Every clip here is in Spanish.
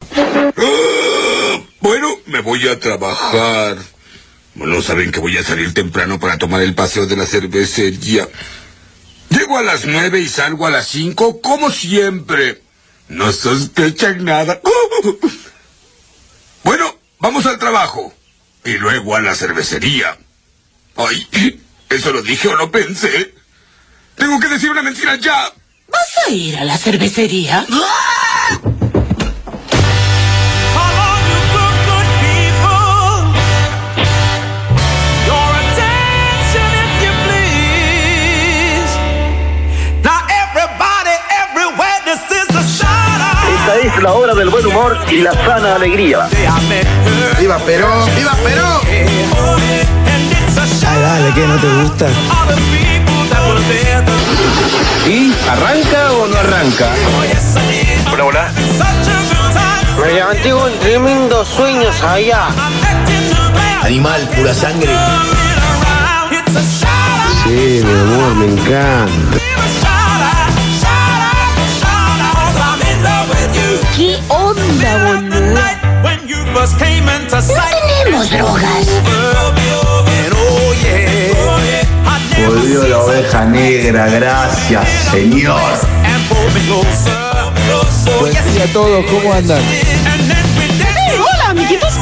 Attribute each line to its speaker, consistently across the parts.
Speaker 1: Me voy a trabajar. No saben que voy a salir temprano para tomar el paseo de la cervecería. Llego a las nueve y salgo a las cinco, como siempre. No sospechan nada. Bueno, vamos al trabajo. Y luego a la cervecería. Ay, ¿eso lo dije o no pensé? Tengo que decir una mentira ya.
Speaker 2: ¿Vas a ir a la cervecería?
Speaker 3: Esta es la hora del buen humor y la sana alegría.
Speaker 4: ¡Viva Perón! ¡Viva Perón!
Speaker 5: Ay, dale, que no te gusta.
Speaker 3: ¿Y arranca o no arranca? Hola, hola.
Speaker 6: Me levanté con tremendos sueños allá.
Speaker 5: Animal, pura sangre.
Speaker 7: Sí, mi amor, me encanta.
Speaker 2: ¿Qué onda, boludo? No tenemos drogas.
Speaker 7: Volvió la oveja negra, gracias, señor.
Speaker 5: Buen día a todos, ¿cómo andan?
Speaker 2: hola, amiguitos.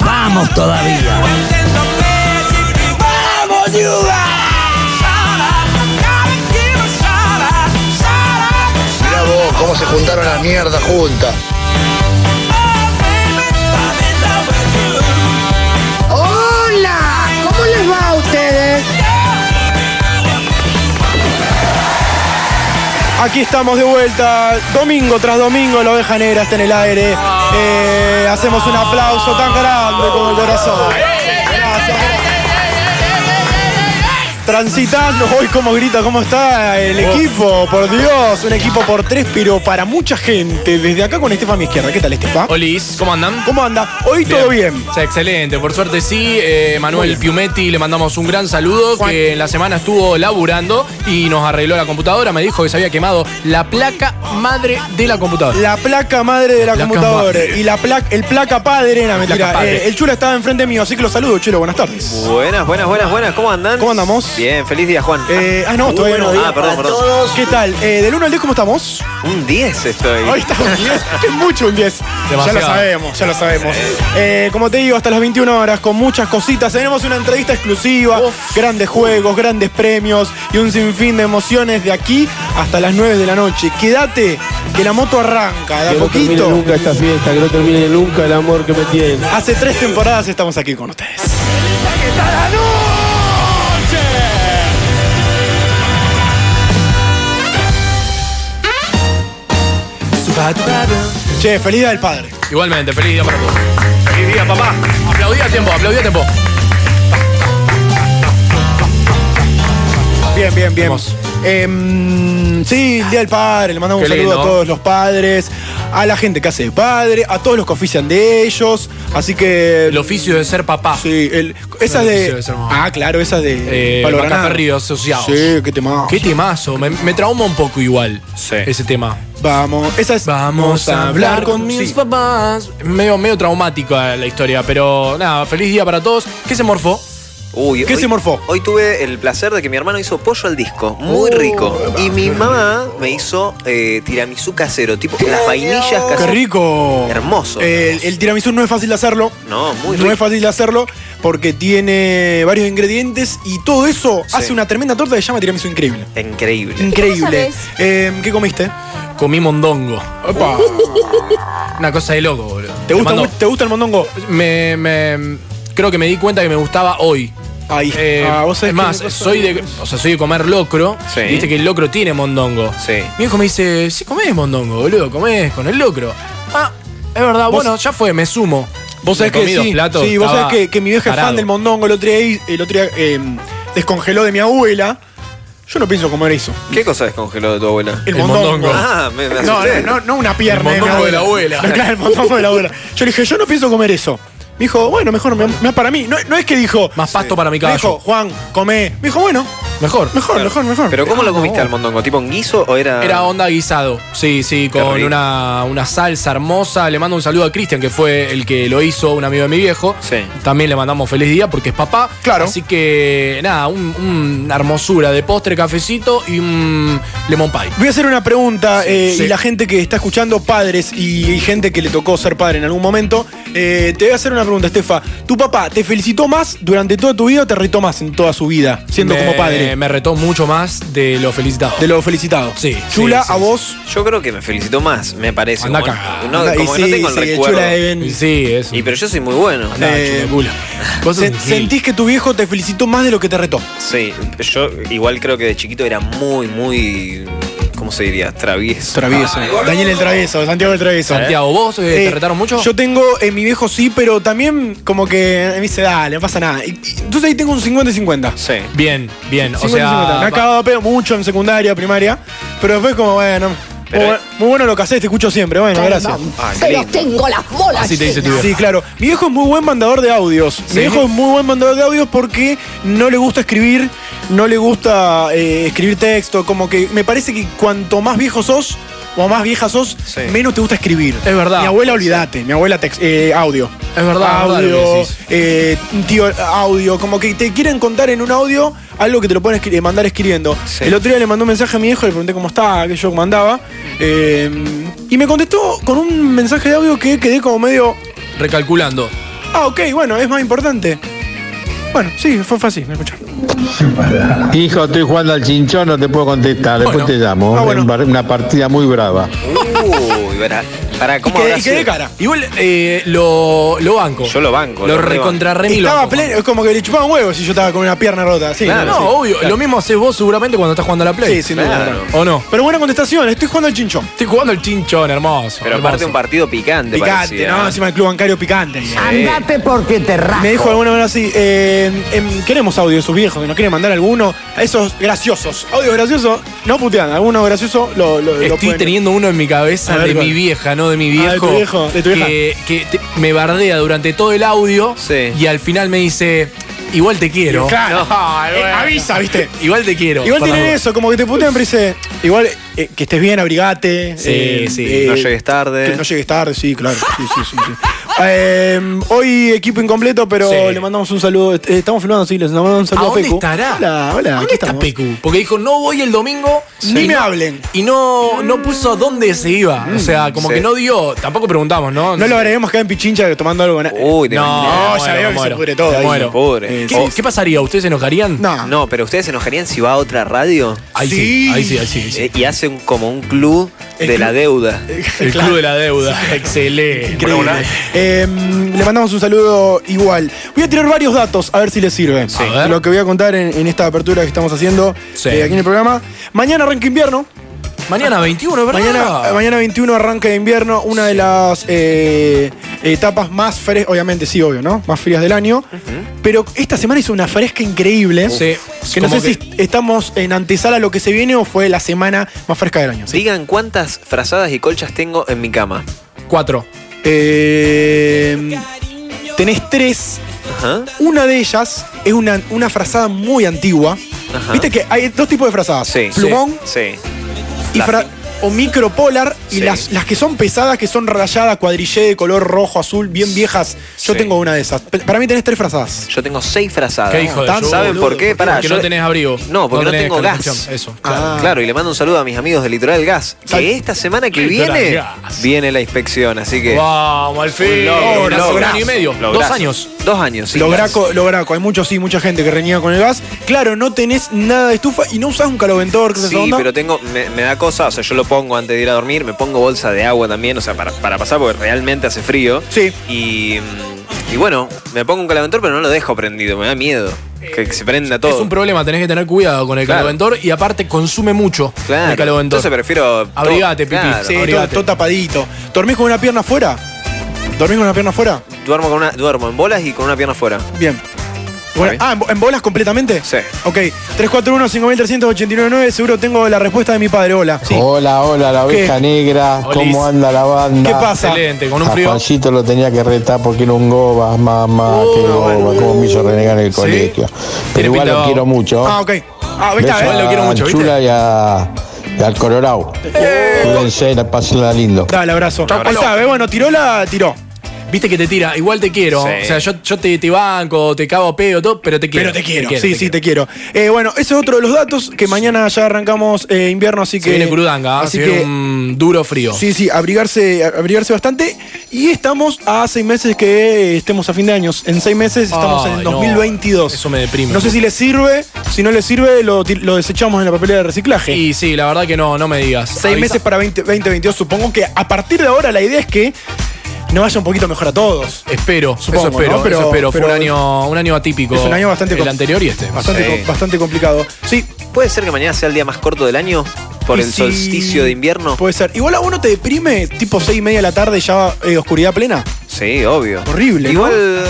Speaker 5: Vamos todavía.
Speaker 2: ¡Vamos,
Speaker 4: Mirá vos, cómo se juntaron la mierda juntas.
Speaker 2: ¡Hola! ¿Cómo les va a ustedes?
Speaker 8: Aquí estamos de vuelta, domingo tras domingo, la oveja negra está en el aire. Eh, hacemos un aplauso tan grande como el corazón. Gracias. Transitando, hoy como grita, cómo está el equipo, por Dios, un equipo por tres, pero para mucha gente. Desde acá con Estefa a mi izquierda, ¿qué tal Estefa?
Speaker 9: Olis, ¿cómo andan?
Speaker 8: ¿Cómo anda? Hoy todo bien.
Speaker 9: O sea, excelente, por suerte sí. eh, Manuel Piumetti le mandamos un gran saludo que en la semana estuvo laburando y nos arregló la computadora. Me dijo que se había quemado la placa madre de la computadora.
Speaker 8: La placa madre de la
Speaker 9: Placa
Speaker 8: computadora
Speaker 9: madre.
Speaker 8: y la placa, el placa padre, no, mentira.
Speaker 9: Placa padre.
Speaker 8: Eh, el Chula estaba enfrente mío, así que lo saludo, Chulo, buenas tardes.
Speaker 6: Buenas, buenas, buenas, buenas. ¿Cómo andan?
Speaker 8: ¿Cómo andamos?
Speaker 6: Bien, feliz día, Juan.
Speaker 8: Eh, ah, no, todavía no.
Speaker 6: Ah, perdón, perdón.
Speaker 8: ¿Qué tal? Eh, del 1 al 10, ¿cómo estamos?
Speaker 6: Un 10 estoy.
Speaker 8: Hoy está un 10. Es mucho un 10. Ya lo
Speaker 9: Demasiado.
Speaker 8: sabemos, ya lo sabemos. Eh, como te digo, hasta las 21 horas con muchas cositas. Tenemos una entrevista exclusiva, grandes juegos, grandes premios y un sinfín de emociones de aquí hasta las 9 de la noche. Quédate, que la moto arranca de a
Speaker 7: Que no termine
Speaker 8: poquito.
Speaker 7: nunca esta fiesta, que no termine nunca el amor que me tienen.
Speaker 8: Hace tres temporadas estamos aquí con ustedes. Che, feliz día del padre.
Speaker 9: Igualmente, feliz día para vos. Feliz día, papá. Aplaudí a tiempo, aplaudí a tiempo.
Speaker 8: Bien, bien, bien.
Speaker 9: Hermoso. Ah,
Speaker 8: Em, sí, el Día del Padre. Le mandamos
Speaker 9: Qué
Speaker 8: un saludo
Speaker 9: lindo.
Speaker 8: a todos los padres, a la gente que hace de padre, a todos los que ofician de ellos. Así que.
Speaker 9: El oficio de ser papá.
Speaker 8: Sí, el, esa
Speaker 9: El
Speaker 8: de.
Speaker 9: oficio de ser mamá.
Speaker 8: Ah, claro, esa de.
Speaker 9: Eh,
Speaker 8: Pablo Granado.
Speaker 9: Macaferri asociados.
Speaker 8: Sí, qué tema.
Speaker 9: Qué temazo, me, me trauma un poco igual ese tema.
Speaker 8: Vamos, esa es.
Speaker 9: Vamos a hablar con mis
Speaker 8: sí.
Speaker 9: papás. Medio, medio traumática la historia, pero nada, feliz día para todos. ¿Qué se morfó?
Speaker 6: Uy,
Speaker 8: ¿Qué
Speaker 6: hoy,
Speaker 8: se morfó? Uh.
Speaker 6: Hoy tuve el placer de que mi hermano hizo pollo al disco, muy rico. Y mi mamá me hizo eh, tiramisú casero, tipo las vainillas
Speaker 8: ¡Qué
Speaker 6: caseras.
Speaker 8: rico!
Speaker 6: Hermoso.
Speaker 8: El, el tiramisú no es fácil de hacerlo.
Speaker 6: No, muy
Speaker 8: No
Speaker 6: rico.
Speaker 8: es fácil de hacerlo porque tiene varios ingredientes y todo eso hace una tremenda torta que se llama tiramisú increíble.
Speaker 6: Increíble.
Speaker 8: Increíble. Em, ¿Qué comiste?
Speaker 9: Comí mondongo. Una cosa de loco, boludo.
Speaker 8: ¿Te gusta,
Speaker 9: mandó-
Speaker 8: mu- ¿Te gusta el mondongo?
Speaker 9: Me, me- creo que me di cuenta que me gustaba hoy.
Speaker 8: Ahí.
Speaker 9: Eh,
Speaker 8: Ah, vos sabés
Speaker 9: es
Speaker 8: que
Speaker 9: más,
Speaker 8: me pasa-
Speaker 9: soy de, o sea, soy de comer locro.
Speaker 6: Sí.
Speaker 9: Viste que el locro tiene mondongo.
Speaker 6: Sí.
Speaker 9: Mi hijo me dice, sí comés mondongo, boludo, comés con el locro. Ah, es verdad,
Speaker 8: Vos-
Speaker 9: bueno, ya fue, me sumo.
Speaker 8: Vos sabés
Speaker 9: Me
Speaker 8: que
Speaker 9: comí dos
Speaker 8: sí.
Speaker 9: platos,
Speaker 8: sí, vos
Speaker 9: estaba
Speaker 8: sabés que, que mi vieja es
Speaker 9: tarado.
Speaker 8: fan del mondongo. El otro día, el otro día, em, descongeló de mi abuela. Yo no pienso comer eso.
Speaker 6: ¿Qué cosa descongeló de tu abuela?
Speaker 8: El,
Speaker 9: El
Speaker 8: mondongo.
Speaker 9: mondongo.
Speaker 6: Ah, me, me
Speaker 8: Mm. No,
Speaker 6: asusté.
Speaker 8: no, no, no una pierna.
Speaker 9: El
Speaker 8: mi
Speaker 9: mondongo de la abuela.
Speaker 8: No, claro, el mondongo de la abuela. Yo le dije, yo no pienso comer eso. Me dijo, bueno, mejor me, me- para mí. No, no es que dijo.
Speaker 9: Más pasto para mi
Speaker 8: Me
Speaker 9: caballo.
Speaker 8: dijo, Juan, come. Me dijo, bueno,
Speaker 9: Mejor.
Speaker 8: Mejor, mejor, mejor.
Speaker 6: Pero ¿cómo lo comiste al mondongo? ¿Tipo en guiso o era.?
Speaker 9: Era onda guisado. Sí, sí,
Speaker 6: Ah. Qué
Speaker 9: con
Speaker 6: rico.
Speaker 9: una, una salsa hermosa. Le mando un saludo a Cristian, que fue el que lo hizo, un amigo de mi viejo.
Speaker 6: Sí.
Speaker 9: También le mandamos feliz día porque es papá.
Speaker 8: Claro.
Speaker 9: Así que, nada, un- un- una hermosura de postre, cafecito y un lemon pie.
Speaker 8: Voy a hacer una pregunta eh,
Speaker 9: sí.
Speaker 8: y la gente que está escuchando, padres y, y gente que le tocó ser padre en algún momento, eh, te voy a hacer una pregunta, Estefa. ¿Tu papá te felicitó más durante toda tu vida o te retó más en toda su vida, siendo
Speaker 9: Me-
Speaker 8: como padre?
Speaker 9: Me retó mucho más de lo felicitado.
Speaker 8: De lo felicitado.
Speaker 9: Sí,
Speaker 8: Chula,
Speaker 9: sí, sí,
Speaker 8: a
Speaker 9: sí.
Speaker 8: vos.
Speaker 6: Yo creo que me felicitó más, me parece.
Speaker 9: Andá
Speaker 6: como,
Speaker 9: a cagar.
Speaker 6: no,
Speaker 8: Anda, y
Speaker 6: como que no
Speaker 8: sí,
Speaker 6: tengo el
Speaker 8: sí,
Speaker 6: recuerdo.
Speaker 8: Chula Even.
Speaker 9: Y Sí, eso.
Speaker 6: Y pero yo soy muy bueno.
Speaker 9: Andá,
Speaker 8: Eh,
Speaker 9: chupacula. Vos sos
Speaker 8: Sen-
Speaker 9: un gil.
Speaker 8: sentís que tu viejo te felicitó más de lo que te retó.
Speaker 6: Sí, yo igual creo que de chiquito era muy, muy. ¿Cómo se diría? Travieso.
Speaker 8: Travieso. Ah, Daniel el Travieso, Santiago el Travieso.
Speaker 9: Santiago, ¿vos eh,
Speaker 8: Eh,
Speaker 9: te retaron mucho?
Speaker 8: Yo tengo, eh, mi viejo sí, pero también como que me dice, dale, no pasa nada. Y- y- entonces ahí tengo un 50 y 50.
Speaker 6: Sí.
Speaker 9: Bien, bien. O
Speaker 8: 50. Me
Speaker 9: sea,
Speaker 8: ha cagado a pedo mucho en secundaria, primaria, pero después como, bueno,
Speaker 6: Pero-
Speaker 8: muy, bu- muy bueno lo que haces, te escucho siempre, bueno, gracias.
Speaker 6: Ah, qué
Speaker 2: Pero
Speaker 6: lindo.
Speaker 2: tengo las bolas.
Speaker 9: así te dice tu
Speaker 2: llenas.
Speaker 9: viejo.
Speaker 8: Sí, claro. Mi viejo es muy buen mandador de audios. Mi viejo es muy buen mandador de audios porque no le gusta escribir, no le gusta eh, escribir texto. Como que me parece que cuanto más viejo sos o más vieja sos,
Speaker 6: Sí.
Speaker 8: menos te gusta escribir.
Speaker 9: Es verdad.
Speaker 8: Mi abuela, olvídate. Mi abuela, tex- eh, audio.
Speaker 9: Es verdad, es verdad
Speaker 8: Audio,
Speaker 9: lo que decís.
Speaker 8: eh, un tío, audio. Como que te quieren contar en un audio algo que te lo pueden escri- eh, mandar escribiendo.
Speaker 6: Sí.
Speaker 8: El otro día le mandó un mensaje a mi viejo, le pregunté cómo estaba, que yo mandaba. eh, y me contestó con un mensaje de audio que quedé como medio.
Speaker 9: Recalculando.
Speaker 8: Ah, ok, bueno, es más importante. Bueno, sí, fue fácil, me escucharon.
Speaker 7: Hijo, estoy jugando al chinchón, no te puedo contestar, después
Speaker 9: Bueno.
Speaker 7: te llamo.
Speaker 8: Ah, bueno.
Speaker 7: Un bar- Una partida muy brava.
Speaker 6: Uy, verá. Para,
Speaker 8: Y
Speaker 6: ¿cómo
Speaker 8: quedé,
Speaker 6: habrá
Speaker 8: y quedé
Speaker 6: sido?
Speaker 8: cara.
Speaker 9: Igual eh, lo, lo banco.
Speaker 6: Yo lo banco,
Speaker 9: Lo
Speaker 6: lo rebanco.
Speaker 9: recontrarre mi
Speaker 8: Estaba pleno, es como que le chupaban huevos si yo estaba con una pierna rota. Sí,
Speaker 9: No,
Speaker 6: Claro, sí,
Speaker 9: Ah, obvio. Lo mismo haces vos seguramente cuando estás jugando a la Play.
Speaker 8: sí, sin duda.
Speaker 6: Claro.
Speaker 9: ¿O no?
Speaker 8: Pero buena contestación, estoy jugando al chinchón.
Speaker 9: Estoy jugando el chinchón, hermoso.
Speaker 6: Pero
Speaker 9: hermoso.
Speaker 6: aparte un partido picante, ¿eh?
Speaker 8: Picante,
Speaker 6: parecía.
Speaker 8: no, encima del club bancario picante.
Speaker 2: Andate porque te rajo.
Speaker 8: Me dijo alguna vez así, eh, em, queremos audio de sus viejos, que nos quieren mandar alguno. A esos graciosos. Audio gracioso, no putean, alguno gracioso lo, lo, lo
Speaker 9: Estoy
Speaker 8: pueden-
Speaker 9: teniendo uno en mi cabeza
Speaker 8: A ver,
Speaker 9: de
Speaker 8: ¿cuál?
Speaker 9: mi vieja, no de mi viejo.
Speaker 8: Ah, de tu viejo, de tu vieja.
Speaker 9: Que, que te- me bardea durante todo el audio
Speaker 6: Sí.
Speaker 9: y al final me dice, igual te quiero.
Speaker 8: Claro.
Speaker 9: Ay,
Speaker 8: Eh,
Speaker 9: bueno.
Speaker 8: avisa, viste.
Speaker 9: Igual te quiero.
Speaker 8: Igual
Speaker 9: por
Speaker 8: tienen
Speaker 9: las
Speaker 8: eso, como que te putean, pero dice, igual eh, que estés bien, abrigate. eh,
Speaker 9: Sí, sí.
Speaker 6: No llegues tarde.
Speaker 8: Que no llegues tarde, sí, claro. Sí, sí, sí, sí. Eh, hoy equipo incompleto, pero
Speaker 9: Sí.
Speaker 8: le mandamos un saludo. Eh, estamos filmando, sí, les mandamos un
Speaker 9: dudas. ¿A
Speaker 8: saludo a,
Speaker 9: dónde
Speaker 8: Pecu.
Speaker 9: estará?
Speaker 8: Hola, hola.
Speaker 9: ¿Dónde
Speaker 8: aquí
Speaker 9: está
Speaker 8: estamos.
Speaker 9: Pecu? Porque dijo, no voy el domingo.
Speaker 8: Sí.
Speaker 9: y
Speaker 8: Ni me
Speaker 9: no-
Speaker 8: hablen. Mm,
Speaker 9: Y no, no puso dónde se iba. O sea, como
Speaker 6: Sí.
Speaker 9: que no dio. Tampoco preguntamos, ¿no?
Speaker 8: No lo agreguemos acá en Pichincha tomando algo. na-
Speaker 6: Uy, de
Speaker 9: No,
Speaker 8: No, ya veo que se pudre todo
Speaker 9: me
Speaker 8: ahí.
Speaker 9: Uh, muero.
Speaker 8: Eh,
Speaker 6: Pobre.
Speaker 9: Eh, ¿Qué, qué pasaría? ¿Ustedes se enojarían?
Speaker 8: No.
Speaker 6: No, pero ¿ustedes se enojarían si va a otra radio?
Speaker 9: Ahí sí.
Speaker 8: Sí.
Speaker 9: ahí sí, ahí sí. ahí sí.
Speaker 6: Eh, y hace un- como un club de la deuda.
Speaker 8: Eh,
Speaker 9: El club de la deuda. Excelente.
Speaker 8: Increíble. Eh, le mandamos un saludo igual. Voy a tirar varios datos a ver si les sirve.
Speaker 9: A ver.
Speaker 8: Lo que voy a contar en, en esta apertura que estamos haciendo
Speaker 9: Sí.
Speaker 8: eh, aquí en el programa. Mañana arranca invierno.
Speaker 9: Mañana 21, ¿verdad?
Speaker 8: Mañana, eh, mañana 21 arranca de invierno, una de las eh, etapas más frescas, obviamente, sí, obvio, ¿no? Más frías del año. Pero esta semana hizo una fresca increíble.
Speaker 9: Sí.
Speaker 8: Que no sé
Speaker 9: Como
Speaker 8: si estamos en antesala a lo que se viene o fue la semana más fresca del año. ¿sí?
Speaker 6: Digan cuántas frazadas y colchas tengo en mi cama.
Speaker 9: Cuatro.
Speaker 8: Eh, tenés tres.
Speaker 6: Ajá.
Speaker 8: Una de ellas es una, una frazada muy antigua.
Speaker 6: Ajá.
Speaker 8: Viste que hay dos tipos de frazadas:
Speaker 6: Sí.
Speaker 8: plumón
Speaker 6: Sí.
Speaker 8: y fra- o micropolar y
Speaker 6: Sí.
Speaker 8: las, las que son pesadas, que son rayadas, cuadrillé de color rojo, azul, bien viejas. Yo
Speaker 6: Sí.
Speaker 8: tengo una de esas. P- Para mí tenés tres frazadas.
Speaker 6: Yo tengo seis frazadas.
Speaker 9: Qué hijo de
Speaker 8: tan-
Speaker 9: yo,
Speaker 6: ¿Saben
Speaker 9: boludo.
Speaker 6: por qué? Pará,
Speaker 9: Porque
Speaker 6: yo-
Speaker 9: no tenés abrigo.
Speaker 6: No, porque no,
Speaker 9: tenés
Speaker 6: tengo gas.
Speaker 9: calefacción. Eso.
Speaker 8: Ah.
Speaker 6: Claro, y le mando un saludo a mis amigos de Litoral Gas.
Speaker 8: Sal-
Speaker 6: Que esta semana que
Speaker 9: Litoral
Speaker 6: viene
Speaker 9: Gas.
Speaker 6: viene la inspección, así que.
Speaker 9: Vamos, al fin.
Speaker 6: logro,
Speaker 9: Hace
Speaker 6: lograzo,
Speaker 9: un año y medio. Dos
Speaker 6: lograzo.
Speaker 9: años.
Speaker 6: Dos años, sí.
Speaker 8: Lograco, lograco, hay muchos, sí, mucha gente que reniega con el gas. Claro, no tenés nada de estufa y no usás un caloventor, ¿qué es esa
Speaker 6: Sí,
Speaker 8: onda?
Speaker 6: pero tengo, me, me da cosa, o sea, yo lo pongo antes de ir a dormir, me pongo bolsa de agua también, o sea, para, para pasar porque realmente hace frío.
Speaker 8: Sí.
Speaker 6: Y, mm, y bueno, me pongo un calentor, pero no lo dejo prendido, me da miedo que, que se prenda todo.
Speaker 9: Eh, Es un problema, tenés que tener cuidado con el
Speaker 6: Claro.
Speaker 9: caloventor y aparte consume mucho
Speaker 6: Claro.
Speaker 9: el caloventor.
Speaker 6: Entonces prefiero. todo-
Speaker 9: Abrigate, Pipi.
Speaker 6: Claro.
Speaker 8: Sí, todo,
Speaker 9: abrigate.
Speaker 8: todo tapadito. ¿Dormís con una pierna afuera? ¿Dormís con una pierna afuera?
Speaker 6: Duermo, con una, duermo en bolas y con una pierna afuera.
Speaker 8: Bien. Bueno,
Speaker 6: Ok.
Speaker 8: ah, ¿en, bo- en bolas completamente?
Speaker 6: Sí.
Speaker 8: Ok, 341-53899, seguro tengo la respuesta de mi padre, hola. Sí.
Speaker 7: Hola, hola, la oveja
Speaker 8: ¿Qué?
Speaker 7: negra.
Speaker 9: Olis.
Speaker 7: ¿Cómo anda la banda?
Speaker 8: ¿Qué pasa?
Speaker 9: Excelente, con un
Speaker 7: A
Speaker 9: frío.
Speaker 7: Fallito lo tenía que retar porque era un goba, mamá,
Speaker 9: Uh,
Speaker 4: Oh,
Speaker 7: qué goba, cómo me hizo renegar en el
Speaker 9: ¿Sí?
Speaker 7: colegio.
Speaker 9: Tiene
Speaker 7: Pero igual
Speaker 9: pinta de
Speaker 7: lo
Speaker 9: vago.
Speaker 7: quiero mucho.
Speaker 8: Ah, ok. Ah, ¿viste?
Speaker 7: Beso
Speaker 8: A él lo
Speaker 7: a
Speaker 8: quiero mucho, ¿viste? Eh,
Speaker 7: Anchula y, a- y al Colorado. Cuídense, la pásenla lindo.
Speaker 8: Dale, abrazo. Ahí está, ¿ves? bueno, tiró la. tiró.
Speaker 9: Viste que te tira, igual te quiero.
Speaker 6: Sí.
Speaker 9: O sea, yo, yo te, te banco, te cago a pedo, todo, pero te quiero.
Speaker 8: Pero te quiero. sí, sí, te quiero. Eh, bueno, ese es otro de los datos que mañana ya arrancamos eh, invierno, así que.
Speaker 9: Se viene crudanga,
Speaker 8: así
Speaker 9: así
Speaker 8: que.
Speaker 9: un duro frío.
Speaker 8: Sí, sí, abrigarse, abrigarse bastante. Y estamos a seis meses que estemos a fin de años. En seis meses estamos en
Speaker 9: Ay,
Speaker 8: el
Speaker 9: no.
Speaker 8: 2022.
Speaker 9: Eso me deprime.
Speaker 8: No sé si les sirve. Si no les sirve, lo, ti- lo desechamos en la papelera de reciclaje.
Speaker 9: Y sí, la verdad que no, no me digas.
Speaker 8: seis
Speaker 9: Avisa-
Speaker 8: meses para 20, 2022. Supongo que a partir de ahora la idea es que nos vaya un poquito mejor a todos.
Speaker 9: Espero,
Speaker 8: Supongo,
Speaker 9: eso espero,
Speaker 8: ¿no? Pero-
Speaker 9: eso espero. Fue
Speaker 8: pero-
Speaker 9: un año, un año atípico.
Speaker 8: Es un año bastante
Speaker 9: El
Speaker 8: com-
Speaker 9: anterior y este.
Speaker 8: Bastante,
Speaker 6: Sí.
Speaker 8: co- bastante complicado. Sí,
Speaker 6: ¿Puede ser que mañana sea el día más corto del año? ¿Por
Speaker 8: Y
Speaker 6: el
Speaker 8: si-
Speaker 6: solsticio de invierno?
Speaker 8: Puede ser. Igual a uno te deprime tipo 6 y media de la tarde ya eh, oscuridad plena.
Speaker 6: Sí, obvio.
Speaker 8: Horrible, ¿no?
Speaker 6: Igual, eh,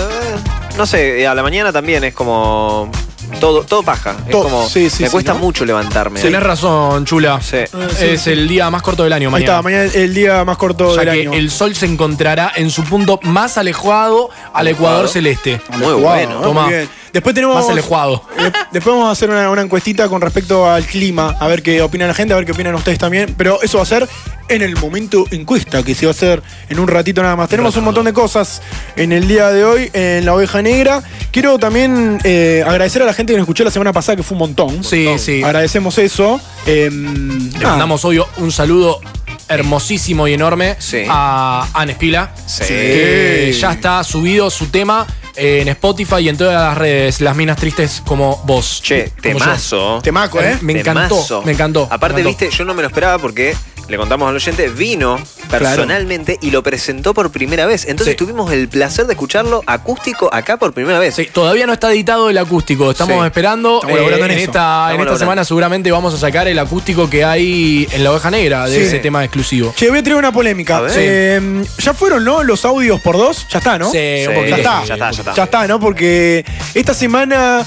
Speaker 6: no sé, eh, a la mañana también es como. Todo, todo paja. Es
Speaker 8: Todo,
Speaker 6: como.
Speaker 8: sí, sí,
Speaker 6: me
Speaker 8: sí,
Speaker 6: cuesta
Speaker 8: ¿no?
Speaker 6: mucho levantarme.
Speaker 9: Tenés razón, chula.
Speaker 6: Sí.
Speaker 9: Es el día más corto del año
Speaker 8: Ah, Ahí está,
Speaker 9: mañana.
Speaker 8: mañana es el día más corto
Speaker 9: ya
Speaker 8: del
Speaker 9: que
Speaker 8: año.
Speaker 9: el sol se encontrará en su punto más alejado al ecuador celeste.
Speaker 6: Muy
Speaker 8: Guau,
Speaker 6: bueno.
Speaker 8: ¿eh?
Speaker 9: Tomá.
Speaker 8: Muy bien. Después tenemos.
Speaker 9: Más alejado.
Speaker 8: Eh, Después vamos a hacer una, una encuestita con respecto al clima, a ver qué opina la gente, a ver qué opinan ustedes también. Pero eso va a ser en el momento encuesta, que se va a hacer en un ratito nada más. Tenemos un montón de cosas en el día de hoy en La Oveja Negra. Quiero también eh, agradecer a la gente que nos escuchó la semana pasada, que fue un montón.
Speaker 9: Sí, sí.
Speaker 8: Agradecemos eso. Eh,
Speaker 9: Le
Speaker 8: nada.
Speaker 9: mandamos hoy un saludo hermosísimo y enorme
Speaker 6: Sí.
Speaker 9: a Anne Spila,
Speaker 6: Sí.
Speaker 9: que ya está subido su tema en Spotify y en todas las redes, Las Minas Tristes como vos. Como
Speaker 6: Che,
Speaker 9: yo.
Speaker 6: temazo.
Speaker 8: Temaco, ¿eh?
Speaker 9: Me encantó,
Speaker 6: Temazo.
Speaker 9: me encantó, me
Speaker 6: Aparte,
Speaker 9: encantó.
Speaker 6: viste, yo no me lo esperaba porque le contamos al oyente, vino personalmente y lo presentó por primera vez. Entonces
Speaker 9: Sí.
Speaker 6: tuvimos el placer de escucharlo acústico acá por primera vez.
Speaker 9: Sí, todavía no está editado el acústico, estamos
Speaker 6: Sí.
Speaker 9: esperando.
Speaker 8: Estamos laburando
Speaker 6: eh,
Speaker 8: en
Speaker 9: en,
Speaker 8: eso.
Speaker 9: esta, en
Speaker 6: Estamos
Speaker 9: esta
Speaker 6: laburando.
Speaker 9: semana seguramente vamos a sacar el acústico que hay en la oveja negra de
Speaker 8: Sí.
Speaker 9: ese tema exclusivo.
Speaker 8: Che, voy a tirar una polémica.
Speaker 6: A ver.
Speaker 8: Eh, ya fueron, ¿no? Los audios por dos. Ya está, ¿no?
Speaker 9: Sí,
Speaker 6: Sí,
Speaker 9: un
Speaker 8: Ya
Speaker 9: poquito.
Speaker 8: está.
Speaker 6: ya está, ya está.
Speaker 8: Ya está, ¿no? Porque esta semana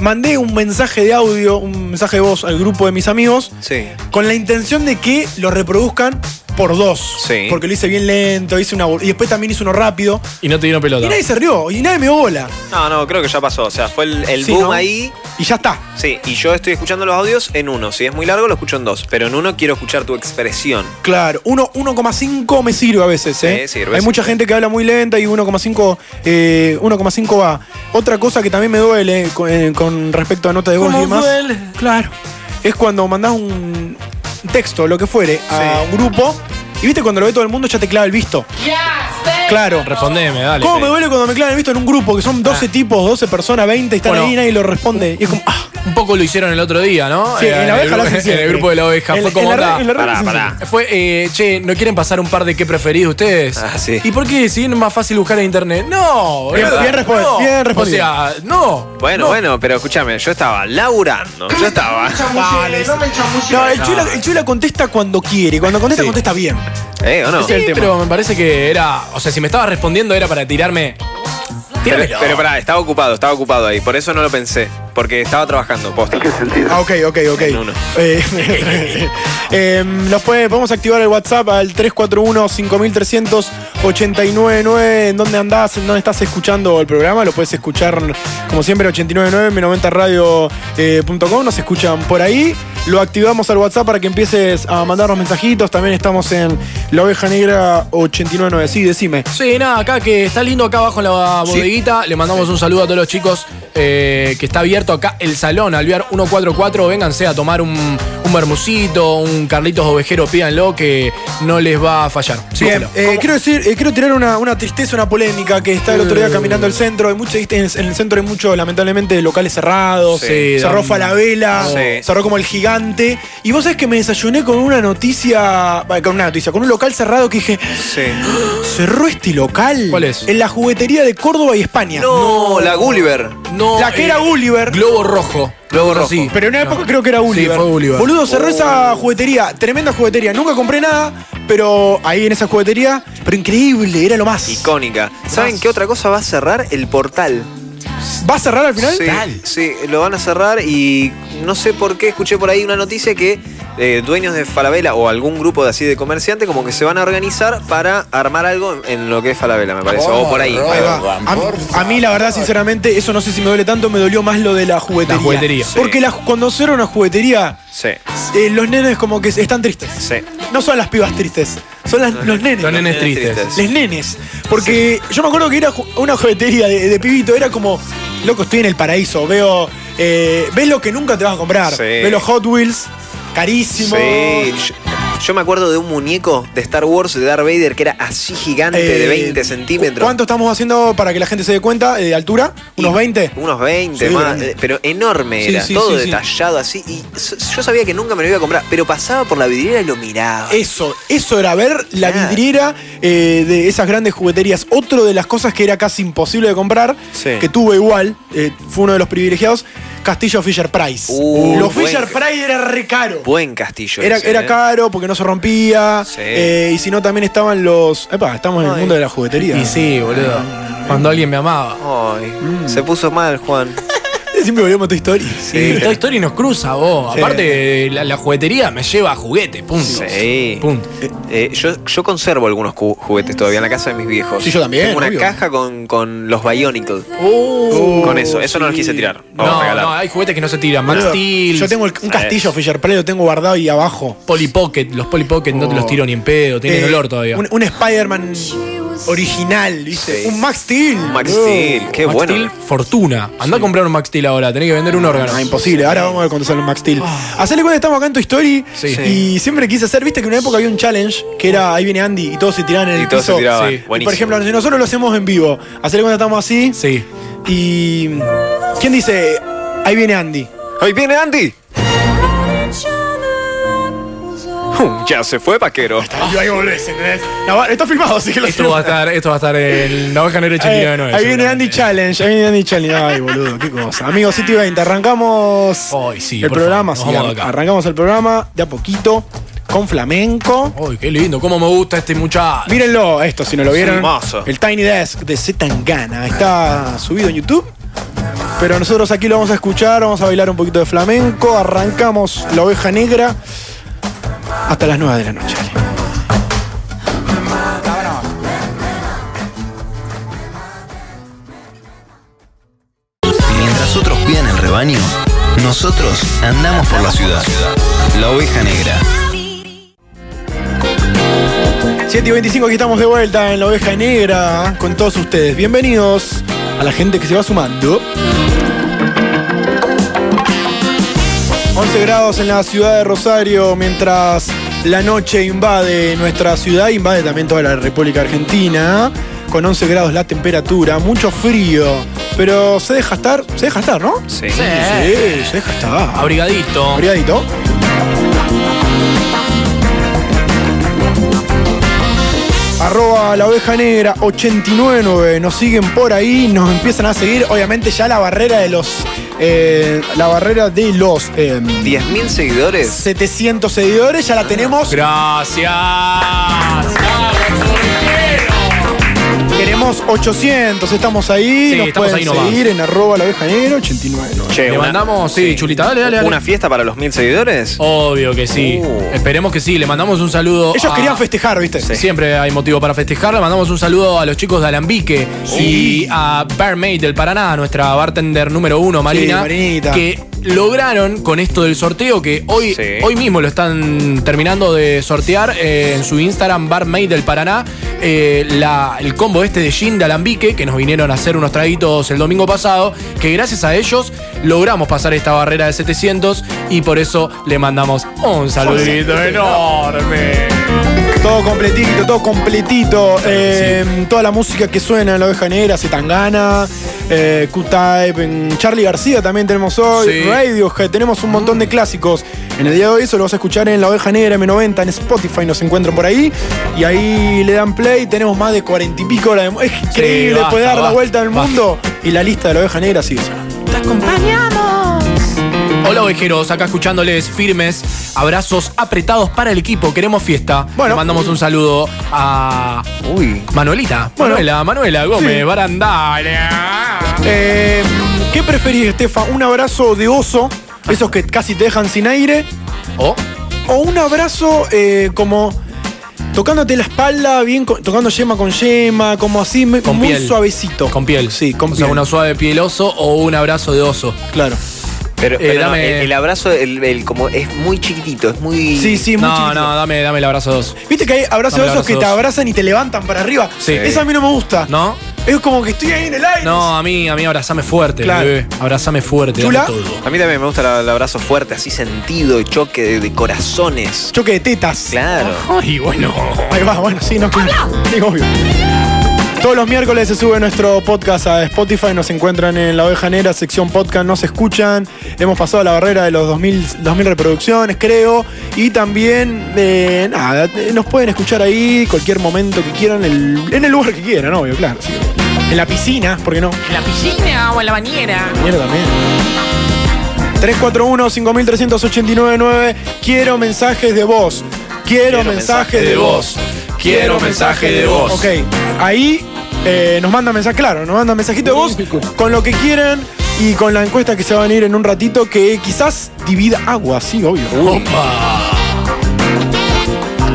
Speaker 8: mandé un mensaje de audio, un mensaje de voz al grupo de mis amigos
Speaker 6: Sí.
Speaker 8: con la intención de que lo reproduzcan por dos.
Speaker 6: Sí.
Speaker 8: Porque lo hice bien lento, hice una bol- y después también hice uno rápido.
Speaker 9: Y no te dieron pelota.
Speaker 8: Y nadie se rió, y nadie me bola.
Speaker 6: No, no, creo que ya pasó. O sea, fue el, el
Speaker 8: Sí,
Speaker 6: boom
Speaker 8: ¿no?
Speaker 6: ahí.
Speaker 8: Y ya está.
Speaker 6: Sí, y yo estoy escuchando los audios en uno. Si es muy largo, lo escucho en dos. Pero en uno quiero escuchar tu expresión.
Speaker 8: Claro, uno- 1,5 me sirve a veces, ¿eh?
Speaker 6: Sí, sirve,
Speaker 8: Hay
Speaker 6: sirve.
Speaker 8: mucha gente que habla muy lenta y 1,5 eh, 1,5 va. Otra cosa que también me duele eh, con, eh, con respecto a nota de voz y demás. Claro. Es cuando mandás un texto, lo que fuere, a un grupo y viste cuando lo ve todo el mundo ya te clava el visto. Claro.
Speaker 9: Respondeme, dale. Ah.
Speaker 8: ¿Cómo me duele cuando me clavan el visto en un grupo que son 12 tipos, 12 personas, 20 y están
Speaker 9: Bueno.
Speaker 8: ahí y nadie lo responde? Y es como, ah,
Speaker 9: Un poco lo hicieron el otro día, ¿no?
Speaker 8: sí,
Speaker 9: Eh,
Speaker 8: en la
Speaker 9: el,
Speaker 8: oveja lo hacen
Speaker 9: grupo- en
Speaker 8: siempre.
Speaker 9: el grupo de la oveja.
Speaker 8: En-
Speaker 9: fue
Speaker 8: en
Speaker 9: como
Speaker 8: la
Speaker 9: onda.
Speaker 8: red- en la red lo
Speaker 6: Pará,
Speaker 8: hacen
Speaker 6: pará.
Speaker 8: siempre.
Speaker 9: Fue, eh, che, ¿no quieren pasar un par de qué preferido ustedes?
Speaker 6: Ah, sí.
Speaker 9: ¿Y por qué? Si es más fácil buscar en internet. No,
Speaker 8: Bien-
Speaker 9: boludo,
Speaker 8: bien respon-
Speaker 9: no.
Speaker 8: bien respondido.
Speaker 9: O sea, no.
Speaker 6: Bueno,
Speaker 9: no.
Speaker 6: bueno, pero escúchame, yo estaba laburando. Yo estaba.
Speaker 8: No, el chula, el chula contesta cuando quiere. Cuando contesta,
Speaker 9: Sí.
Speaker 8: contesta bien.
Speaker 6: ¿Eh o no?
Speaker 9: Sí, pero me parece que era. O sea, si me estaba respondiendo era para tirarme.
Speaker 6: Pero, pero pará, estaba ocupado, estaba ocupado ahí. Por eso no lo pensé. Porque estaba trabajando, posta.
Speaker 8: Ah, ok, ok, ok.
Speaker 6: En uno.
Speaker 8: Eh, eh, nos puede- podemos activar el WhatsApp al 341-5389-9. ¿En dónde andás? ¿En dónde estás escuchando el programa? Lo puedes escuchar, como siempre, 899-90radio.com. eh, Nos escuchan por ahí. Lo activamos al WhatsApp para que empieces a mandarnos mensajitos. También estamos en La Oveja Negra 899. Sí, decime.
Speaker 9: Sí, nada, acá que está lindo acá abajo en la bodeguita. Le mandamos un saludo a todos los chicos eh, que está abierto acá el salón, Alvear 144. Vénganse a tomar un, un bermucito, un Carlitos Ovejero, pídanlo que no les va a fallar. Sí,
Speaker 8: Bien,
Speaker 9: cómelo.
Speaker 8: eh, quiero decir, eh, quiero tirar una, una tristeza, una polémica que está el otro
Speaker 9: Eh.
Speaker 8: día caminando el centro. Hay mucho, en el centro hay muchos, lamentablemente, locales cerrados. eh,
Speaker 9: Sí.
Speaker 8: cerró
Speaker 9: Sí.
Speaker 8: Falabella,
Speaker 6: Sí.
Speaker 8: cerró como el gigante. Y vos sabés que me desayuné con una noticia, bueno, con una noticia, con un local cerrado que dije,
Speaker 6: Sí.
Speaker 8: cerró este local.
Speaker 9: ¿Cuál es?
Speaker 8: En la juguetería de Córdoba y España.
Speaker 6: No, la Gulliver.
Speaker 9: No,
Speaker 8: La que era
Speaker 9: eh,
Speaker 8: Gulliver.
Speaker 9: Globo rojo. Globo
Speaker 6: rojo.
Speaker 9: rojo. Sí.
Speaker 8: Pero en una época creo que era Gulliver.
Speaker 9: fue Gulliver.
Speaker 8: Boludo, cerró esa juguetería, tremenda juguetería. Nunca compré nada, pero ahí en esa juguetería, pero increíble, era lo más.
Speaker 6: Icónica. ¿Saben qué otra cosa va a cerrar? El portal.
Speaker 8: ¿Va a cerrar al final?
Speaker 6: Sí, sí, lo van a cerrar y no sé por qué escuché por ahí una noticia que eh, dueños de Falabella o algún grupo de así de comerciantes como que se van a organizar para armar algo en lo que es Falabella, me parece. o por ahí.
Speaker 8: Ahí va. A, a mí, la verdad, sinceramente, eso no sé si me duele tanto, me dolió más lo de la juguetería.
Speaker 9: La juguetería. Sí.
Speaker 8: Porque la- cuando cierra una juguetería,
Speaker 6: Sí,
Speaker 8: eh, los nenes como que están tristes.
Speaker 6: sí.
Speaker 8: No son las pibas tristes, son las- los nenes.
Speaker 9: Los nenes tristes.
Speaker 8: Les nenes. Porque yo me acuerdo que era ju- una juguetería de, de pibito, era como, loco, estoy en el paraíso, veo. eh, ves lo que nunca te vas a comprar.
Speaker 6: Sí.
Speaker 8: Ves los Hot Wheels, carísimos.
Speaker 6: Sí. Yo, yo me acuerdo de un muñeco de Star Wars de Darth Vader que era así gigante de
Speaker 8: Eh,
Speaker 6: 20 centímetros.
Speaker 8: ¿Cuánto estamos haciendo para que la gente se dé cuenta? Eh, ¿Altura? ¿Unos
Speaker 6: Y-
Speaker 8: 20?
Speaker 6: Unos 20
Speaker 8: Sí,
Speaker 6: más,
Speaker 8: grande.
Speaker 6: eh, pero enorme
Speaker 8: Sí,
Speaker 6: era,
Speaker 8: sí,
Speaker 6: todo
Speaker 8: sí, sí.
Speaker 6: detallado así. Y so- yo sabía que nunca me lo iba a comprar, pero pasaba por la vidriera y lo miraba.
Speaker 8: Eso, eso era ver la
Speaker 6: Claro.
Speaker 8: vidriera eh, de esas grandes jugueterías. Otro de las cosas que era casi imposible de comprar,
Speaker 6: Sí.
Speaker 8: que tuve igual, eh, fue uno de los privilegiados, Castillo Fisher Price.
Speaker 6: Uh,
Speaker 8: los
Speaker 6: buen-
Speaker 8: Fisher Price era re caro.
Speaker 6: Buen castillo.
Speaker 8: Era,
Speaker 6: ese,
Speaker 8: era
Speaker 6: ¿eh?
Speaker 8: caro porque no se rompía.
Speaker 6: Sí.
Speaker 8: eh, y si no, también estaban los. Epa, estamos en el
Speaker 6: Ay.
Speaker 8: mundo de la juguetería.
Speaker 9: Y sí, boludo. Cuando alguien me amaba.
Speaker 6: Ay,
Speaker 8: Mm.
Speaker 6: se puso mal, Juan.
Speaker 8: Siempre volvemos a tu historia.
Speaker 9: Sí, Toy Story nos cruza, vos.
Speaker 8: Sí.
Speaker 9: Aparte, la, la juguetería me lleva a juguetes, punto.
Speaker 6: Sí.
Speaker 9: Punto.
Speaker 6: Eh, yo, yo conservo algunos ju- juguetes todavía en la casa de mis viejos.
Speaker 8: Sí, yo también,
Speaker 6: Tengo una
Speaker 8: obvio. Uh,
Speaker 6: caja con, con los Bionicle. con eso. Eso no los quise tirar. o
Speaker 9: No,
Speaker 6: regalar.
Speaker 9: no, hay juguetes que no se tiran. Max Steel,
Speaker 8: Yo tengo el- un castillo Fisher Price, lo tengo guardado ahí abajo.
Speaker 9: Polly Pocket. Los Polly Pocket no te los tiro ni en pedo, tienen
Speaker 8: Oh. Eh,
Speaker 9: olor todavía.
Speaker 8: Un, un Spider-Man original, ¿viste?
Speaker 6: Sí.
Speaker 8: Un Max Steel.
Speaker 6: Un Max
Speaker 8: Oh.
Speaker 6: Steel, qué
Speaker 9: eh. Uh, Max
Speaker 6: bueno.
Speaker 9: Steel, fortuna. Andá a comprar un Max Steel ahora, tenés que vender un órgano.
Speaker 8: Ah, imposible. Ahora vamos a ver cuándo sale un Max Steel. Hacele cuenta, estamos acá en tu story.
Speaker 9: Ah. Sí.
Speaker 8: Y siempre quise hacer, viste que en una época había un challenge que era ahí viene Andy y todos se tiraban en el
Speaker 6: Y todos se
Speaker 8: piso.
Speaker 6: tiraban.
Speaker 8: Y,
Speaker 6: Buenísimo.
Speaker 8: por ejemplo, si nosotros lo hacemos en vivo, hacele cuenta, estamos así.
Speaker 9: Sí.
Speaker 8: Y. ¿Quién dice? Ahí viene Andy.
Speaker 6: ¡Ahí viene Andy! Uh, ya se fue, vaquero.
Speaker 8: Yo ahí volvés, ¿entendés? No, va- está filmado, así que lo
Speaker 9: Ah. Esto va a estar, esto va a estar en la oveja negra
Speaker 8: Eh,
Speaker 9: chiquita de nuevo.
Speaker 8: ahí viene Andy Challenge, ahí viene Andy Challenge. Ay, boludo, qué cosa. Amigos, City 20, arrancamos
Speaker 9: Ay, sí,
Speaker 8: el
Speaker 9: por
Speaker 8: programa.
Speaker 9: favor, nos
Speaker 8: sí,
Speaker 9: vamos de acá.
Speaker 8: arrancamos el programa de a poquito con flamenco.
Speaker 9: Uy, qué lindo, cómo me gusta este muchacho.
Speaker 8: Mírenlo, esto, si no lo
Speaker 6: Es
Speaker 8: vieron.
Speaker 6: hermoso.
Speaker 8: El Tiny Desk de Zetangana. Está subido en YouTube. Pero nosotros aquí lo vamos a escuchar, vamos a bailar un poquito de flamenco. Arrancamos la oveja negra hasta las 9 de la noche.
Speaker 3: Mientras otros cuidan el rebaño, nosotros andamos por la ciudad. La oveja negra.
Speaker 8: 7 y 25, aquí estamos de vuelta en la oveja negra con todos ustedes. Bienvenidos a la gente que se va sumando. 11 grados en la ciudad de Rosario mientras la noche invade nuestra ciudad, invade también toda la República Argentina. Con 11 grados la temperatura, mucho frío, pero se deja estar, se deja estar, ¿no?
Speaker 6: Sí.
Speaker 9: eh.
Speaker 8: Sí, se deja estar.
Speaker 9: Abrigadito.
Speaker 8: Abrigadito. Arroba la oveja negra 899. Nos siguen por ahí, nos empiezan a seguir. Obviamente ya la barrera de los. eh, la barrera de los eh,
Speaker 6: 10.000 seguidores.
Speaker 8: 700 seguidores ya la tenemos.
Speaker 9: Gracias.
Speaker 8: Tenemos 800, estamos ahí.
Speaker 9: Sí,
Speaker 8: nos
Speaker 9: estamos
Speaker 8: pueden
Speaker 9: ahí nomás.
Speaker 8: seguir en arroba la oveja negra 89.
Speaker 6: Che,
Speaker 9: Le
Speaker 6: una-
Speaker 9: mandamos, sí, chulita, dale, dale, dale.
Speaker 6: ¿Una fiesta para los 1.000 seguidores?
Speaker 9: Obvio que sí.
Speaker 6: Uh.
Speaker 9: Esperemos que sí. Le mandamos un saludo.
Speaker 8: Ellos
Speaker 9: a-
Speaker 8: querían festejar, ¿viste?
Speaker 9: Siempre hay motivo para festejar. Le mandamos un saludo a los chicos de Alambique y a Barmaid del Paraná, nuestra bartender número uno, Marina.
Speaker 8: Marinita.
Speaker 9: que lograron con esto del sorteo que hoy,
Speaker 6: Sí.
Speaker 9: hoy mismo lo están terminando de sortear eh, en su Instagram Barmaid del Paraná. eh, la- el combo este de gin de Alambique, que nos vinieron a hacer unos traguitos el domingo pasado, que gracias a ellos logramos pasar esta barrera de 700 y por eso le mandamos un saludito enorme.
Speaker 8: Todo completito, todo completito. Eh, Toda la música que suena en La Oveja Negra, Zetangana, eh, Q-Type, en Charlie García también tenemos hoy,
Speaker 9: Sí.
Speaker 8: Radiohead, tenemos un montón de clásicos. En el día de hoy eso lo vas a escuchar en La Oveja Negra M90, en Spotify nos encuentran por ahí. Y ahí le dan play, tenemos más de cuarenta y pico horas de... mu- Es increíble
Speaker 9: basta,
Speaker 8: poder dar la
Speaker 9: basta,
Speaker 8: vuelta al
Speaker 9: basta.
Speaker 8: mundo. Y la lista de La Oveja Negra sigue sonando.
Speaker 9: Hola ovejeros, acá escuchándoles firmes, abrazos apretados para el equipo, queremos fiesta.
Speaker 8: Bueno.
Speaker 9: Le mandamos un saludo a
Speaker 6: Uy.
Speaker 9: Manuelita,
Speaker 8: Bueno.
Speaker 9: Manuela, Manuela Gómez,
Speaker 8: Sí.
Speaker 9: Barandara.
Speaker 8: Eh, ¿Qué preferís, Estefa? ¿Un abrazo de oso? Esos que casi te dejan sin aire.
Speaker 9: O
Speaker 8: o un abrazo eh, como tocándote la espalda, bien co- tocando yema con yema, como así, me-
Speaker 9: Con
Speaker 8: muy
Speaker 9: piel.
Speaker 8: suavecito.
Speaker 9: Con piel.
Speaker 8: Sí, con
Speaker 9: O
Speaker 8: piel.
Speaker 9: sea, una suave piel oso o un abrazo de oso.
Speaker 8: Claro.
Speaker 6: Pero,
Speaker 9: Eh,
Speaker 6: pero no,
Speaker 9: dame-
Speaker 6: el, el abrazo el, el como es muy chiquitito, es muy.
Speaker 8: Sí, sí, muy
Speaker 9: No,
Speaker 8: chiquitito.
Speaker 9: no, dame, dame el abrazo de oso.
Speaker 8: Viste que hay abrazos
Speaker 9: Dame
Speaker 8: de esos que te
Speaker 9: abrazos.
Speaker 8: abrazan y te levantan para arriba.
Speaker 9: Sí.
Speaker 8: Eso a mí no me gusta.
Speaker 9: ¿No?
Speaker 8: Es como que estoy ahí en el aire.
Speaker 9: No, a mí, a mí abrazame fuerte,
Speaker 8: Claro.
Speaker 9: bebé. Abrazame fuerte, dame
Speaker 8: Chula.
Speaker 9: todo.
Speaker 6: A mí también me gusta la- el abrazo fuerte, así sentido, choque de, de corazones.
Speaker 8: Choque de tetas.
Speaker 6: Claro.
Speaker 9: Ay, bueno.
Speaker 8: Ahí va, bueno, sí, no, claro. Sí, obvio. Todos los miércoles se sube nuestro podcast a Spotify, nos encuentran en La Oveja Negra, sección podcast, nos escuchan. Hemos pasado la barrera de los 2000, 2000 reproducciones, creo. Y también, eh, nada, eh, nos pueden escuchar ahí cualquier momento que quieran, el- en el lugar que quieran, obvio, claro. sí. En la piscina, ¿por qué no?
Speaker 2: En la piscina o en la bañera.
Speaker 8: Mierda también. 341-5389-9. Quiero mensajes de voz. Quiero, mensajes de voz.
Speaker 9: Quiero mensaje de voz.
Speaker 8: Ok, ahí eh, nos manda mensaje, claro, nos manda mensajito de voz con lo que quieran y con la encuesta que se va a venir en un ratito que quizás divida agua, sí, obvio.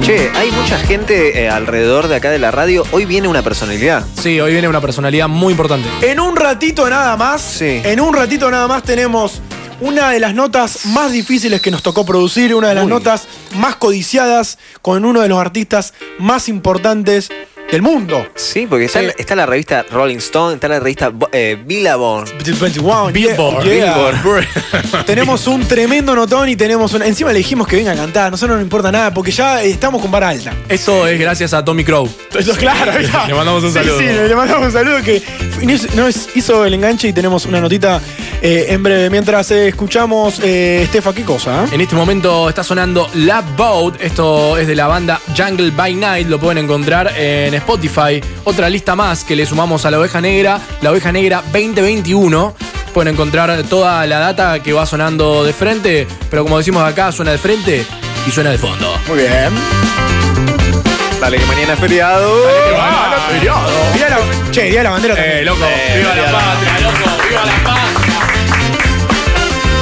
Speaker 6: Che, hay mucha gente eh, alrededor de acá de la radio. Hoy viene una personalidad.
Speaker 9: Sí, hoy viene una personalidad muy importante.
Speaker 8: En un ratito nada más,
Speaker 6: Sí.
Speaker 8: en un ratito nada más tenemos una de las notas más difíciles que nos tocó producir, una de las
Speaker 6: Uy.
Speaker 8: notas más codiciadas con uno de los artistas más importantes del mundo.
Speaker 6: Sí, porque está,
Speaker 8: Sí.
Speaker 6: está la revista Rolling Stone, está la revista Bo- eh, Billabong.
Speaker 8: 21, yeah,
Speaker 9: Billboard.
Speaker 8: yeah.
Speaker 9: Billboard.
Speaker 8: Tenemos un tremendo notón y tenemos una. Encima le dijimos que venga a cantar, a nosotros no nos importa nada porque ya estamos con vara alta.
Speaker 9: Esto es gracias a Tommy Crow.
Speaker 8: Eso, claro, mirá.
Speaker 9: Le mandamos un
Speaker 8: Sí,
Speaker 9: saludo.
Speaker 8: Sí, le mandamos un saludo que nos- nos hizo el enganche y tenemos una notita eh, en breve. Mientras eh, escuchamos, eh, Estefa, ¿qué cosa? eh?
Speaker 9: En este momento está sonando La Boat. Esto es de la banda Jungle by Night. Lo pueden encontrar en Spotify. Otra lista más que le sumamos a La Oveja Negra. La Oveja Negra 2021. Pueden encontrar toda la data que va sonando de frente. Pero como decimos acá, suena de frente y suena de fondo.
Speaker 8: Muy bien.
Speaker 6: Dale, que mañana es feriado.
Speaker 8: Día de la- che, día de la bandera también.
Speaker 9: Eh, loco! ¡Viva la patria, loco! ¡Viva la patria!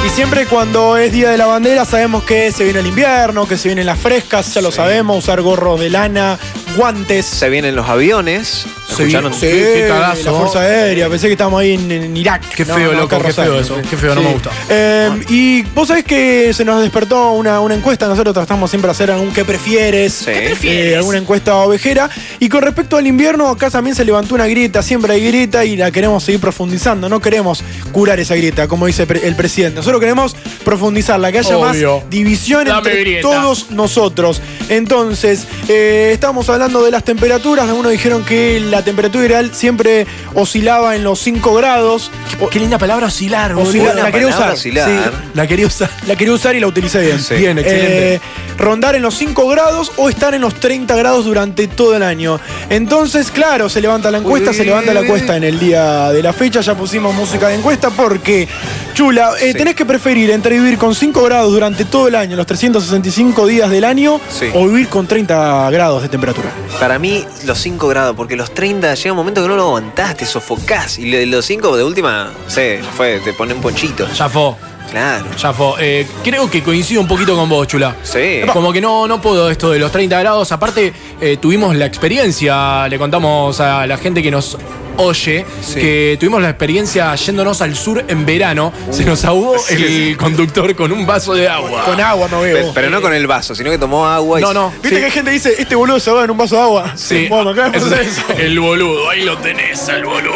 Speaker 8: Y siempre cuando es día de la bandera sabemos que se viene el invierno, que se vienen las frescas, ya lo sabemos, usar gorros de lana, guantes.
Speaker 6: Se vienen los aviones. ¿Escucharon?
Speaker 9: sí. qué cagazo.
Speaker 8: La Fuerza Aérea, pensé que estábamos ahí en, en Irak.
Speaker 9: Qué feo, loco,
Speaker 8: acá en
Speaker 9: qué feo
Speaker 8: Rosario.
Speaker 9: eso, qué feo, no me gusta.
Speaker 8: Eh, y vos sabés que se nos despertó una, una encuesta, nosotros tratamos siempre de hacer algún qué prefieres,
Speaker 6: ¿Qué
Speaker 8: Eh, alguna encuesta ovejera. Y con respecto al invierno, acá también se levantó una grieta, siempre hay grieta y la queremos seguir profundizando, no queremos curar esa grieta, como dice pre- el presidente, nosotros queremos profundizarla, que haya
Speaker 9: Obvio.
Speaker 8: más división
Speaker 9: Dame
Speaker 8: entre
Speaker 9: grieta.
Speaker 8: todos todos nosotros. Entonces, eh, estamos hablando de las temperaturas. Algunos dijeron que la temperatura ideal siempre oscilaba en los 5 grados. O-
Speaker 9: Qué linda palabra oscilar,
Speaker 8: oscilar,
Speaker 6: buena
Speaker 8: la quería
Speaker 6: palabra,
Speaker 8: usar.
Speaker 6: oscilar.
Speaker 9: La quería usar.
Speaker 8: la quería usar y la utilicé bien.
Speaker 6: Sí.
Speaker 9: Bien, excelente.
Speaker 8: Eh, rondar en los 5 grados o estar en los 30 grados durante todo el año. Entonces, claro, se levanta la encuesta, se levanta la encuesta en el día de la fecha. Ya pusimos música de encuesta porque, chula, eh,
Speaker 6: Sí.
Speaker 8: tenés que preferir entre vivir con 5 grados durante todo el año, los 365 días del año,
Speaker 6: Sí.
Speaker 8: o vivir con 30 grados de temperatura.
Speaker 6: Para mí, los 5 grados, porque los 30 llega un momento que no lo aguantaste, sofocás. Y le- los 5 de última, no sé, ya fue, te pone un ponchito.
Speaker 9: Ya fue.
Speaker 6: Claro.
Speaker 9: Ya fue. Eh, creo que coincido un poquito con vos, Chula.
Speaker 6: Sí.
Speaker 9: Como que no, no puedo esto de los 30 grados. Aparte, eh, tuvimos la experiencia, le contamos a la gente que nos oye,
Speaker 6: Sí.
Speaker 9: que tuvimos la experiencia yéndonos al sur en verano.
Speaker 8: Uh.
Speaker 9: Se nos ahogó el conductor con un vaso de agua.
Speaker 8: Con agua me
Speaker 6: Pe-
Speaker 8: veo.
Speaker 6: Pero no con el vaso, sino que tomó agua y.
Speaker 9: No, no.
Speaker 8: Viste que hay gente que dice, este boludo se va en un vaso de agua. Bueno, acá
Speaker 9: Eso
Speaker 8: después de
Speaker 9: es
Speaker 8: eso.
Speaker 9: El boludo, ahí lo tenés, el boludo.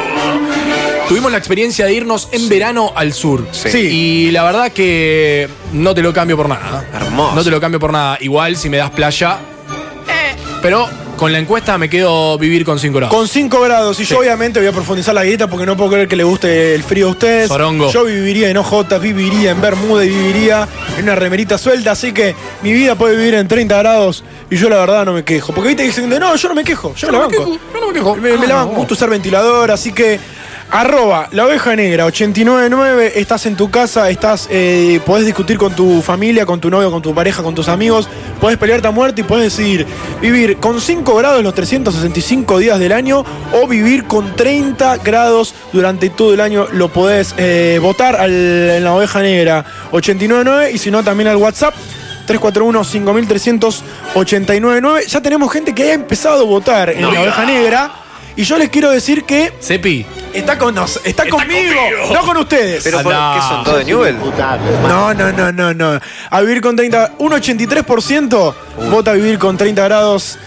Speaker 9: Tuvimos la experiencia de irnos en verano al sur.
Speaker 6: Sí.
Speaker 9: Y la verdad que no te lo cambio por nada.
Speaker 6: Hermoso.
Speaker 9: No te lo cambio por nada. Igual si me das playa. eh, pero con la encuesta me quedo vivir con 5 grados.
Speaker 8: Con 5 grados. Y yo obviamente voy a profundizar la grieta porque no puedo creer que le guste el frío a ustedes.
Speaker 9: Sorongo.
Speaker 8: Yo viviría en OJ, viviría en Bermuda y viviría en una remerita suelta. Así que mi vida puede vivir en 30 grados y yo la verdad no me quejo. Porque viste que dicen, no, yo no me quejo, Ah, yo, me la banco.
Speaker 9: yo no me Ah, quejo.
Speaker 8: Me, me la banco, gusta usar ventilador, así que... Arroba la oveja negra 899, estás en tu casa, estás, eh, podés discutir con tu familia, con tu novio, con tu pareja, con tus amigos, podés pelearte a muerte y podés decidir vivir con 5 grados los 365 días del año o vivir con 30 grados durante todo el año. Lo podés eh, votar al- en la oveja negra 899 y si no también al WhatsApp 341-5389. Ya tenemos gente que ha empezado a votar en la oveja negra. Y yo les quiero decir que
Speaker 9: Cepi.
Speaker 8: está con nos, está, conmigo,
Speaker 1: conmigo.
Speaker 8: Ah, no con ustedes.
Speaker 6: Pero ¿por
Speaker 9: Andá.
Speaker 6: qué son todos de Newell?
Speaker 8: No, no, no, no, no. A vivir con 30. Un 83% vota a vivir con 30 grados.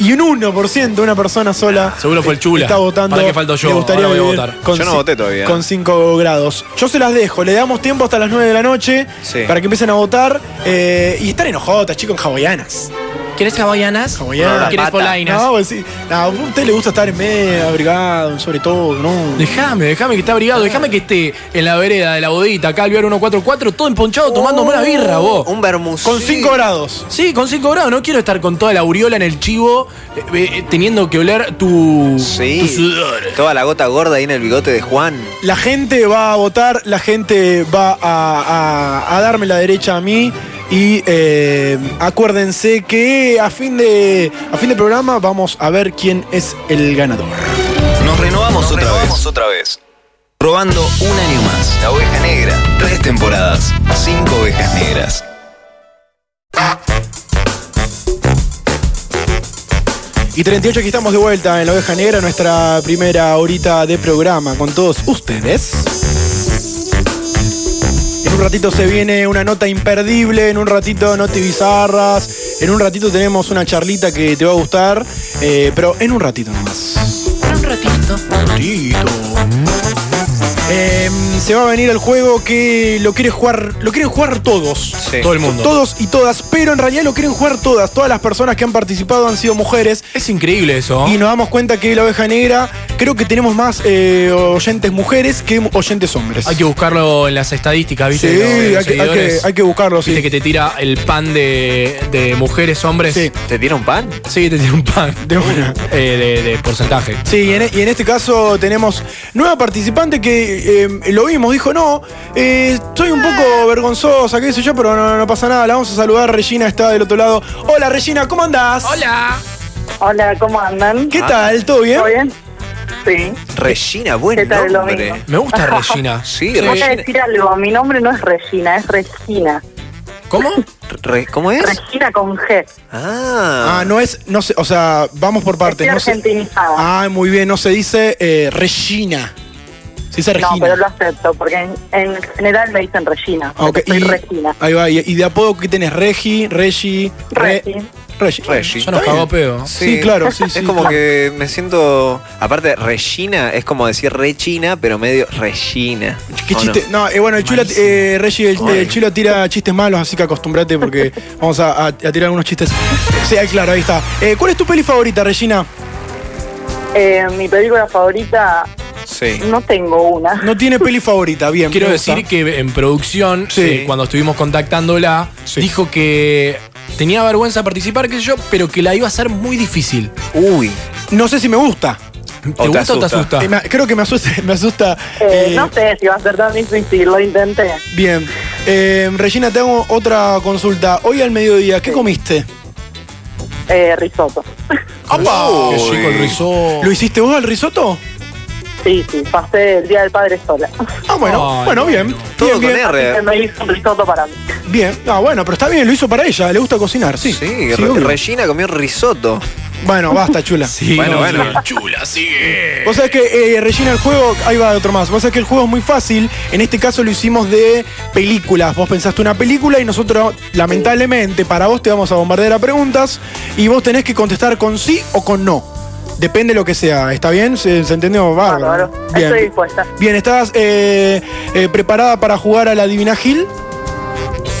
Speaker 8: Y un 1%, una persona sola. eh,
Speaker 9: Seguro fue el chula.
Speaker 8: Está votando.
Speaker 9: ¿Para qué falto yo?
Speaker 8: le gustaría
Speaker 9: Ahora voy a
Speaker 8: vivir
Speaker 9: votar.
Speaker 8: Con
Speaker 6: Yo no
Speaker 8: ci-
Speaker 6: voté todavía.
Speaker 8: Con 5 grados. Yo se las dejo. Le damos tiempo hasta las 9 de la noche.
Speaker 6: Sí.
Speaker 8: Para que empiecen a votar. eh, y están enojotas, chicos, en hawaianas.
Speaker 9: ¿Quieres hawaianas?
Speaker 8: Hawaianas.
Speaker 9: ¿O ¿Quieres
Speaker 8: Pata.
Speaker 9: polainas?
Speaker 8: No, sí. No, a usted le gusta estar en medio, abrigado, sobre todo, ¿no?
Speaker 9: Déjame, déjame que esté abrigado, déjame que esté en la vereda de la bodita, acá al Vivar 144, todo emponchado, tomando una birra, vos.
Speaker 6: Un bermucito.
Speaker 8: Con 5 grados.
Speaker 9: Sí, con 5 grados, no quiero estar con toda la aureola en el chivo, eh, eh, teniendo que oler tu,
Speaker 6: Sí.
Speaker 9: tu sudor.
Speaker 6: Toda la gota gorda ahí en el bigote de Juan.
Speaker 8: La gente va a votar, la gente va a, a- a darme la derecha a mí. Y eh, acuérdense que a fin, de, a fin de programa vamos a ver quién es el ganador.
Speaker 3: Nos renovamos, otra, vez. Robando un año más. La oveja negra. Tres temporadas. Cinco ovejas negras.
Speaker 8: Y 38, aquí estamos de vuelta en La Oveja Negra, nuestra primera horita de programa con todos ustedes. En un ratito se viene una nota imperdible, en un ratito no te bizarras, en un ratito tenemos una charlita que te va a gustar, eh, pero en un ratito nomás. Eh, se va a venir el juego que lo quiere jugar, lo quieren jugar todos.
Speaker 6: Sí.
Speaker 9: Todo el mundo.
Speaker 8: Todos y todas, pero en realidad lo quieren jugar todas. Todas las personas que han participado han sido mujeres.
Speaker 9: Es increíble eso. ¿eh?
Speaker 8: Y nos damos cuenta que la oveja negra, creo que tenemos más eh, oyentes mujeres que oyentes hombres.
Speaker 9: Hay que buscarlo en las estadísticas, ¿viste?
Speaker 8: Sí,
Speaker 9: De los- de los
Speaker 8: hay que- hay
Speaker 9: seguidores.
Speaker 8: que- hay que buscarlo,
Speaker 9: Viste
Speaker 8: sí.
Speaker 9: que te tira el pan de, de mujeres, hombres.
Speaker 8: Sí.
Speaker 6: ¿Te tira un pan?
Speaker 9: Sí, te tira un pan.
Speaker 8: De una.
Speaker 9: Eh, de, de porcentaje.
Speaker 8: Sí, y en, y en este caso tenemos nueva participante que eh, lo vimos, dijo, no, eh, soy un
Speaker 10: Ah.
Speaker 8: poco vergonzosa, qué sé yo, pero no, no pasa nada, la vamos a saludar, Regina está del otro lado. Hola Regina, ¿cómo andás?
Speaker 9: Hola.
Speaker 10: Hola, ¿cómo andan?
Speaker 8: ¿Qué tal? ¿Todo bien?
Speaker 10: ¿Todo bien? Sí.
Speaker 6: Regina, buen
Speaker 10: ¿Qué tal el
Speaker 6: nombre.
Speaker 8: Eh,
Speaker 10: domingo?
Speaker 9: Me gusta Regina.
Speaker 6: Sí,
Speaker 10: Voy a
Speaker 6: Regina.
Speaker 10: decir algo. Mi nombre no es Regina, es Regina.
Speaker 9: ¿Cómo?
Speaker 6: Re- ¿Cómo es?
Speaker 10: Regina con G.
Speaker 6: Ah.
Speaker 8: Ah, no es, no sé, o sea, vamos por partes.
Speaker 10: Estoy
Speaker 8: no se-
Speaker 10: argentinizada.
Speaker 8: ah, muy bien, no se dice eh, Regina. Se dice Regina.
Speaker 10: No, pero lo acepto, porque en, en general me dicen Regina.
Speaker 8: Ah, ok,
Speaker 10: porque Soy
Speaker 8: y-
Speaker 10: Regina.
Speaker 8: Ahí va, y, y de apodo que tenés Regi, Regi, Re-
Speaker 10: Regi.
Speaker 8: Regi.
Speaker 6: Regi.
Speaker 9: Ya nos
Speaker 8: Está bien.
Speaker 9: cagó pedo.
Speaker 8: Sí, claro, sí, sí,
Speaker 6: Es como
Speaker 8: claro.
Speaker 6: que me siento. Aparte, Regina es como decir Rechina, pero medio Regina.
Speaker 8: Qué
Speaker 6: ¿O no?
Speaker 8: chiste. No, eh, bueno, el Chula, eh, Regi, el, el Chula tira chistes malos, así que acostumbrate porque vamos a, a- a tirar algunos chistes. Sí, ahí, claro, ahí está. Eh, ¿Cuál es tu peli favorita, Regina?
Speaker 10: Eh, mi película favorita,
Speaker 6: Sí.
Speaker 10: no tengo una.
Speaker 8: No tiene peli favorita, bien.
Speaker 9: Quiero
Speaker 8: me gusta.
Speaker 9: decir que en producción,
Speaker 8: Sí.
Speaker 9: eh, cuando estuvimos contactándola,
Speaker 8: Sí.
Speaker 9: dijo que tenía vergüenza participar, qué sé yo, pero que la iba a hacer muy difícil.
Speaker 6: Uy.
Speaker 8: No sé si me gusta.
Speaker 9: ¿Te gusta
Speaker 6: te
Speaker 9: o te
Speaker 6: asusta?
Speaker 9: asusta?
Speaker 8: Eh, me- creo que me asusta. Me asusta
Speaker 10: Eh,
Speaker 8: eh,
Speaker 10: No sé si va a ser tan difícil, lo intenté.
Speaker 8: Bien. Eh, Regina, te hago otra consulta. Hoy al mediodía, ¿qué comiste?
Speaker 10: Eh, risotto.
Speaker 6: ¡Apa!
Speaker 9: Qué chico el risotto.
Speaker 8: ¿Lo hiciste vos al risotto?
Speaker 10: Sí, sí, pasé el Día del Padre sola.
Speaker 8: Ah, bueno,
Speaker 9: Ay,
Speaker 8: bueno,
Speaker 9: no,
Speaker 8: bien.
Speaker 9: no.
Speaker 6: Todo
Speaker 8: Bien, bien.
Speaker 6: con
Speaker 10: Que
Speaker 6: R.
Speaker 10: me hizo un risotto para mí.
Speaker 8: Bien, ah, bueno, pero está bien, lo hizo para ella, le gusta cocinar, sí.
Speaker 6: Sí, Re-
Speaker 8: obvio.
Speaker 6: Regina comió risotto.
Speaker 8: Bueno, basta, chula.
Speaker 9: Sí,
Speaker 6: Bueno,
Speaker 9: no,
Speaker 6: bueno.
Speaker 9: sí, Chula, sigue.
Speaker 8: Vos sabés que, eh, Regina, el juego, ahí va otro más. Vos sabés que el juego es muy fácil. En este caso lo hicimos de películas. Vos pensaste una película y nosotros, lamentablemente, para vos te vamos a bombardear a preguntas y vos tenés que contestar con sí o con no. Depende lo que sea. ¿Está bien? ¿Se, se entendió? Bárbaro.
Speaker 10: Bárbaro. Estoy dispuesta.
Speaker 8: Bien, ¿estás eh, eh, preparada para jugar a la Divina Gil?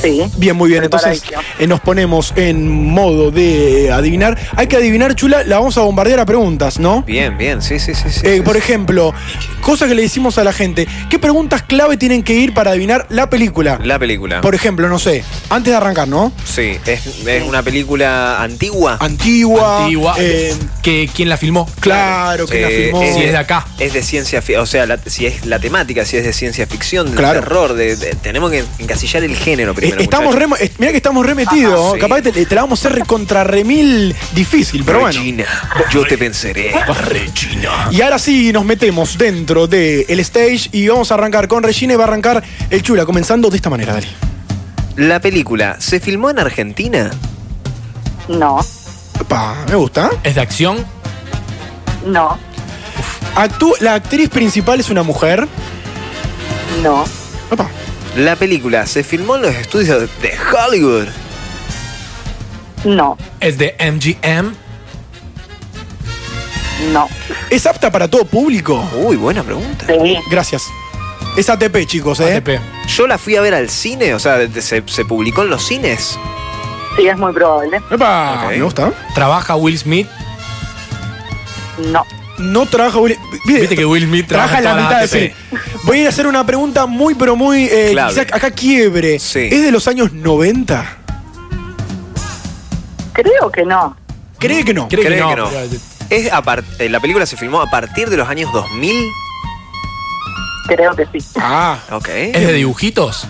Speaker 10: Sí.
Speaker 8: Bien, muy bien. Entonces
Speaker 10: Preparadísima.
Speaker 8: eh, nos ponemos en modo de eh, adivinar. Hay que adivinar, chula, la vamos a bombardear a preguntas, ¿no?
Speaker 6: Bien, bien, sí, sí, sí. sí,
Speaker 8: Eh,
Speaker 6: sí,
Speaker 8: por
Speaker 6: sí.
Speaker 8: ejemplo, cosas que le decimos a la gente. ¿Qué preguntas clave tienen que ir para adivinar la película?
Speaker 6: La película.
Speaker 8: Por ejemplo, no sé, antes de arrancar, ¿no?
Speaker 6: Sí, es, es una película antigua.
Speaker 8: Ah, Antigua.
Speaker 9: Antigua.
Speaker 8: eh,
Speaker 9: que, ¿Quién la filmó?
Speaker 8: claro, que la
Speaker 6: Eh,
Speaker 8: filmó.
Speaker 9: Si es de acá.
Speaker 6: Es de ciencia ficción, o sea, la- si es la temática, si es de ciencia ficción, de
Speaker 8: Claro.
Speaker 6: terror, de, de- tenemos que encasillar el género
Speaker 8: Eh,
Speaker 6: primero.
Speaker 8: Estamos
Speaker 6: muchachos.
Speaker 8: re, eh, mirá que estamos remetidos. ¿eh?
Speaker 6: Ajá, Ah, sí.
Speaker 8: Capaz que te, te la vamos a hacer contra remil difícil, pero bueno.
Speaker 6: Regina, yo te venceré.
Speaker 8: Y ahora sí nos metemos dentro del el stage y vamos a arrancar con Regina y va a arrancar el chula, comenzando de esta manera, dale.
Speaker 6: La película, ¿se filmó en Argentina?
Speaker 10: No,
Speaker 8: Pa, me gusta.
Speaker 9: ¿Es de acción?
Speaker 10: no,
Speaker 8: Actú- la actriz principal es una mujer.
Speaker 10: no,
Speaker 8: Opa.
Speaker 6: La película, ¿se filmó en los estudios de Hollywood?
Speaker 10: no,
Speaker 9: ¿Es de MGM?
Speaker 10: no.
Speaker 8: ¿Es apta para todo público?
Speaker 6: Uy, buena pregunta.
Speaker 10: Sí,
Speaker 8: Gracias. Es ATP, chicos, ¿eh?
Speaker 9: ATP.
Speaker 6: Yo la fui a ver al cine, o sea, de- de- se, se publicó en los cines.
Speaker 10: sí, es muy probable.
Speaker 8: Epa,
Speaker 6: Ok.
Speaker 8: me gusta.
Speaker 9: ¿Trabaja Will Smith?
Speaker 10: No,
Speaker 8: No trabaja Will. Viste,
Speaker 9: Viste que Will Smith
Speaker 8: trabaja
Speaker 9: trabaja en
Speaker 8: la
Speaker 9: todas
Speaker 8: mitad de
Speaker 9: las
Speaker 8: sí. Voy a ir a hacer una pregunta muy, pero muy. Eh,
Speaker 6: Clave.
Speaker 8: quizá acá quiebre.
Speaker 6: Sí.
Speaker 8: ¿Es de los años 90?
Speaker 10: creo que no.
Speaker 8: Cree que no.
Speaker 9: Creo que
Speaker 6: Creo
Speaker 9: no.
Speaker 6: que no. Es a par- eh, la película se filmó a partir de los años 2000.
Speaker 10: Creo que sí.
Speaker 8: Ah.
Speaker 6: Ok.
Speaker 9: ¿Es de dibujitos?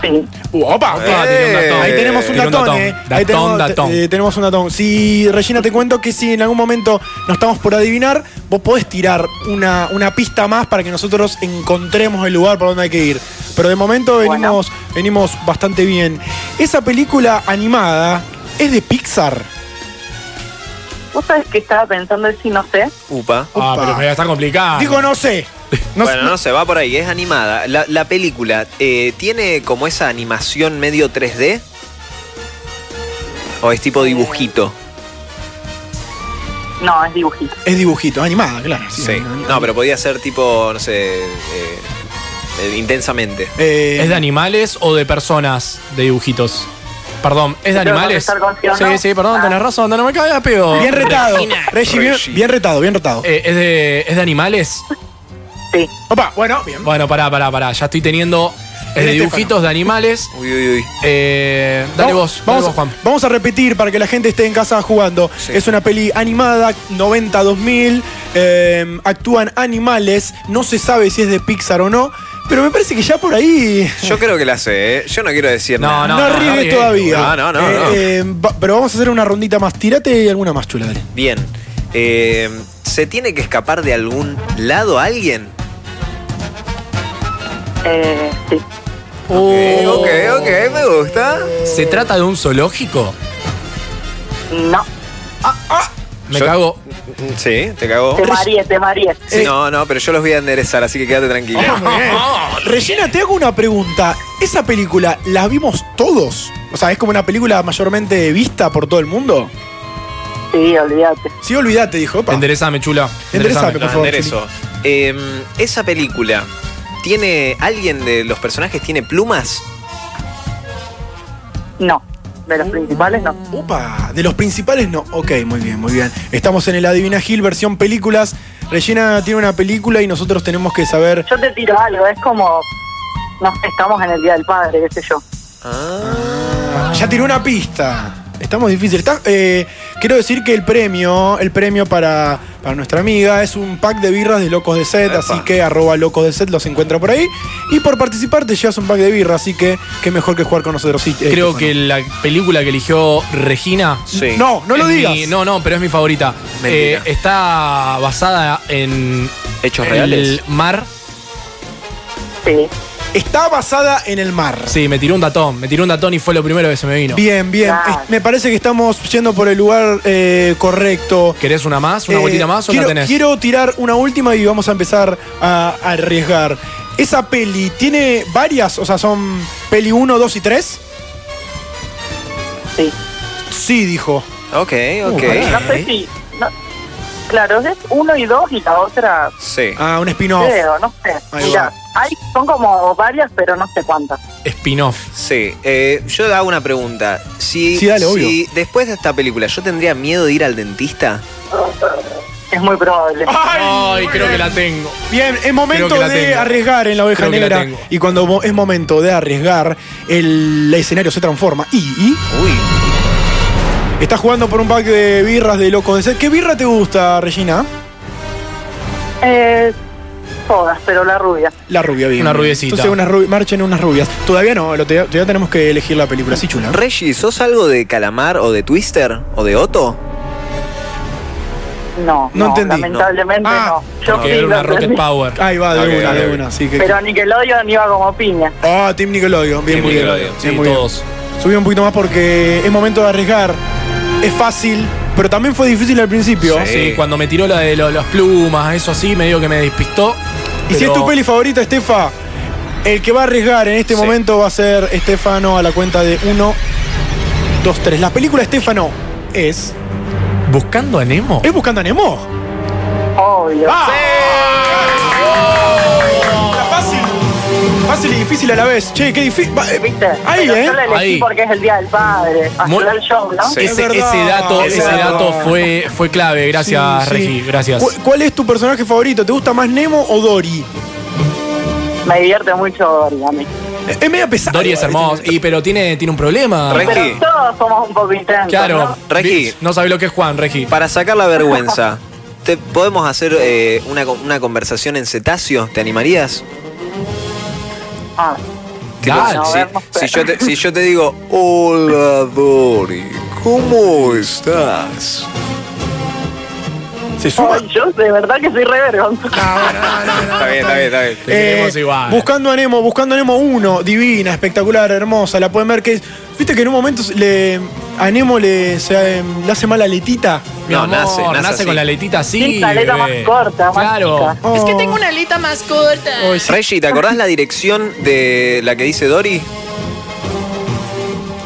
Speaker 10: Sí,
Speaker 8: Uh, opa, opa.
Speaker 9: tiene un datón.
Speaker 8: Ahí tenemos un
Speaker 9: Tiene un
Speaker 8: datón,
Speaker 9: datón.
Speaker 8: eh.
Speaker 9: Datón,
Speaker 8: Ahí tenemos,
Speaker 9: datón.
Speaker 8: eh, tenemos un datón. Si, Regina, te cuento que si en algún momento nos estamos por adivinar, vos podés tirar una, una pista más para que nosotros encontremos el lugar por donde hay que ir. Pero de momento
Speaker 10: Bueno.
Speaker 8: venimos, venimos bastante bien. Esa película animada es de Pixar.
Speaker 10: ¿Vos sabés que estaba pensando el sí no sé?
Speaker 6: Upa.
Speaker 9: Ah,
Speaker 8: Opa.
Speaker 9: pero me va a estar complicada.
Speaker 8: Digo, no sé. No sé.
Speaker 6: bueno, no se va por ahí, es animada. La, la película eh, tiene como esa animación medio 3D. ¿O es tipo dibujito?
Speaker 10: No, es dibujito.
Speaker 8: Es dibujito, animada, claro. sí.
Speaker 6: Sí. No, pero podía ser tipo, no sé, eh, eh, intensamente.
Speaker 8: Eh,
Speaker 9: ¿Es de animales o de personas de dibujitos? Perdón, ¿es de
Speaker 10: Yo tengo que
Speaker 9: animales?
Speaker 10: contestar con sí o
Speaker 9: Sí,
Speaker 10: no.
Speaker 9: sí, perdón, tenés
Speaker 10: Ah.
Speaker 9: razón, no me cabe a pego.
Speaker 8: Bien retado. Reggie, bien,
Speaker 6: Reggie.
Speaker 8: bien retado, bien retado.
Speaker 9: Eh, ¿es, de, ¿Es de animales?
Speaker 10: Sí,
Speaker 8: Opa, bueno, bien.
Speaker 9: Bueno, pará, pará, pará. Ya estoy teniendo. Es de
Speaker 8: Bien,
Speaker 9: dibujitos, de animales.
Speaker 6: Uy, uy, uy.
Speaker 9: Eh, dale vos, dale
Speaker 8: vamos,
Speaker 9: vos, Juan.
Speaker 8: vamos a repetir para que la gente esté en casa jugando.
Speaker 6: Sí.
Speaker 8: Es una peli animada, 90-2000. eh, actúan animales. No se sabe si es de Pixar o no. Pero me parece que ya por ahí.
Speaker 6: Yo creo que la sé, ¿eh? Yo no quiero decir
Speaker 9: No,
Speaker 6: nada.
Speaker 8: No,
Speaker 9: no,
Speaker 8: arriesgues
Speaker 9: no,
Speaker 8: todavía.
Speaker 6: no, no, no, no.
Speaker 8: Eh, eh, va- pero vamos a hacer una rondita más. Tírate alguna más chula, dale.
Speaker 6: Bien. Eh, ¿Se tiene que escapar de algún lado alguien?
Speaker 10: eh, sí.
Speaker 6: Eh,
Speaker 8: Oh.
Speaker 6: ok, ok, me gusta.
Speaker 9: ¿Se Uh. trata de un zoológico?
Speaker 10: No,
Speaker 9: Me
Speaker 6: Yo-
Speaker 9: cago.
Speaker 6: Mm, Sí, te cagó.
Speaker 10: te mareé, te mareé.
Speaker 6: Oh.
Speaker 8: eh.
Speaker 6: Sí, no, no, pero yo los voy a enderezar, así que quédate tranquilo.
Speaker 8: Ah, Regina, te hago una pregunta. ¿Esa película la vimos todos? O sea, es como una película mayormente vista por todo el mundo.
Speaker 10: Sí, olvídate.
Speaker 8: Sí, olvídate, dijo. opa.
Speaker 9: Enderezame, chula.
Speaker 8: Enderezame,
Speaker 9: Enderezame.
Speaker 8: por favor.
Speaker 6: Enderezo. Eh, esa película, ¿tiene alguien de los personajes tiene plumas?
Speaker 10: No, de los principales no.
Speaker 8: Opa, de los principales no. Ok, muy bien, muy bien. Estamos en el Adivina Gil versión películas. Regina tiene una película y nosotros tenemos que saber.
Speaker 10: Yo te tiro algo, es como... No, sé, estamos en el Día del Padre, qué sé yo.
Speaker 8: Ah. Ya tiró una pista. Estamos difíciles. Está- eh, quiero decir que el premio, el premio para, para nuestra amiga es un pack de birras de Locos de Set,
Speaker 6: Epa.
Speaker 8: así que arroba Locos de Set los encuentra por ahí. Y por participar te llevas un pack de birra, así que qué mejor que jugar con nosotros. Sí, eh,
Speaker 9: Creo
Speaker 8: Estefano.
Speaker 9: que la película que eligió Regina.
Speaker 6: Sí.
Speaker 8: No, no lo
Speaker 9: es
Speaker 8: digas.
Speaker 9: mi- no, no, pero es mi favorita.
Speaker 6: Mentira.
Speaker 9: Eh, está basada en
Speaker 6: Hechos
Speaker 9: el
Speaker 6: reales.
Speaker 9: mar.
Speaker 10: Sí,
Speaker 8: Está basada en el mar.
Speaker 9: Sí, me tiró un datón. Me tiró un datón y fue lo primero que se me vino.
Speaker 8: Bien, bien.
Speaker 10: Claro.
Speaker 8: Es- Me parece que estamos yendo por el lugar eh, correcto.
Speaker 9: ¿Querés una más? ¿Una
Speaker 8: Eh,
Speaker 9: vueltita más o
Speaker 8: quiero,
Speaker 9: la tenés?
Speaker 8: Quiero tirar una última y vamos a empezar a, a arriesgar. Esa peli tiene varias, o sea, son peli 1, 2 y 3.
Speaker 10: sí.
Speaker 8: Sí, dijo.
Speaker 6: Ok, ok.
Speaker 10: No sé si... no- Claro, es uno y dos y la otra...
Speaker 6: Sí.
Speaker 8: Ah, un spin-off.
Speaker 10: Creo, no sé.
Speaker 8: Ahí
Speaker 10: Mira,
Speaker 8: va.
Speaker 10: hay, son como varias, pero no sé cuántas.
Speaker 9: Spin-off.
Speaker 6: Sí, eh, yo le hago una pregunta. Si,
Speaker 8: Sí, dale,
Speaker 6: si
Speaker 8: obvio.
Speaker 6: después de esta película yo tendría miedo de ir al dentista,
Speaker 10: Es muy probable.
Speaker 9: Ay,
Speaker 8: muy
Speaker 9: creo
Speaker 8: bien.
Speaker 9: que la tengo.
Speaker 8: Bien, es momento
Speaker 9: Creo que la
Speaker 8: de
Speaker 9: tengo.
Speaker 8: arriesgar en la oveja
Speaker 9: Creo que la
Speaker 8: negra.
Speaker 9: tengo.
Speaker 8: Y cuando mo- es momento de arriesgar, el escenario se transforma y, y
Speaker 6: uy,
Speaker 8: estás jugando por un pack de birras de locos de set. ¿Qué birra te gusta, Regina?
Speaker 10: Eh, todas, pero la rubia.
Speaker 8: La rubia, bien.
Speaker 9: Una
Speaker 8: bien.
Speaker 9: rubiecita.
Speaker 8: Entonces, unas rubi- marchen unas rubias. Todavía no, lo te- todavía tenemos que elegir la película. Sí, chula.
Speaker 6: Reggie, ¿sos algo de Calamar o de Twister o de Otto?
Speaker 10: No,
Speaker 8: No
Speaker 10: no,
Speaker 8: entendí.
Speaker 10: lamentablemente
Speaker 8: Ah.
Speaker 10: no. Yo
Speaker 9: Porque era
Speaker 10: sí
Speaker 9: una
Speaker 10: lo
Speaker 9: Rocket
Speaker 10: entendí.
Speaker 9: Power.
Speaker 8: Ahí va, de
Speaker 9: Ok,
Speaker 8: una, de
Speaker 9: ok.
Speaker 8: una. Sí, que,
Speaker 10: Pero Nickelodeon iba como piña.
Speaker 8: Ah, Team Nickelodeon. Bien,
Speaker 9: Team
Speaker 8: muy bien.
Speaker 9: Nickelodeon,
Speaker 8: Bien,
Speaker 9: sí,
Speaker 8: muy bien.
Speaker 9: todos.
Speaker 8: Subí un poquito más porque es momento de arriesgar. Es fácil, pero también fue difícil al principio.
Speaker 6: Eh,
Speaker 9: Sí, Eh, cuando me tiró la de lo- las plumas, eso sí, me digo que me despistó.
Speaker 8: Y si es
Speaker 9: pero-
Speaker 8: tu peli favorita, Estefa, el que va a arriesgar en este
Speaker 9: Sí.
Speaker 8: momento va a ser Estefano a la cuenta de 1, 2, 3. La película Estefano es.
Speaker 9: ¿Buscando a Nemo?
Speaker 8: ¿Es buscando a Nemo?
Speaker 10: Obvio.
Speaker 8: Ah, Era fácil. Fácil y difícil a la vez. Che, qué difícil.
Speaker 10: ¿Viste?
Speaker 8: Ahí,
Speaker 10: Pero
Speaker 8: ¿eh?
Speaker 10: Yo la elegí
Speaker 9: Ahí.
Speaker 10: porque es el día del padre. Hasta
Speaker 9: Muy-
Speaker 10: el show, ¿no?
Speaker 8: Sí. Es
Speaker 9: Ese,
Speaker 8: verdad,
Speaker 9: ese dato,
Speaker 8: es
Speaker 9: ese
Speaker 8: verdad.
Speaker 9: dato fue, fue clave. Gracias, Regi. Gracias.
Speaker 8: ¿Cu- ¿Cuál es tu personaje favorito? ¿Te gusta más Nemo o Dory?
Speaker 10: Me divierte mucho Dory a mí.
Speaker 8: Eh, Es media pesada.
Speaker 9: Dory es hermoso. Y pero tiene, tiene un problema.
Speaker 6: Regi.
Speaker 10: Pero todos somos un poco intensos.
Speaker 9: Claro.
Speaker 10: ¿no?
Speaker 6: Regi.
Speaker 9: No sabe lo que es Juan, Regi.
Speaker 6: Para sacar la vergüenza, ¿te podemos hacer eh, una, co- una conversación en cetáceo? ¿Te animarías?
Speaker 10: Ah,
Speaker 6: Tipo,
Speaker 9: Dale.
Speaker 10: No,
Speaker 6: si,
Speaker 10: vernos,
Speaker 6: si
Speaker 10: pero-
Speaker 6: yo te, si yo te digo, hola Dori, ¿cómo estás?
Speaker 8: Se suma.
Speaker 10: Ay, yo de verdad que soy re vergonzoso.
Speaker 9: Ah,
Speaker 6: Está bien, está bien, está bien.
Speaker 9: Te queremos igual.
Speaker 8: eh, Buscando a Nemo, buscando a Nemo 1, divina, espectacular, hermosa. La pueden ver que es. Viste que en un momento se- le, a Nemo le, se, eh, le hace mal a letita.
Speaker 9: Mi
Speaker 6: No,
Speaker 9: amor,
Speaker 6: nace, nace así.
Speaker 9: con la letita así.
Speaker 10: Sí, la aleta más
Speaker 9: bebé.
Speaker 10: corta, más
Speaker 9: Claro.
Speaker 10: chica.
Speaker 2: Es que
Speaker 8: Oh.
Speaker 2: tengo una alita más corta.
Speaker 6: Reggie, ¿te acordás la dirección de la que dice Dori?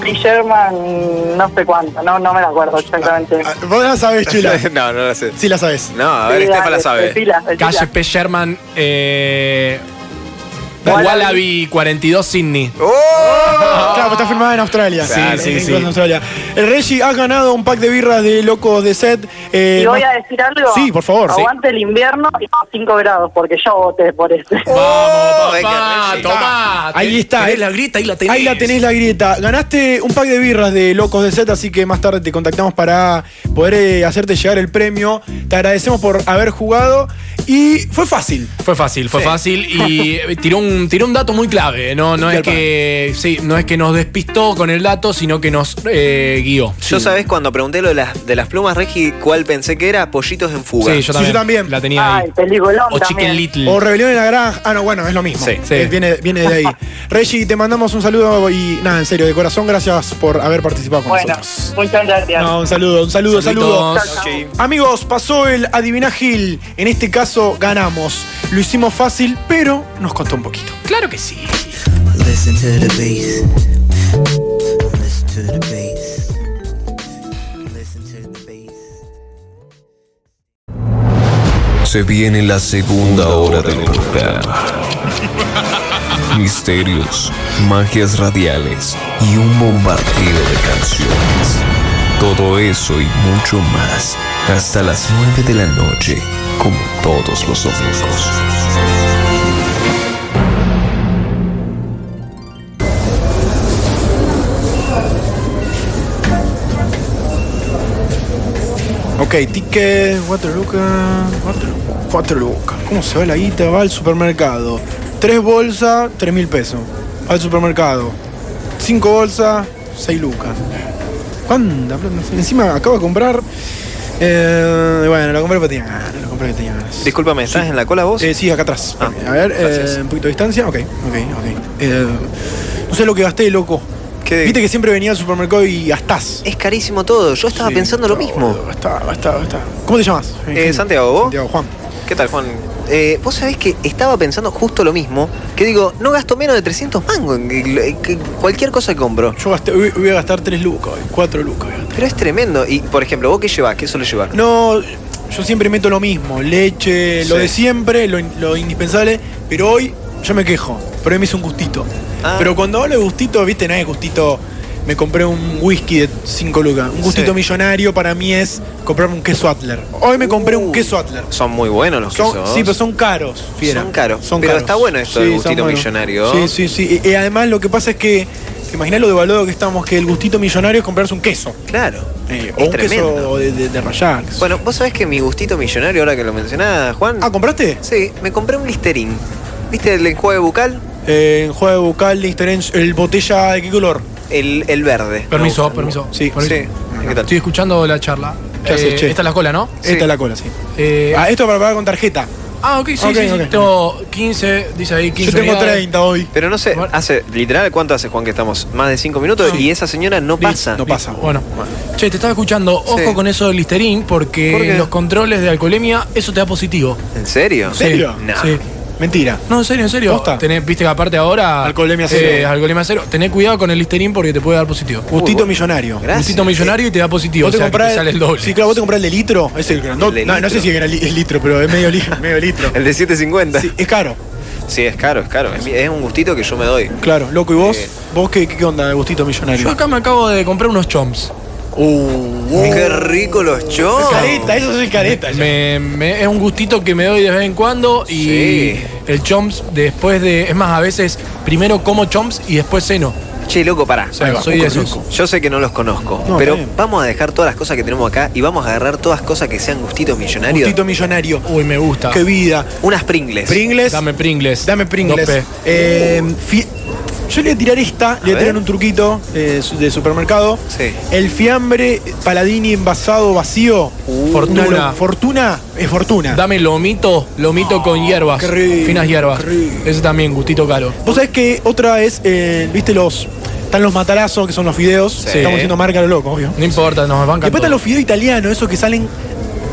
Speaker 10: Y Sherman, no sé cuánto. No, no me la acuerdo exactamente.
Speaker 8: Ah, Vos la sabés, chula.
Speaker 6: no, no la sé.
Speaker 8: Sí, la sabés.
Speaker 6: No, Ah, a ver,
Speaker 10: Sí,
Speaker 6: Estefa la
Speaker 10: dale,
Speaker 6: sabe.
Speaker 10: decila, decila.
Speaker 9: Calle P. Sherman. Eh,
Speaker 10: Wallaby.
Speaker 9: Wallaby 42 Sydney.
Speaker 6: ¡Oh!
Speaker 8: Claro, pues está filmada en Australia.
Speaker 6: Claro.
Speaker 9: Sí, sí,
Speaker 8: En
Speaker 9: sí.
Speaker 8: Australia. El Reggie ha ganado un pack de birras de locos de set. eh,
Speaker 10: Y voy
Speaker 8: más-
Speaker 10: a decir algo.
Speaker 8: Sí, por favor. Sí.
Speaker 10: Aguante el invierno y no 5 grados, porque yo voté por este.
Speaker 6: ¡Oh!
Speaker 9: Vamos, papá,
Speaker 6: Reggie.
Speaker 9: tomá.
Speaker 8: Ah, Ahí está.
Speaker 9: Ah,
Speaker 8: eh.
Speaker 9: Tenés la grita, ahí la tenés.
Speaker 8: Ahí la tenés la grieta. Ganaste un pack de birras de Locos de Z, así que más tarde te contactamos para poder eh, hacerte llegar el premio. Te agradecemos por haber jugado y fue fácil.
Speaker 9: Fue fácil, fue fácil y eh, tiró un, tiró un dato muy clave. ¿eh? No, no, es
Speaker 8: Del pan.
Speaker 9: que, sí, no es que nos despistó con el dato, sino que nos eh, guió.
Speaker 6: Yo sabés cuando pregunté lo de las, de las plumas, Regi, ¿cuál pensé que era? Pollitos en fuga.
Speaker 9: Sí, yo también.
Speaker 8: yo también.
Speaker 9: La tenía
Speaker 10: Ay,
Speaker 9: ahí.
Speaker 10: Ah, peliculón
Speaker 9: O Chicken
Speaker 10: también.
Speaker 9: Little.
Speaker 8: O Rebelión en la Granja. Ah, no, bueno, es lo mismo.
Speaker 9: Sí, sí.
Speaker 8: Eh, viene, viene de ahí. Reggie, te mandamos un saludo y nada, en serio, de corazón, gracias por haber participado con
Speaker 10: Bueno,
Speaker 8: nosotros.
Speaker 10: muchas gracias.
Speaker 8: No, un saludo, un saludo, un saludo.
Speaker 9: Saluditos.
Speaker 8: Amigos, pasó el Adivina Gil. En este caso ganamos. Lo hicimos fácil, pero nos costó un poquito.
Speaker 9: Claro que sí.
Speaker 5: Listen to the bass. Listen to the bass. Listen to the bass.
Speaker 3: Se viene la segunda hora del programa. Misterios, magias radiales y un bombardeo de canciones. Todo eso y mucho más hasta las 9 de la noche, como todos los domingos.
Speaker 8: Ok, ticket, Waterlooka, Waterlooka, Waterlooka. ¿Cómo se va la guita? Va al supermercado. Tres bolsas, tres mil pesos. Va al supermercado. Cinco bolsas, seis lucas. ¿Cuánta plata? Encima acabo de comprar. eh, bueno, lo compré porque tenía ganas. Lo compré porque tenía ganas.
Speaker 6: Discúlpame, ¿estás en la cola vos?
Speaker 8: Eh, sí, acá atrás.
Speaker 6: Ah,
Speaker 8: A ver, eh,
Speaker 6: gracias.
Speaker 8: un poquito de distancia. Ok, ok, ok. Eh, no sé lo que gasté, loco.
Speaker 6: ¿Qué?
Speaker 8: Viste que siempre venía al supermercado y gastás.
Speaker 6: Es carísimo todo, yo estaba
Speaker 8: Sí,
Speaker 6: pensando lo
Speaker 8: no,
Speaker 6: mismo.
Speaker 8: boludo, Está, está, está. ¿Cómo te llamas?
Speaker 6: Eh, Santiago, ¿vos?
Speaker 8: Santiago, Juan.
Speaker 6: ¿Qué tal, Juan? Eh, Vos sabés que estaba pensando justo lo mismo, que digo, no gasto menos de 300 mangos en en- en cualquier cosa que compro.
Speaker 8: Yo gasté, voy, voy a gastar 3 lucas hoy, 4 lucas. voy a gastar.
Speaker 6: Pero es tremendo. Y, por ejemplo, ¿vos qué llevás? ¿Qué suele llevar?
Speaker 8: No, yo siempre meto lo mismo, leche, lo
Speaker 6: Sí.
Speaker 8: de siempre, lo, in- lo indispensable, pero hoy yo me quejo, pero hoy me hice un gustito.
Speaker 6: Ah.
Speaker 8: Pero cuando hablo de gustito, viste, no es gustito, me compré un whisky de 5 lucas. Un gustito
Speaker 6: Sí.
Speaker 8: millonario para mí es comprarme un queso Atler. Hoy me compré un
Speaker 6: Uh,
Speaker 8: queso Atler.
Speaker 6: Son muy buenos los
Speaker 8: Son-
Speaker 6: quesos.
Speaker 8: sí, pero son caros, fiera.
Speaker 6: Son caros. Pero está bueno esto del
Speaker 8: son
Speaker 6: gustito
Speaker 8: buenos.
Speaker 6: millonario.
Speaker 8: Sí, sí, sí. Y, y además lo que pasa es que, te imaginas lo devaluado que estamos, que el gustito millonario es comprarse un queso.
Speaker 6: Claro.
Speaker 8: Eh, o
Speaker 6: es
Speaker 8: un
Speaker 6: tremendo.
Speaker 8: queso de, de, de rallar.
Speaker 6: Bueno, vos sabés que mi gustito millonario, ahora que lo mencionás, Juan.
Speaker 8: Ah, ¿compraste?
Speaker 6: sí, me compré un Listerín. ¿Viste el enjuague bucal?
Speaker 8: Eh, en juego de bucal, Listerine, el botella de qué color.
Speaker 6: El, el verde.
Speaker 9: Permiso,
Speaker 6: Me gusta.
Speaker 9: permiso.
Speaker 8: Sí,
Speaker 9: permiso.
Speaker 6: Sí. ¿Qué tal?
Speaker 9: Estoy escuchando la charla.
Speaker 8: ¿Qué haces, che?
Speaker 9: Esta es la cola, ¿no? Eh,
Speaker 8: Esta es la cola, sí. Ah, esto para pagar con tarjeta.
Speaker 9: Ah, ok, sí,
Speaker 8: Ok,
Speaker 9: sí, sí.
Speaker 8: ok.
Speaker 9: Tengo 15, dice ahí 15. unidades.
Speaker 8: hoy.
Speaker 6: Pero no sé, hace, literal, ¿cuánto hace Juan que estamos? Más de 5 minutos y esa señora no pasa.
Speaker 8: No pasa.
Speaker 9: Bueno, che, te estaba escuchando. Ojo
Speaker 6: Sí.
Speaker 9: con eso del Listerín, porque
Speaker 6: ¿Por qué?
Speaker 9: los controles de alcoholemia, eso te da positivo.
Speaker 6: ¿En serio?
Speaker 9: Sí,
Speaker 6: No.
Speaker 9: sí.
Speaker 8: Mentira.
Speaker 9: No, en serio, en serio.
Speaker 8: ¿Posta?
Speaker 9: Tenés- viste que aparte ahora.
Speaker 8: Alcoholemia cero.
Speaker 9: eh, alcoholemia cero. Tené cuidado con el Listerín porque te puede dar positivo.
Speaker 8: Gustito millonario.
Speaker 6: Gracias.
Speaker 9: Gustito millonario y te da positivo.
Speaker 8: Eh, Vos te
Speaker 9: o sea, que
Speaker 8: comprás
Speaker 9: te sale el doble.
Speaker 8: Sí, claro, vos te comprás el de litro. Es el grandote.
Speaker 6: El de
Speaker 8: no, no sé
Speaker 6: litro.
Speaker 8: si era li- el litro, pero es medio, li- medio litro.
Speaker 6: El de 750.
Speaker 8: Sí,
Speaker 6: Sí.
Speaker 8: es caro.
Speaker 6: es caro, es caro. Es, mi- es un gustito que yo me doy.
Speaker 8: Claro, loco. ¿Y vos?
Speaker 6: Eh.
Speaker 8: ¿Vos qué, qué onda de Gustito millonario?
Speaker 9: Yo acá me acabo de comprar unos chomps.
Speaker 8: Uh,
Speaker 6: Qué rico los chos.
Speaker 8: Careta, eso es careta. ya.
Speaker 9: Me- me- es un gustito que me doy de vez en cuando y
Speaker 6: Sí.
Speaker 9: el chomps después de... Es más, a veces primero como chomps y después ceno.
Speaker 6: Che, loco, pará.
Speaker 9: O sea,
Speaker 8: va,
Speaker 9: soy de
Speaker 8: poco
Speaker 9: esos.
Speaker 8: rico.
Speaker 6: Yo sé que no los conozco,
Speaker 8: No,
Speaker 6: pero
Speaker 8: está bien.
Speaker 6: vamos a dejar todas las cosas que tenemos acá y vamos a agarrar todas cosas que sean gustitos millonarios.
Speaker 8: Gustito millonario.
Speaker 9: Uy, me gusta.
Speaker 8: Qué vida.
Speaker 6: Unas Pringles.
Speaker 8: Pringles.
Speaker 9: Dame Pringles.
Speaker 8: Dame Pringles.
Speaker 9: Dos P.
Speaker 8: Eh, fi- yo le voy a tirar esta, le voy a
Speaker 6: ver.
Speaker 8: tirar un truquito eh, su- de supermercado.
Speaker 6: Sí.
Speaker 8: El fiambre paladini envasado vacío. Una
Speaker 9: Fortuna.
Speaker 8: lo- fortuna es fortuna.
Speaker 9: Dame lomito, lomito con hierbas.
Speaker 8: Ah, qué rico,
Speaker 9: finas hierbas.
Speaker 8: qué rico.
Speaker 9: Ese también, gustito caro.
Speaker 8: Vos sabés que otra es, eh, viste, los. Están los matarazos, que son los fideos. Estamos haciendo marca a lo loco, obvio.
Speaker 9: No importa, nos van
Speaker 8: Y después están los fideos italianos, esos que salen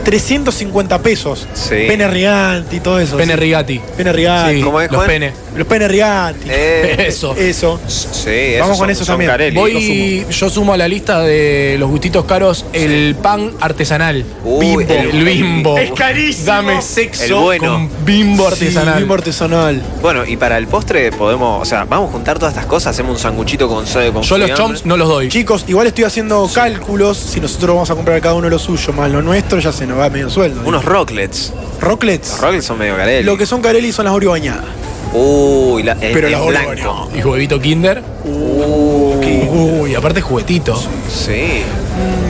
Speaker 8: 350 pesos.
Speaker 6: Sí.
Speaker 8: Pene Riganti y todo eso.
Speaker 9: Pene
Speaker 8: sí.
Speaker 9: rigati.
Speaker 8: Pene Riganti.
Speaker 9: Sí,
Speaker 6: Ah, ¿Cómo es,
Speaker 9: los
Speaker 6: Juan?
Speaker 9: pene.
Speaker 8: Los Pene Riganti.
Speaker 6: Eh,
Speaker 9: Eso.
Speaker 8: Eso.
Speaker 6: sí, esos
Speaker 8: Vamos con
Speaker 6: son-
Speaker 8: esos
Speaker 6: son
Speaker 8: también.
Speaker 6: Carelli.
Speaker 9: Voy, yo sumo a la lista de los gustitos caros el pan artesanal.
Speaker 8: Uh,
Speaker 6: Uy,
Speaker 8: Bimbo.
Speaker 9: El bimbo.
Speaker 8: Es carísimo.
Speaker 9: Dame sexo
Speaker 6: El bueno.
Speaker 9: con bimbo artesanal.
Speaker 8: Sí, bimbo artesanal.
Speaker 6: Bueno, y para el postre podemos, o sea, vamos a juntar todas estas cosas, hacemos un sanguchito con sodio con
Speaker 9: Yo los
Speaker 6: fiambre.
Speaker 9: chomps no los doy.
Speaker 8: Eh, Chicos, igual estoy haciendo cálculos. Si nosotros vamos a comprar cada uno lo suyo más lo nuestro, ya se nos va medio sueldo.
Speaker 6: Unos rocklets.
Speaker 8: rocklets.
Speaker 6: Los rocklets son medio carelli.
Speaker 8: Lo que son Carelli son las Oreo bañadas.
Speaker 6: Uy, la, el,
Speaker 8: Pero
Speaker 6: en
Speaker 8: la Oreo
Speaker 6: blanco.
Speaker 9: Y huevito kinder. Uy, aparte juguetito.
Speaker 6: Sí.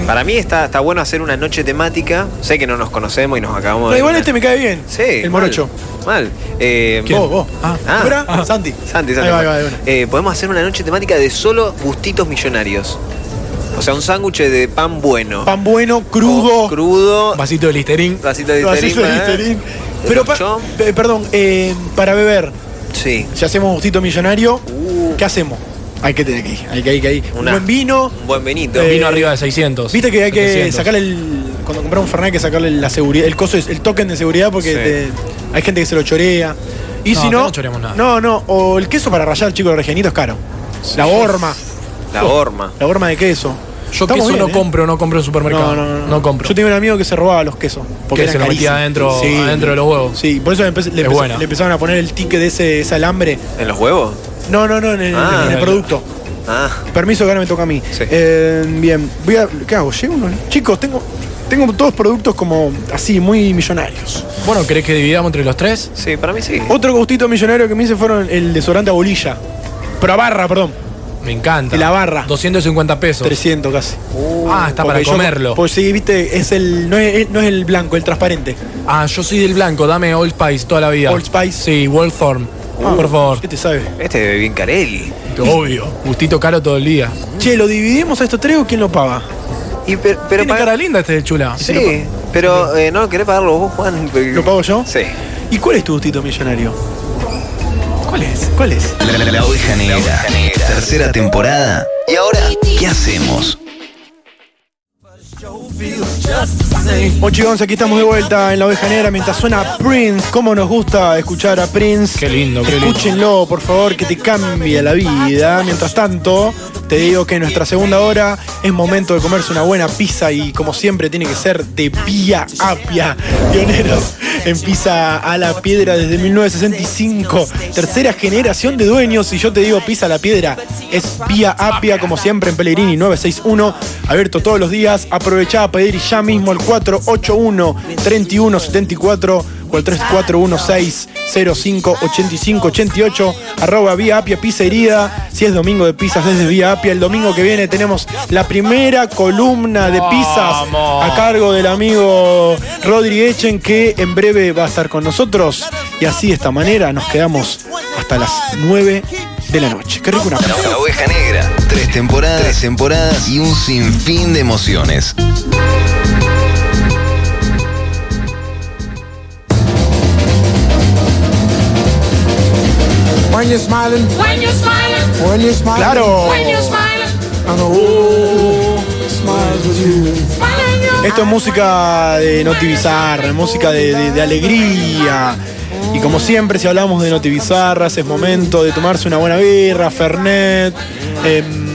Speaker 6: Para mí está, está bueno hacer una noche temática. Sé que no nos conocemos y nos acabamos
Speaker 8: No,
Speaker 6: de.
Speaker 8: igual este me cae bien.
Speaker 6: Sí.
Speaker 8: El
Speaker 6: mal,
Speaker 8: morocho.
Speaker 6: Mal. Eh,
Speaker 8: Vos, vos. Ah,
Speaker 6: Ah.
Speaker 8: ¿Fuera?
Speaker 6: Ah.
Speaker 8: Santi.
Speaker 6: Santi, Santi.
Speaker 8: Ahí va, ahí va, de una.
Speaker 6: Eh, podemos hacer una noche temática de solo gustitos millonarios. O sea, un sándwich de pan bueno.
Speaker 8: Pan bueno,
Speaker 6: O
Speaker 8: crudo.
Speaker 6: Oh, Crudo.
Speaker 9: Vasito de listerín.
Speaker 6: Vasito de
Speaker 8: vasito de
Speaker 6: Listerine, ¿eh?
Speaker 8: Listerine.
Speaker 6: De
Speaker 8: Pero, pa-
Speaker 6: Chomp.
Speaker 8: pe- perdón, eh, para beber,
Speaker 6: Sí.
Speaker 8: si hacemos gustito millonario, ¿qué hacemos? Hay que tener aquí, hay que, hay que, hay. Un
Speaker 6: Uh. Una-
Speaker 8: buen vino.
Speaker 6: Un buen Benito.
Speaker 8: Eh,
Speaker 9: Vino arriba de 600.
Speaker 8: Viste que hay que
Speaker 9: 700.
Speaker 8: sacarle el. Cuando comprar un Fernet hay que sacarle la seguridad, el coso, es- el token de seguridad porque
Speaker 6: Sí.
Speaker 8: te- hay gente que se lo chorea. Y
Speaker 9: No,
Speaker 8: si
Speaker 9: acá
Speaker 8: no.
Speaker 9: no choreamos nada.
Speaker 8: No, no, o el queso para rayar, chico, de Regianito es caro. La horma,
Speaker 6: la horma.
Speaker 8: la horma de queso.
Speaker 9: Yo
Speaker 8: Estamos
Speaker 9: queso
Speaker 8: bien,
Speaker 9: no
Speaker 8: ¿eh?
Speaker 9: compro, no compro en supermercado.
Speaker 8: No, no, no,
Speaker 9: compro.
Speaker 8: Yo tenía un amigo que se robaba los quesos. Porque eran
Speaker 9: Que se lo metía
Speaker 8: carísimos.
Speaker 9: adentro- adentro de los huevos.
Speaker 8: Sí, por eso le, empe- le
Speaker 9: Es
Speaker 8: empezó-
Speaker 9: buena.
Speaker 8: le empezaron a poner el ticket de ese, ese alambre.
Speaker 6: ¿En los huevos?
Speaker 8: No, no, no, en el,
Speaker 6: Ah.
Speaker 8: en el producto.
Speaker 6: Ah.
Speaker 8: Permiso que ahora me toca a mí.
Speaker 6: Sí.
Speaker 8: Eh, bien, voy a. ¿Qué hago? ¿Llego? o no? Chicos, tengo. Tengo todos productos como así, muy millonarios.
Speaker 9: Bueno, ¿querés que dividamos entre los tres?
Speaker 6: Sí, para mí sí.
Speaker 8: Otro gustito millonario que me hice fueron el desodorante a bolilla. Pero a barra, perdón.
Speaker 9: Me encanta.
Speaker 8: Y la barra.
Speaker 9: 250 pesos.
Speaker 8: 300 casi.
Speaker 9: ah, está para
Speaker 8: Porque yo-
Speaker 9: comerlo.
Speaker 8: Pues sí, viste, es el, no, es, no es el blanco, el transparente.
Speaker 9: ah, yo soy del blanco, dame Old Spice toda la vida.
Speaker 8: Old Spice. Ah.
Speaker 9: Sí, Wolfthorn. por favor.
Speaker 8: ¿Qué te sabe?
Speaker 6: Este es bien Carelli.
Speaker 9: Obvio. Gustito caro todo el día.
Speaker 8: Che, ¿lo dividimos a estos tres o quién lo paga?
Speaker 6: Y per- pero,
Speaker 9: Tiene
Speaker 6: para-
Speaker 9: cara linda este de chula.
Speaker 6: Sí, pero eh, no querés pagarlo vos, Juan. porque-
Speaker 8: ¿Lo pago yo?
Speaker 6: Sí.
Speaker 8: ¿Y cuál es tu gustito millonario? ¿Cuál es? ¿Cuál es?
Speaker 11: La, la- la oveja negra. Tercera temporada. ¿Y ahora qué hacemos?
Speaker 8: 8 y 11, aquí estamos de vuelta en la oveja negra mientras suena Prince. ¿Cómo nos gusta escuchar a Prince?
Speaker 9: Qué lindo, qué lindo.
Speaker 8: Escúchenlo, por favor, que te cambia la vida. Mientras tanto, te digo que en nuestra segunda hora es momento de comerse una buena pizza y, como siempre, tiene que ser de Vía Apia, pioneros en pizza a la piedra desde 1965. Tercera generación de dueños, y yo te digo pizza a la piedra, es Vía Apia, como siempre, en Pellegrini 961, abierto todos los días. Aprovechá a pedir ya mismo el 481-3174 o el 3416-058588, arroba Vía Apia Pizzería. Si es domingo de pizzas desde Vía Apia, el domingo que viene tenemos la primera columna de pizzas
Speaker 9: Vamos.
Speaker 8: a cargo del amigo Rodri Echen, que en breve va a estar con nosotros. Y así, de esta manera, nos quedamos hasta las 9 de la noche. Qué rico una pizza.
Speaker 11: La oveja negra. Tres temporadas, tres temporadas y un sinfín de emociones.
Speaker 2: you're smiling. When you're smiling. When you're smiling.
Speaker 8: Claro. Ah,
Speaker 2: When you're smiling.
Speaker 8: And the world smiles with you. Esto es música de notivizarra, música de, de- de alegría. Y como siempre, si hablamos de notivizarras, es momento de tomarse una buena birra, Fernet, em,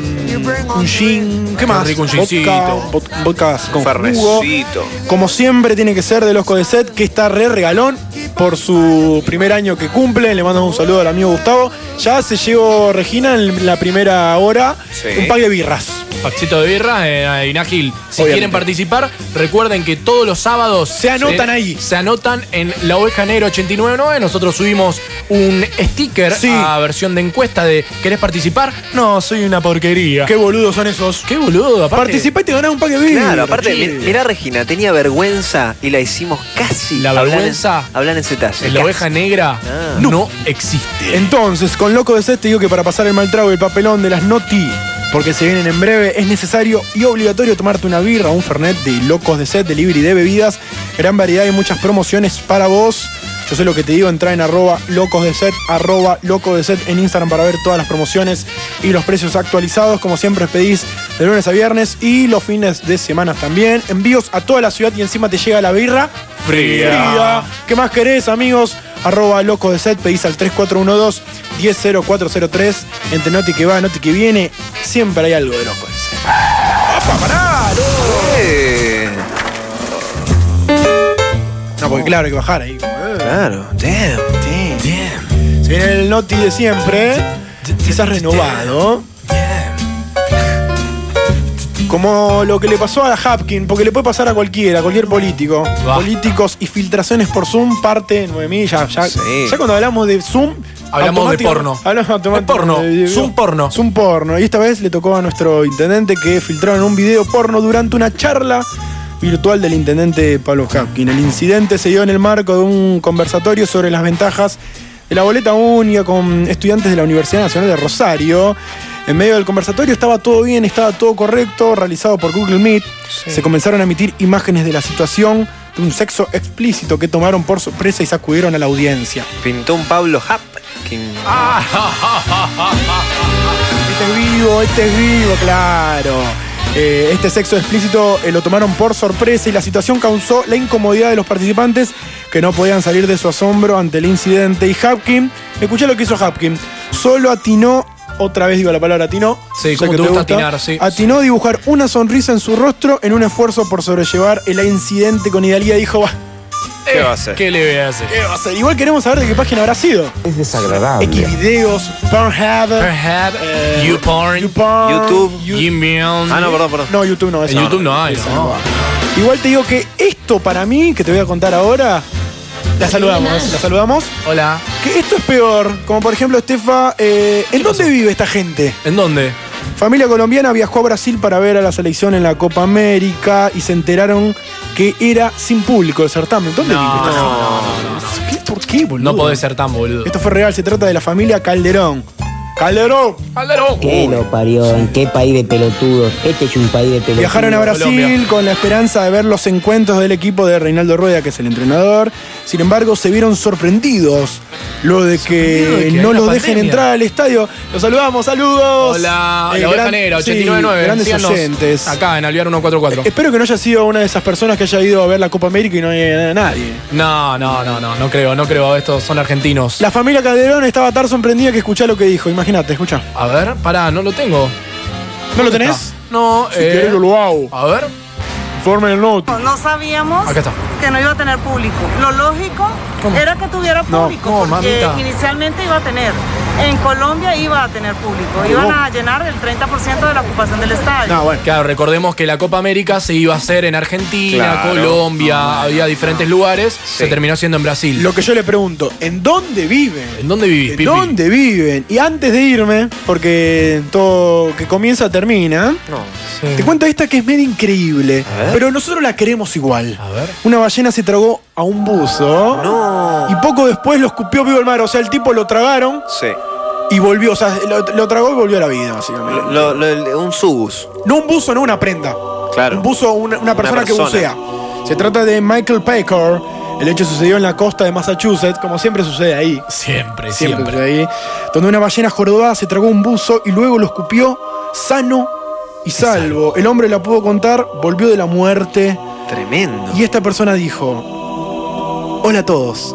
Speaker 8: un gin, ¿qué
Speaker 9: Qué
Speaker 8: más?
Speaker 9: rico un
Speaker 8: Vodka,
Speaker 9: gincito.
Speaker 8: vod- vodkas con jugo.
Speaker 6: Ferrecito.
Speaker 8: Como siempre tiene que ser de los Codeset, que está re regalón por su primer año que cumple. Le mando un saludo al amigo Gustavo. Ya se llegó Regina en la primera hora.
Speaker 9: Sí.
Speaker 8: Un pack de birras.
Speaker 9: Paxito de birra en Inagil. Si
Speaker 8: Obviamente.
Speaker 9: quieren participar, recuerden que todos los sábados se
Speaker 8: anotan
Speaker 9: ahí. Se anotan en La Oveja Negra 899. Nosotros subimos un sticker a versión de encuesta de ¿querés participar? No, soy una porquería.
Speaker 8: Qué boludos son esos.
Speaker 9: Qué boludo, aparte.
Speaker 8: Participá y te ganás un pack de birras.
Speaker 6: Claro, aparte,
Speaker 8: che.
Speaker 6: mi- mirá Regina, tenía vergüenza y la hicimos casi.
Speaker 9: La vergüenza
Speaker 6: Hablan en detalle.
Speaker 9: en La Oveja Negra
Speaker 8: Ah.
Speaker 9: no. existe.
Speaker 8: Entonces, con Loco de Set te digo que para pasar el mal trago y el papelón de las noti, porque se vienen en breve, es necesario y obligatorio tomarte una birra o un fernet de Locos de Set, delivery de bebidas, gran variedad y muchas promociones para vos. Yo sé lo que te digo, entra en arroba locos de set, arroba loco de set en Instagram para ver todas las promociones y los precios actualizados. Como siempre, pedís de lunes a viernes y los fines de semana también. Envíos a toda la ciudad y encima te llega la birra
Speaker 9: Fría.
Speaker 8: fría. ¿Qué más querés, amigos? Arroba loco de set, pedís al 3412-100403. Entre Noti que va, Noti que viene, siempre hay algo de loco de set.
Speaker 6: Eh.
Speaker 8: No, Ah, porque claro, hay que bajar ahí. Claro, damn, damn. Se viene el Noti de siempre, quizás renovado. Como lo que le pasó a la Hapkin, porque le puede pasar a cualquiera, a cualquier político. Políticos y filtraciones por Zoom, parte 9000. Ya, ya, ya cuando hablamos de Zoom.
Speaker 9: Hablamos de
Speaker 8: automático- Eh,
Speaker 9: porno.
Speaker 8: Hablamos automáticamente
Speaker 9: porno,
Speaker 8: de-
Speaker 9: Zoom porno.
Speaker 8: Zoom porno. Y esta vez le tocó a nuestro intendente que filtraron un video porno durante una charla virtual del intendente Pablo Hapkin. El incidente se dio en el marco de un conversatorio sobre las ventajas de la boleta única con estudiantes de la Universidad Nacional de Rosario. En medio del conversatorio estaba todo bien, estaba todo correcto, realizado por Google Meet. Se comenzaron a emitir imágenes de la situación de un sexo explícito que tomaron por sorpresa y sacudieron a la audiencia.
Speaker 6: Pintó un Pablo Hapkin.
Speaker 8: Este es vivo, este es vivo, claro. Eh, este sexo explícito eh, lo tomaron por sorpresa y la situación causó la incomodidad de los participantes que no podían salir de su asombro ante el incidente. Y Hapkin, escuché lo que hizo Hapkin, solo atinó, otra vez digo la palabra atinó.
Speaker 9: Sí,
Speaker 8: sé
Speaker 9: como
Speaker 8: que
Speaker 9: te gusta atinar, sí.
Speaker 8: Atinó a dibujar una sonrisa en su rostro en un esfuerzo por sobrellevar el incidente con idealidad. Dijo, "Bah,
Speaker 9: ¿Qué va a hacer? ¿Qué le voy a hacer?
Speaker 8: ¿qué va a ser? Igual queremos saber de qué página habrá sido.
Speaker 7: Es desagradable.
Speaker 8: X videos, Pornhub,
Speaker 9: Pornhub,
Speaker 8: eh,
Speaker 9: YouPorn,
Speaker 8: YouPorn,
Speaker 9: YouTube, Gimbion. Ah, no, perdón, perdón.
Speaker 8: No, YouTube no.
Speaker 9: En
Speaker 8: esa
Speaker 9: YouTube no hay,
Speaker 8: esa
Speaker 9: no.
Speaker 8: Igual te digo que esto para mí, que te voy a contar ahora, la saludamos, la saludamos.
Speaker 9: Hola.
Speaker 8: Que esto es peor, como por ejemplo, Estefa, eh, ¿en dónde vive esta gente?
Speaker 9: ¿En dónde?
Speaker 8: Familia colombiana viajó a Brasil para ver a la selección en la Copa América y se enteraron que era sin público el certamen. ¿Dónde vive esta gente? ¿Qué? ¿Por qué, boludo?
Speaker 9: No podés ser tan boludo.
Speaker 8: Esto fue real, se trata de la familia Calderón. Calderón.
Speaker 9: Calderón.
Speaker 12: ¿Qué lo parió? ¿En qué país de pelotudos? Este es un país de pelotudos.
Speaker 8: Viajaron a Brasil con la esperanza de ver los encuentros del equipo de Reinaldo Rueda, que es el entrenador. Sin embargo, se vieron sorprendidos lo de
Speaker 9: Sorprendido de
Speaker 8: que
Speaker 9: que
Speaker 8: no
Speaker 9: hay una
Speaker 8: los dejen
Speaker 9: pandemia.
Speaker 8: entrar al estadio. Los saludamos, saludos.
Speaker 9: Hola,
Speaker 8: Eh,
Speaker 9: La Oveja
Speaker 8: gran-
Speaker 9: Negra,
Speaker 8: sí,
Speaker 9: 899.
Speaker 8: grandes
Speaker 9: Síganos
Speaker 8: oyentes. Eh,
Speaker 9: Acá, en Alvear 144.
Speaker 8: Espero que no haya sido una de esas personas que haya ido a ver la Copa América y no haya nadie.
Speaker 9: No, no, no, no, no creo, no creo. Estos son argentinos.
Speaker 8: La familia Calderón estaba tan sorprendida que escuchá lo que dijo. Imagínate, escuchá.
Speaker 9: A ver, pará, no lo tengo.
Speaker 8: ¿No lo
Speaker 9: ¿Dónde
Speaker 8: tenés?
Speaker 9: está? No,
Speaker 8: Si
Speaker 9: eh,
Speaker 8: querés, yo lo hago.
Speaker 9: A ver.
Speaker 8: Informe el note.
Speaker 13: No sabíamos
Speaker 9: Acá está.
Speaker 13: que no iba a tener público. Lo lógico era que tuviera
Speaker 9: No,
Speaker 13: público,
Speaker 9: no,
Speaker 13: porque
Speaker 9: mamita.
Speaker 13: inicialmente iba a tener. En Colombia iba a tener público. Iban a llenar el 30% de la ocupación del estadio.
Speaker 8: Ah,
Speaker 9: Claro, recordemos que la Copa América se iba a hacer en Argentina,
Speaker 8: Claro.
Speaker 9: Colombia,
Speaker 6: Ah,
Speaker 9: había diferentes lugares. Se terminó haciendo en Brasil.
Speaker 8: Lo que yo le pregunto, ¿en dónde viven?
Speaker 9: ¿En dónde vivís,
Speaker 8: ¿En
Speaker 9: Pipi?
Speaker 8: dónde viven? Y antes de irme, porque todo que comienza termina, te cuento esta que es medio increíble, pero nosotros la queremos igual. Una ballena se tragó a un buzo y poco después lo escupió vivo al mar, o sea, el tipo lo tragaron
Speaker 6: Sí.
Speaker 8: y volvió, o sea, lo, lo tragó y volvió a la vida, básicamente.
Speaker 6: Lo- lo- un subus.
Speaker 8: No un buzo, no una prenda.
Speaker 6: Claro.
Speaker 8: Un buzo, una, una persona, que
Speaker 6: persona.
Speaker 8: bucea. Se trata de Michael Packer, El hecho sucedió en la costa de Massachusetts, como siempre sucede ahí.
Speaker 9: Siempre,
Speaker 8: Siempre
Speaker 9: siempre.
Speaker 8: sucede ahí. Donde una ballena jorobada se tragó un buzo y luego lo escupió sano y salvo. El hombre la pudo contar, volvió de la muerte.
Speaker 6: Tremendo.
Speaker 8: Y esta persona dijo: Hola a todos.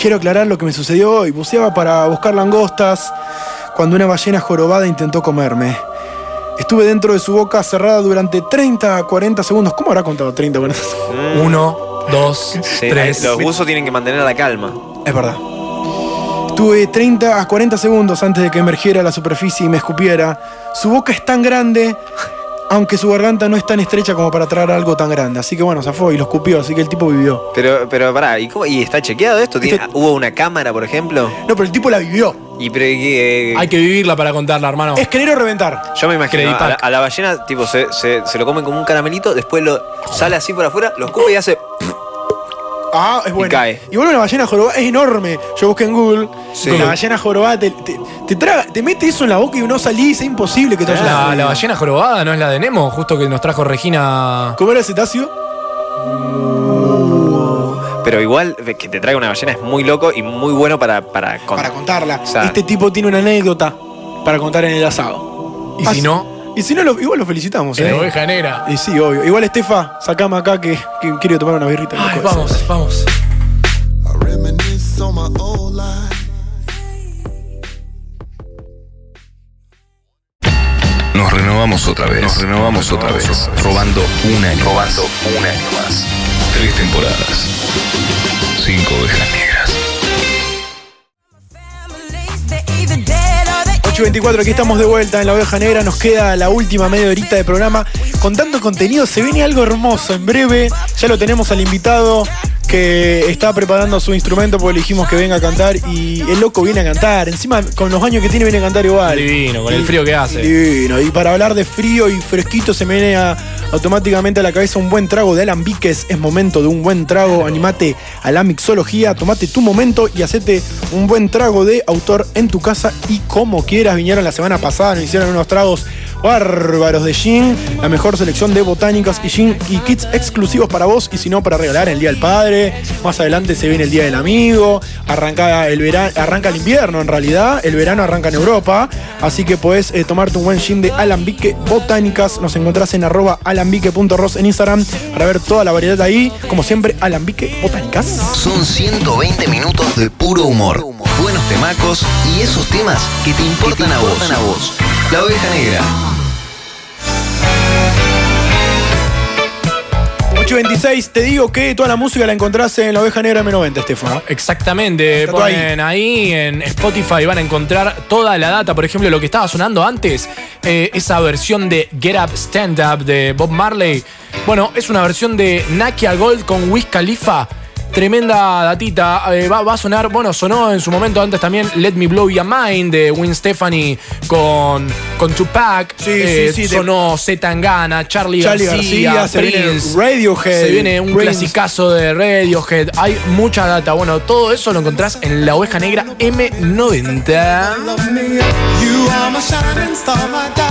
Speaker 8: Quiero aclarar lo que me sucedió hoy. Buceaba para buscar langostas cuando una ballena jorobada intentó comerme. Estuve dentro de su boca cerrada durante 30 a 40 segundos. ¿Cómo habrá contado 30 40 segundos?
Speaker 9: Uno, dos,
Speaker 6: Mm. Sí,
Speaker 9: tres.
Speaker 6: Los buzos tienen que mantener la calma.
Speaker 8: Es verdad. Estuve 30 a 40 segundos antes de que emergiera a la superficie y me escupiera. Su boca es tan grande, aunque su garganta no es tan estrecha como para tragar algo tan grande. Así que bueno, zafó y lo escupió, así que el tipo vivió.
Speaker 6: Pero, pero pará, ¿y, cómo- y está chequeado esto? ¿Tiene- ¿Hubo una cámara, por ejemplo?
Speaker 8: No, pero el tipo la vivió.
Speaker 6: Este Y pero, que, eh,
Speaker 9: Hay que vivirla para contarla, hermano.
Speaker 8: Es querer o reventar.
Speaker 6: yo me imagino,
Speaker 9: Credit
Speaker 6: a la,
Speaker 9: pack.
Speaker 6: a la ballena tipo se, se- se lo comen como un caramelito, después lo sale así por afuera, lo escupe y hace...
Speaker 8: Ah, es bueno.
Speaker 6: cae.
Speaker 8: Igual una ballena jorobada es enorme. Yo busqué en Google.
Speaker 6: Sí.
Speaker 8: La ballena jorobada te, te, te traga- te mete eso en la boca y no salís. Es imposible que te haya
Speaker 9: Ah, La,
Speaker 8: salido.
Speaker 9: la ballena jorobada no es la de Nemo, justo que nos trajo Regina.
Speaker 8: ¿Cómo era el cetáceo?
Speaker 6: Pero igual ve que te traiga una ballena es muy loco y muy bueno para, para contar.
Speaker 8: Para contarla.
Speaker 6: sea-
Speaker 8: este tipo tiene una anécdota para contar en el asado.
Speaker 9: ¿Y
Speaker 8: Ah,
Speaker 9: si no?
Speaker 8: Y si no, lo- igual lo felicitamos.
Speaker 9: En
Speaker 8: ¿eh?
Speaker 9: la oveja negra.
Speaker 8: Y sí, obvio. Igual, Estefa, sacame acá que, que quiero tomar una birrita.
Speaker 9: Ay,
Speaker 8: loco,
Speaker 9: vamos, vamos.
Speaker 11: Nos renovamos otra vez. Nos renovamos otra vez. Robando un año. Robando un año más. Tres temporadas. Cinco ovejas negras.
Speaker 8: 8.24, aquí estamos de vuelta en la oveja negra, nos queda la última media horita de programa. Con tanto contenido se viene algo hermoso. En breve ya lo tenemos al invitado que está preparando su instrumento porque le dijimos que venga a cantar y el loco viene a cantar. Encima con los años que tiene viene a cantar igual.
Speaker 9: Divino, con el frío que hace.
Speaker 8: Divino. Y para hablar de frío y fresquito se me viene a- automáticamente a la cabeza un buen trago de alambiques. Es momento de un buen trago. Animate a la mixología, tomate tu momento y hacete un buen trago de autor en tu casa y como quieras. Vinieron la semana pasada, nos hicieron unos tragos bárbaros de gin, la mejor selección de botánicas y gin y kits exclusivos para vos y si no para regalar en el Día del Padre. Más adelante se viene el Día del Amigo, arranca el verano, arranca el invierno en realidad, el verano arranca en Europa, así que podés eh, tomarte un buen gin de Alambique Botánicas, nos encontrás en arroba alambique.ros en Instagram para ver toda la variedad ahí, como siempre Alambique Botánicas.
Speaker 11: Son 120 minutos de puro humor. Buenos temacos y esos temas que te importan, a, vos. La oveja negra.
Speaker 8: 826, te digo que toda la música la encontrás en la oveja negra M90, Estefan.
Speaker 9: Exactamente,
Speaker 8: Está todo ahí.
Speaker 9: ponen ahí. en Spotify van a encontrar toda la data. Por ejemplo, lo que estaba sonando antes, eh, esa versión de Get Up Stand Up de Bob Marley. Bueno, es una versión de Nakia Gold con Wiz Khalifa. Tremenda datita. eh, va, va a sonar, bueno, sonó en su momento antes también Let Me Blow Your Mind de Win Stephanie con, con Tupac.
Speaker 8: Sí,
Speaker 9: Eh,
Speaker 8: sí, sí, de-
Speaker 9: Sonó Z Tangana, Charlie,
Speaker 8: Charlie
Speaker 9: García,
Speaker 8: García, se viene
Speaker 9: Prince.
Speaker 8: Radiohead,
Speaker 9: Se viene un
Speaker 8: Prince.
Speaker 9: clasicazo de Radiohead. Hay mucha data. Bueno, todo eso lo encontrás en la oveja negra M90.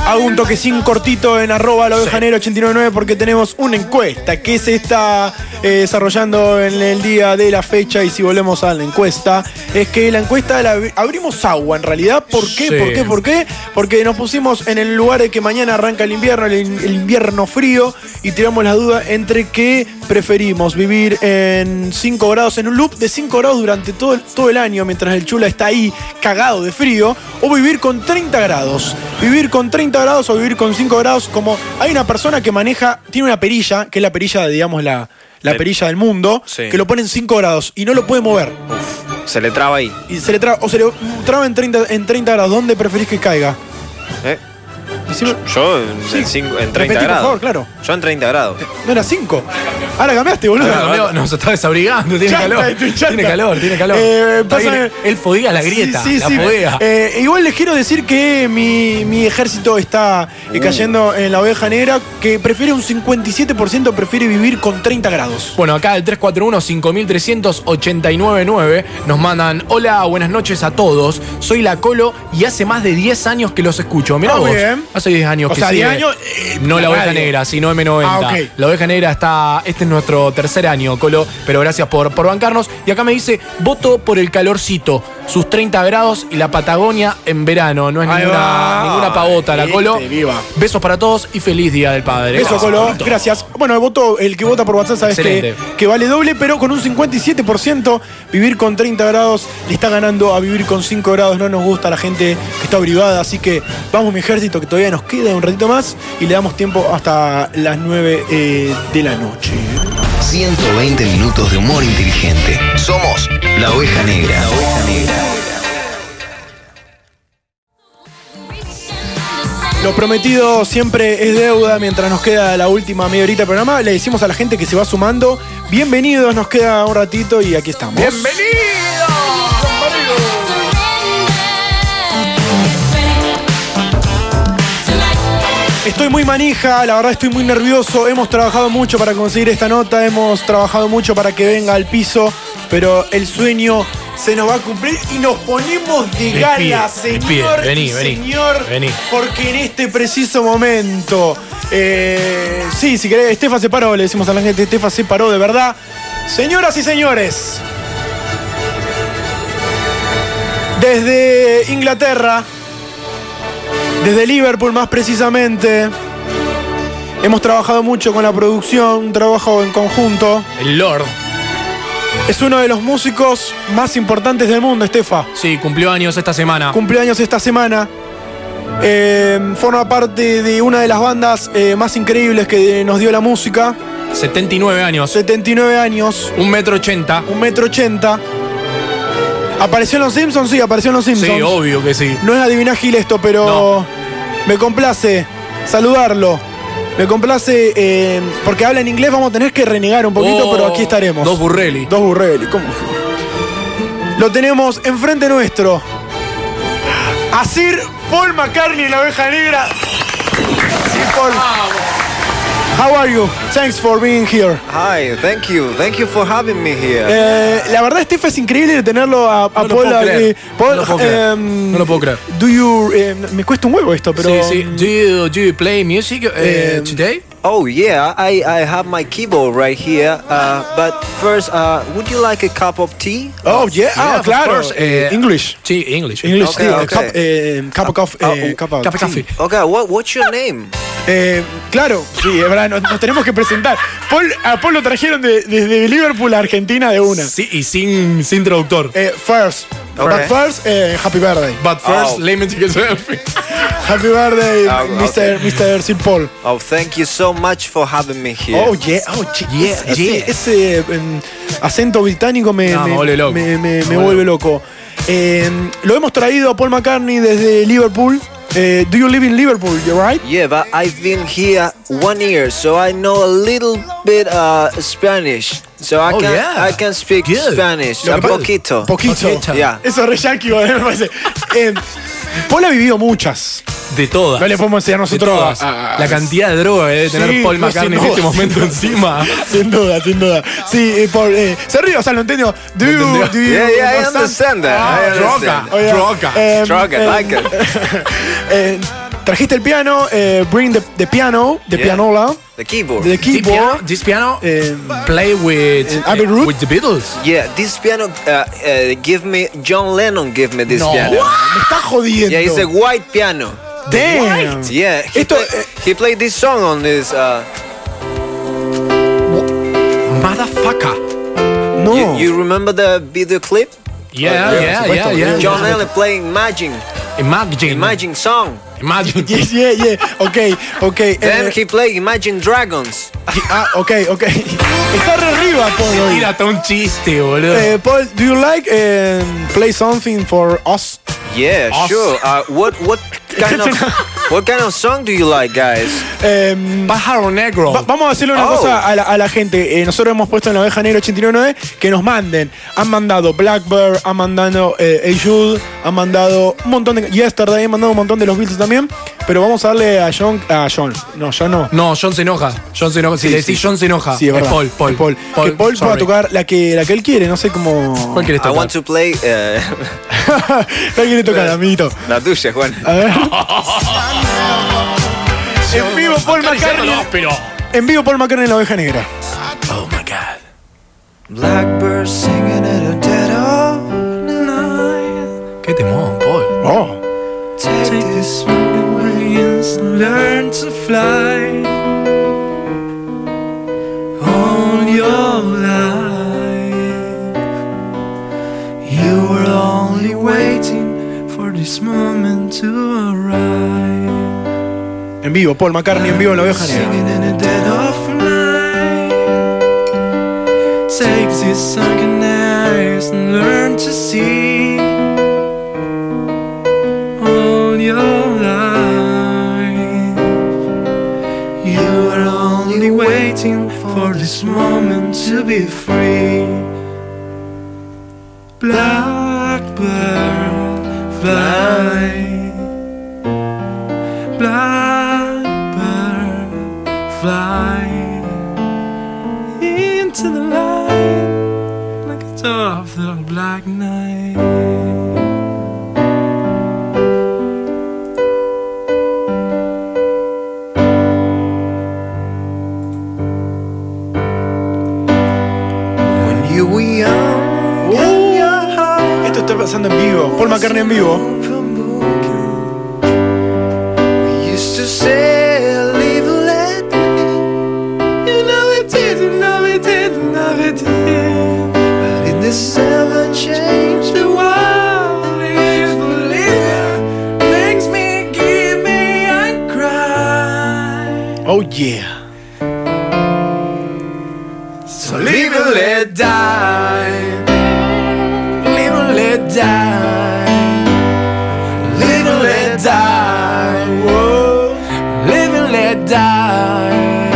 Speaker 8: Hago un toquecín cortito en arroba la oveja negra 899 porque tenemos una encuesta que se está eh, desarrollando en el día de la fecha y si volvemos a la encuesta es que la encuesta la abri- abrimos agua en realidad. ¿Por qué?
Speaker 9: Sí.
Speaker 8: ¿Por qué? ¿Por qué? Porque nos pusimos en el lugar de que mañana arranca el invierno, el, in- el invierno frío y tiramos la duda entre qué preferimos vivir en 5 grados, en un loop de 5 grados durante todo el, todo el año mientras el chula está ahí cagado de frío o vivir con 30 grados. Vivir con 30 grados o vivir con 5 grados como hay una persona que maneja, tiene una perilla, que es la perilla, digamos, la, la
Speaker 6: Sí.
Speaker 8: perilla del mundo,
Speaker 6: Sí.
Speaker 8: que lo pone en 5 grados y no lo puede mover.
Speaker 6: Se le traba ahí.
Speaker 8: Y se le traba, o se le traba en 30, en 30 grados. ¿Dónde preferís que caiga?
Speaker 6: ¿eh?
Speaker 8: Decime-
Speaker 6: Yo en, en cinco- en 30
Speaker 8: Repetí, por
Speaker 6: grados.
Speaker 8: favor, claro.
Speaker 6: Yo en 30 grados.
Speaker 8: No era 5. Ahora cambiaste, boludo.
Speaker 9: Ahora, amigo, Nos está desabrigando, tiene
Speaker 8: Chanta,
Speaker 9: calor.
Speaker 8: estoy chanta.
Speaker 9: Tiene calor, tiene calor.
Speaker 8: Eh,
Speaker 9: Está
Speaker 8: pásame-
Speaker 9: bien, Él fodea la grieta,
Speaker 8: Sí, sí,
Speaker 9: la
Speaker 8: sí.
Speaker 9: fodea.
Speaker 8: Eh, igual les quiero decir que mi, mi ejército está eh,
Speaker 9: Uh.
Speaker 8: cayendo en la oveja negra, que prefiere un 57% prefiere vivir con 30 grados.
Speaker 9: Bueno, acá el 341-5389-9 nos mandan, hola, buenas noches a todos, soy la Colo y hace más de 10 años que los escucho. Mirá
Speaker 8: Ah,
Speaker 9: vos,
Speaker 8: bien.
Speaker 9: hace hace 10 años
Speaker 8: O
Speaker 9: que
Speaker 8: sea, 10
Speaker 9: sigue,
Speaker 8: años,
Speaker 9: no la
Speaker 8: la
Speaker 9: oveja
Speaker 8: radio.
Speaker 9: negra, sino M90.
Speaker 8: Ah, ok.
Speaker 9: La oveja negra está. Este es nuestro tercer año, Colo, pero gracias por, por bancarnos. Y acá me dice: voto por el calorcito, sus 30 grados y la Patagonia en verano. No es ninguna, ninguna pavota la
Speaker 8: Este,
Speaker 9: Colo.
Speaker 8: viva.
Speaker 9: Besos para todos y feliz día del padre.
Speaker 8: Eso,
Speaker 9: Gracias,
Speaker 8: Colo.
Speaker 9: Colito.
Speaker 8: Gracias. Bueno, el, voto, el que vota por WhatsApp sabes que,
Speaker 9: Excelente.
Speaker 8: que vale doble, pero con un 57%, vivir con 30 grados le está ganando a vivir con 5 grados. No nos gusta la gente que está abrigada. Así que vamos, mi ejército, que todavía nos queda un ratito más y le damos tiempo hasta las 9 eh, de la noche.
Speaker 11: 120 minutos de humor inteligente. Somos la oveja negra. La oveja negra.
Speaker 8: Lo prometido siempre es deuda mientras nos queda la última media horita de programa. Le decimos a la gente que se va sumando, bienvenidos, nos queda un ratito y aquí estamos. Estoy muy manija, la verdad estoy muy nervioso. Hemos trabajado mucho para conseguir esta nota, hemos trabajado mucho para que venga al piso, pero el sueño se nos va a cumplir y nos ponemos de
Speaker 9: Respire,
Speaker 8: gala,
Speaker 9: respire.
Speaker 8: señor. y
Speaker 9: Vení, vení,
Speaker 8: señor,
Speaker 9: vení.
Speaker 8: porque en este preciso momento. eh, sí, si querés, Estefa se paró, le decimos a la gente, Estefa se paró de verdad. Señoras y señores, desde Inglaterra, desde Liverpool más precisamente. Hemos trabajado mucho con la producción, un trabajo en conjunto.
Speaker 9: El Lord.
Speaker 8: Es uno de los músicos más importantes del mundo, Estefa.
Speaker 9: Sí, cumplió años esta semana.
Speaker 8: Cumpleaños esta semana. Eh, forma parte de una de las bandas eh, más increíbles que nos dio la música.
Speaker 9: 79 años.
Speaker 8: 79 años.
Speaker 9: Un metro ochenta.
Speaker 8: Un metro ochenta. ¿Apareció en Los Simpsons? Sí, apareció en Los Simpsons.
Speaker 9: Sí, obvio que sí.
Speaker 8: No es adivinar Gil esto, pero me complace saludarlo. Me complace, eh, porque habla en inglés, vamos a tener que renegar un poquito,
Speaker 9: Oh,
Speaker 8: pero aquí estaremos.
Speaker 9: Dos Burrelli.
Speaker 8: Dos Burrelli, ¿cómo? Lo tenemos enfrente nuestro. A Sir Paul McCartney, la oveja negra. Sir Paul. How are you? Thanks for being here.
Speaker 6: Hi, thank you. Thank you for having me here.
Speaker 8: Eh, la verdad, Estefa, es increíble tenerlo a, a
Speaker 9: No lo
Speaker 8: Paul.
Speaker 9: puedo
Speaker 8: eh,
Speaker 9: creer.
Speaker 8: Paul,
Speaker 9: No lo puedo creer.
Speaker 8: em,
Speaker 9: No lo puedo creer.
Speaker 8: Do you, em, me cuesta un huevo esto, pero. Em,
Speaker 9: sí, sí. Do you, do you play music eh, today?
Speaker 6: Oh yeah, I, I have my keyboard right here. Uh, but first, uh, would you like a cup of tea?
Speaker 8: Oh, yeah, ah,
Speaker 6: of
Speaker 8: claro,
Speaker 6: course.
Speaker 8: eh, English.
Speaker 9: Sí, English.
Speaker 8: English,
Speaker 6: Okay,
Speaker 8: sí,
Speaker 6: okay.
Speaker 8: cup, eh, cup of coffee, eh, cup of
Speaker 6: Cup of
Speaker 8: tea.
Speaker 6: coffee. Okay, Oh, what, what's your name?
Speaker 8: Eh, claro, sí, es verdad, nos, nos tenemos que presentar. Paul, a Paul lo trajeron de- desde Liverpool a Argentina de una.
Speaker 9: Sí, y sin, sin traductor.
Speaker 8: Eh, first.
Speaker 9: Ok.
Speaker 8: But first, eh, happy birthday.
Speaker 9: But first, let me take a selfie.
Speaker 8: Happy birthday,
Speaker 6: Ah, ok.
Speaker 8: Mr. Mr. Sir Paul.
Speaker 6: Oh, thank you so much for having me here.
Speaker 8: Oh, yeah, oh, che- ese, ese, em, acento británico me,
Speaker 6: No,
Speaker 8: me-
Speaker 6: me vuelve loco.
Speaker 8: me- me- me
Speaker 6: Me
Speaker 8: vuelve loco. Em, lo hemos traído a Paul McCartney desde Liverpool. Eh, do you live in Liverpool, you right?
Speaker 6: Yeah, but I've been here one year, so I know a little bit uh, Spanish. So I
Speaker 8: Oh,
Speaker 6: can
Speaker 8: yeah.
Speaker 6: I can speak Spanish,
Speaker 8: Lo
Speaker 6: a
Speaker 8: que pasa-
Speaker 6: poquito.
Speaker 8: Poquito.
Speaker 6: Yeah.
Speaker 8: Eso es re yankee, boludo, me parece. Em, Paul ha vivido muchas.
Speaker 9: De todas.
Speaker 8: No le podemos enseñar nosotros
Speaker 9: De todas.
Speaker 8: a- a-
Speaker 9: La cantidad de droga que debe tener
Speaker 8: Sí,
Speaker 9: Paul
Speaker 8: no,
Speaker 9: McCartney en
Speaker 8: sin
Speaker 9: este
Speaker 8: duda,
Speaker 9: momento
Speaker 8: sin
Speaker 9: encima.
Speaker 8: Sin duda, sin duda. Sí, eh, Paul. eh, se ríe, o sea, lo entiendo. Do you,
Speaker 6: entendió.
Speaker 8: do you
Speaker 6: Yeah, yeah, I
Speaker 8: understand?
Speaker 6: understand that. I understand.
Speaker 8: Oh, yeah.
Speaker 6: Droga.
Speaker 8: Ah, Em,
Speaker 6: Droga,
Speaker 8: em,
Speaker 6: like it.
Speaker 8: em, trajiste el piano, eh, bring the, the piano, the
Speaker 9: Yeah.
Speaker 8: pianola.
Speaker 6: The keyboard.
Speaker 8: The keyboard. Em,
Speaker 9: This piano, play with,
Speaker 8: Abbey Road.
Speaker 9: with the Beatles.
Speaker 6: Yeah, this piano uh, uh, give me John Lennon give me this
Speaker 9: No.
Speaker 6: piano.
Speaker 8: Me está jodiendo.
Speaker 6: Yeah, it's a white piano.
Speaker 8: Damn.
Speaker 6: Yeah, he, play- he played this song on this. Uh,
Speaker 9: Motherfucker.
Speaker 8: No.
Speaker 6: You, you remember the video clip?
Speaker 9: Yeah,
Speaker 6: Uh,
Speaker 9: yeah, yeah, yeah,
Speaker 6: John
Speaker 9: yeah.
Speaker 6: Lennon playing Imagine.
Speaker 9: Imagine.
Speaker 6: Imagine song.
Speaker 9: Imagine.
Speaker 8: Yes, yeah, yeah. Ok, ok. eh,
Speaker 6: Then he played Imagine Dragons.
Speaker 8: ah, ok, ok. Está re arriba, Paul. hoy.
Speaker 9: Mira, hasta un chiste, boludo.
Speaker 8: Eh, Paul, do you like em, play something for us?
Speaker 6: Yeah,
Speaker 8: Us.
Speaker 6: sure. Uh, what what kind of what kind of song do you like, guys?
Speaker 8: Em,
Speaker 9: Pájaro negro.
Speaker 8: Va- vamos a decirle una
Speaker 6: Oh.
Speaker 8: cosa a la, a la gente. Eh, nosotros hemos puesto en la oveja negra 899 que nos manden. Han mandado Blackbird, han mandado eh, Hey Jude, han mandado un montón de. Yesterday, han mandado un montón de los Beatles también. Pero vamos a darle a John. A John. No, John no.
Speaker 9: No, John se enoja. John se enoja. Si
Speaker 8: Sí,
Speaker 9: le decís
Speaker 8: sí.
Speaker 9: John se enoja.
Speaker 8: Sí, es verdad.
Speaker 9: Paul, Paul.
Speaker 8: Que Paul, que Paul pueda
Speaker 9: sorry.
Speaker 8: tocar la que, la que él quiere. No sé cómo.
Speaker 9: ¿Cuál quieres
Speaker 6: I
Speaker 9: tocar?
Speaker 6: want to play uh,
Speaker 8: ¿Cuál quiere tocar, amiguito?
Speaker 6: La tuya, Juan.
Speaker 8: A ver. En vivo Paul McCartney.
Speaker 14: Pero.
Speaker 8: En vivo Paul McCartney en la oveja negra.
Speaker 14: Oh my god.
Speaker 9: Blackbird singing in a dead of night.
Speaker 14: Qué temón, Paul.
Speaker 8: Oh.
Speaker 9: Take this smoke away and learn to fly. All your life, you were only waiting for this moment to arrive.
Speaker 8: En vivo Paul McCartney en vivo en la oveja negra.
Speaker 9: Singing in the dead of night. Take these sunken eyes and learn to see all your life. You are only waiting for this moment to be free. Blackbird, fly. Blackbird, fly into the light like a dove of the black night. When you were young, and your heart
Speaker 8: Esto está pasando en vivo. Paul McCartney en vivo.
Speaker 9: used to say, leave a let me. You know it didn't, know it didn't, know it didn't. But in the seven change the world is believer. Makes me give me and cry.
Speaker 8: Oh yeah.
Speaker 9: So leave and let die. Leave and let die. Live and let die. Whoa. Live and let die.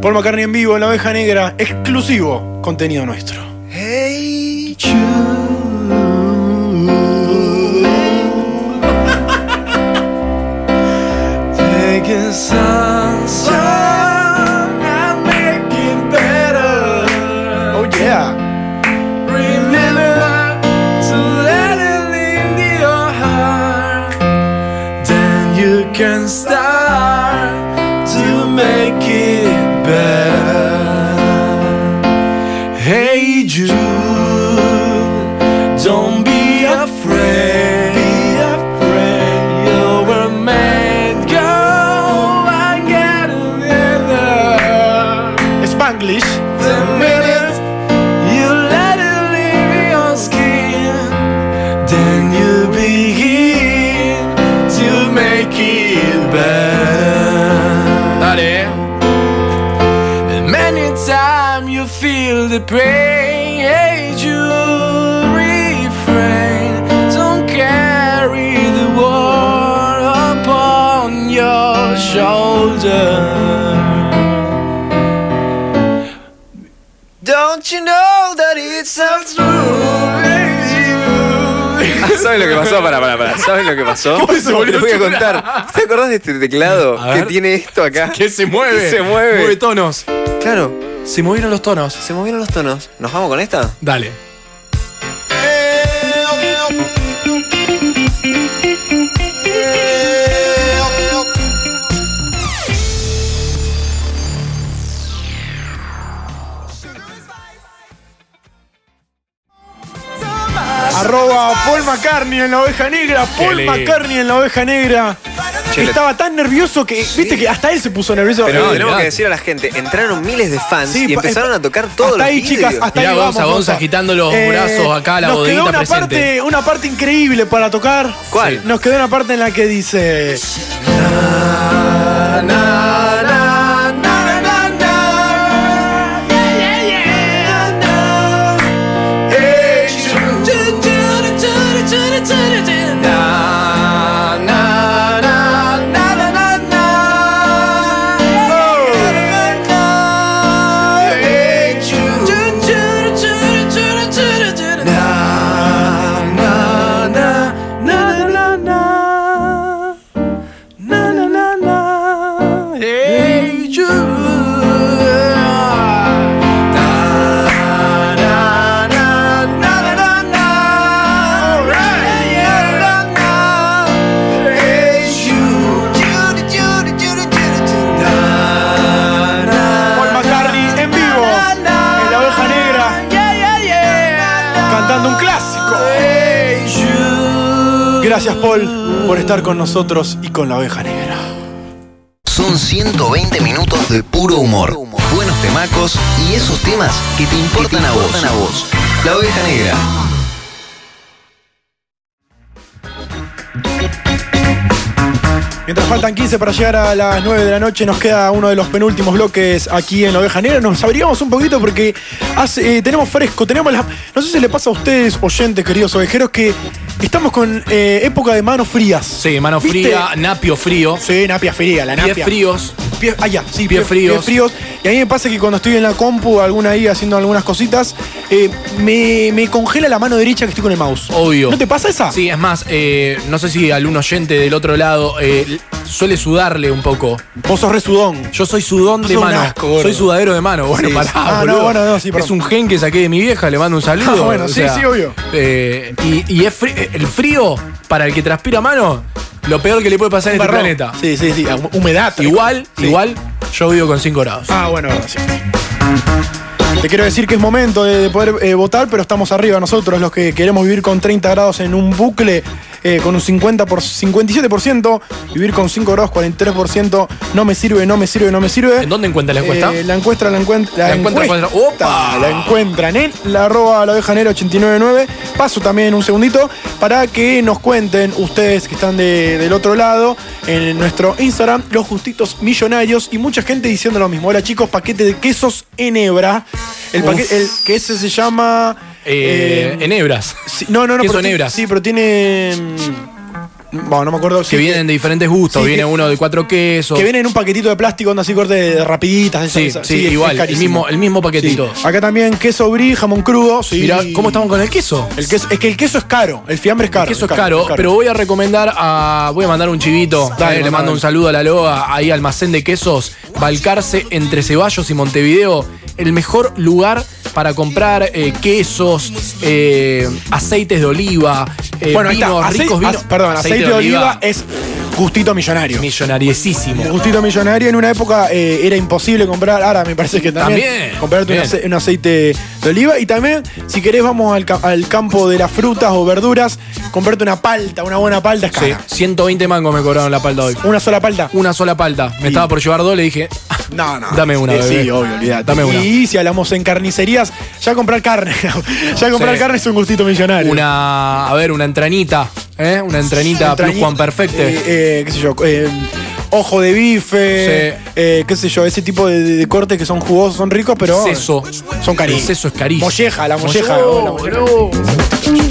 Speaker 8: Paul McCartney en vivo en la oveja negra. Exclusivo contenido nuestro.
Speaker 9: Hate you. Taking sunshine and make it better.
Speaker 8: Oh yeah.
Speaker 9: Remember to let it in your heart. Then you can start to make it better. Hey Jude, don't be afraid. Be afraid. You're a man. Go and get together.
Speaker 8: Spanglish.
Speaker 9: The minute you let it leave your skin, then you begin to make it better.
Speaker 14: Dale.
Speaker 9: And many times you feel the pain, hate you refrain. Don't carry the world upon your shoulder. Don't you know that it's not true?
Speaker 6: Ah, ¿Sabes lo que pasó? Pará, pará, pará. ¿Sabes lo que pasó?
Speaker 14: ¿Cómo se volvió
Speaker 6: Te voy a
Speaker 14: chocolate?
Speaker 6: contar. ¿Te acordás de este teclado
Speaker 14: A
Speaker 6: que
Speaker 14: ver.
Speaker 6: tiene esto acá?
Speaker 14: Que se mueve.
Speaker 6: Se mueve.
Speaker 14: Mueve tonos.
Speaker 6: Claro,
Speaker 14: Se movieron los tonos.
Speaker 6: se movieron los tonos. ¿Nos vamos con esta?
Speaker 14: Dale.
Speaker 8: Arroba Paul McCartney en la oveja negra. Paul
Speaker 14: lindo.
Speaker 8: McCartney en la oveja negra.
Speaker 6: Che, le-
Speaker 8: Estaba tan nervioso que, viste que hasta él se puso nervioso.
Speaker 6: Pero
Speaker 8: Eh,
Speaker 6: tenemos
Speaker 14: mirá.
Speaker 6: que decir a la gente, entraron miles de fans
Speaker 8: Sí,
Speaker 6: y
Speaker 8: pa- eh,
Speaker 6: empezaron a tocar todos
Speaker 8: hasta
Speaker 6: los
Speaker 8: ahí, chicas,
Speaker 6: vidrios.
Speaker 8: hasta
Speaker 14: Mirá,
Speaker 8: ahí vamos, Eh,
Speaker 14: Gonza, Gonza agitando los brazos acá, la
Speaker 8: nos
Speaker 14: bodeguita
Speaker 8: quedó una
Speaker 14: presente.
Speaker 8: parte, una parte increíble para tocar.
Speaker 6: ¿Cuál?
Speaker 8: Nos quedó una parte en la que dice.
Speaker 9: Na, na, na, na, na.
Speaker 6: ¡Eh,
Speaker 9: Hey, Jude. Na, na, na, na, na, na, na. Hey, Jude. Na, na, na, na, na, na, na. Na na na na. Hey,
Speaker 8: Gracias, Paul, por estar con nosotros y con la oveja negra.
Speaker 15: Son 120 minutos de puro humor, buenos temacos y esos temas que te importan, a, vos. La oveja negra.
Speaker 8: Mientras faltan 15 para llegar a las 9 de la noche, nos queda uno de los penúltimos bloques aquí en La Oveja Negra. Nos abrigamos un poquito porque hace- eh, tenemos fresco, tenemos la... No sé si le pasa a ustedes, oyentes, queridos ovejeros, que estamos con eh, época de manos frías. Sí,
Speaker 9: mano fría, napio frío.
Speaker 8: Sí, napia fría, la napia.
Speaker 9: Pies fríos.
Speaker 8: Pies, ah, ya, sí,
Speaker 9: Pies
Speaker 8: pie-
Speaker 9: fríos.
Speaker 8: pies fríos. Y a mí me pasa que cuando estoy en la compu, alguna ahí haciendo algunas cositas, eh, me, me congela la mano derecha que estoy con el mouse.
Speaker 9: Obvio.
Speaker 8: ¿No te pasa esa?
Speaker 9: Sí, es más, eh, no sé si algún oyente del otro lado eh, suele sudarle un poco.
Speaker 8: Vos sos resudón.
Speaker 9: Yo soy sudón
Speaker 8: Sos
Speaker 9: de
Speaker 8: un
Speaker 9: mano.
Speaker 8: asco, gordo.
Speaker 9: soy sudadero de mano. Bueno,
Speaker 8: Sí,
Speaker 9: pará,
Speaker 8: sí. Ah, no,
Speaker 9: boludo.
Speaker 8: bueno, no, sí, perdón.
Speaker 9: Es un gen que saqué de mi vieja, le mando un saludo.
Speaker 8: Ah, bueno,
Speaker 9: o
Speaker 8: sí,
Speaker 9: sea,
Speaker 8: sí, obvio.
Speaker 9: eh, y y es fri- el frío, para el que transpira mano, lo peor que le puede pasar en este
Speaker 8: Barrón.
Speaker 9: planeta.
Speaker 8: Sí, sí, sí. Humedad.
Speaker 9: Igual, igual, yo vivo con 5 grados.
Speaker 8: Ah, bueno, gracias. Te quiero decir que es momento de, de poder eh, votar, pero estamos arriba nosotros, los que queremos vivir con 30 grados en un bucle, eh, con un 50 por, 57%, vivir con 5 grados, 43%, no me sirve, no me sirve, no me sirve. ¿En
Speaker 9: dónde encuentras la encuesta?
Speaker 8: Eh, la encuesta, la encuentra, la,
Speaker 9: La encuentra,
Speaker 8: encuesta.
Speaker 9: encuentra- ¡Opa!
Speaker 8: La encuentran en la arroba la oveja negra 899. Paso también un segundito para que nos cuenten ustedes que están de- del otro lado en nuestro Instagram, los justitos millonarios y mucha gente diciendo lo mismo. Hola chicos, paquete de quesos en hebra. El
Speaker 9: Uf.
Speaker 8: paquete, el que ese se llama.
Speaker 9: Eh,
Speaker 8: eh,
Speaker 9: en hebras.
Speaker 8: sí, no, no, no.
Speaker 9: queso
Speaker 8: pero
Speaker 9: en
Speaker 8: ti-
Speaker 9: hebras.
Speaker 8: Sí, pero tiene. mm, Bueno, no me acuerdo.
Speaker 9: que vienen de diferentes gustos.
Speaker 8: sí,
Speaker 9: viene
Speaker 8: que-
Speaker 9: uno de cuatro quesos.
Speaker 8: Que viene en un paquetito de plástico, onda así corte de rapiditas. esa-
Speaker 9: Sí,
Speaker 8: esa-
Speaker 9: sí,
Speaker 8: es-
Speaker 9: igual,
Speaker 8: es
Speaker 9: el
Speaker 8: carísimo.
Speaker 9: mismo- el mismo paquetito.
Speaker 8: Acá también queso brie, jamón crudo. Sí.
Speaker 9: Mirá, ¿cómo estamos con el queso?
Speaker 8: El queso? Es que el queso es caro, el fiambre es caro.
Speaker 9: Eso es caro, pero voy a recomendar a. Voy a mandar un chivito.
Speaker 8: Dale,
Speaker 9: Eh,
Speaker 8: mandá,
Speaker 9: le mando
Speaker 8: dale.
Speaker 9: un saludo a la Loa, ahí almacén de quesos. Balcarce entre Ceballos y Montevideo. El mejor lugar para comprar eh, quesos, eh, aceites de oliva, eh,
Speaker 8: bueno, ahí
Speaker 9: vinos,
Speaker 8: está, ace-
Speaker 9: ricos vinos.
Speaker 8: ace- perdón, aceite, de oliva, es gustito millonario.
Speaker 9: Millonariesísimo.
Speaker 8: Gustito millonario, en una época eh, era imposible comprar, ahora me parece que también,
Speaker 9: También,
Speaker 8: comprarte un,
Speaker 9: también.
Speaker 8: ace- un aceite de oliva y también, si querés, vamos al, ca- al campo de las frutas o verduras, comprarte una palta, una buena palta es
Speaker 9: Sí,
Speaker 8: cara.
Speaker 9: 120 mangos me cobraron la palta hoy.
Speaker 8: ¿Una sola palta?
Speaker 9: Una sola palta. Me estaba por llevar dos, le dije,
Speaker 8: No, no.
Speaker 9: dame una.
Speaker 8: Eh,
Speaker 9: bebé.
Speaker 8: sí, obvio, olvidate.
Speaker 9: Dame una.
Speaker 8: Y si hablamos en carnicerías, ya comprar carne. ya comprar
Speaker 9: Sí.
Speaker 8: carne es un gustito millonario.
Speaker 9: Una, a ver, una entranita, ¿eh? Una entranita
Speaker 8: Entrañi-
Speaker 9: plus Juan Perfecte.
Speaker 8: Eh, eh, qué sé yo, eh, ojo de bife, eh, qué sé yo, ese tipo de, de- de cortes que son jugosos, son ricos, pero
Speaker 9: Seso.
Speaker 8: son carísimos.
Speaker 9: El seso es carísimo.
Speaker 8: Molleja, la molleja.
Speaker 9: Mollejo,
Speaker 8: la molleja.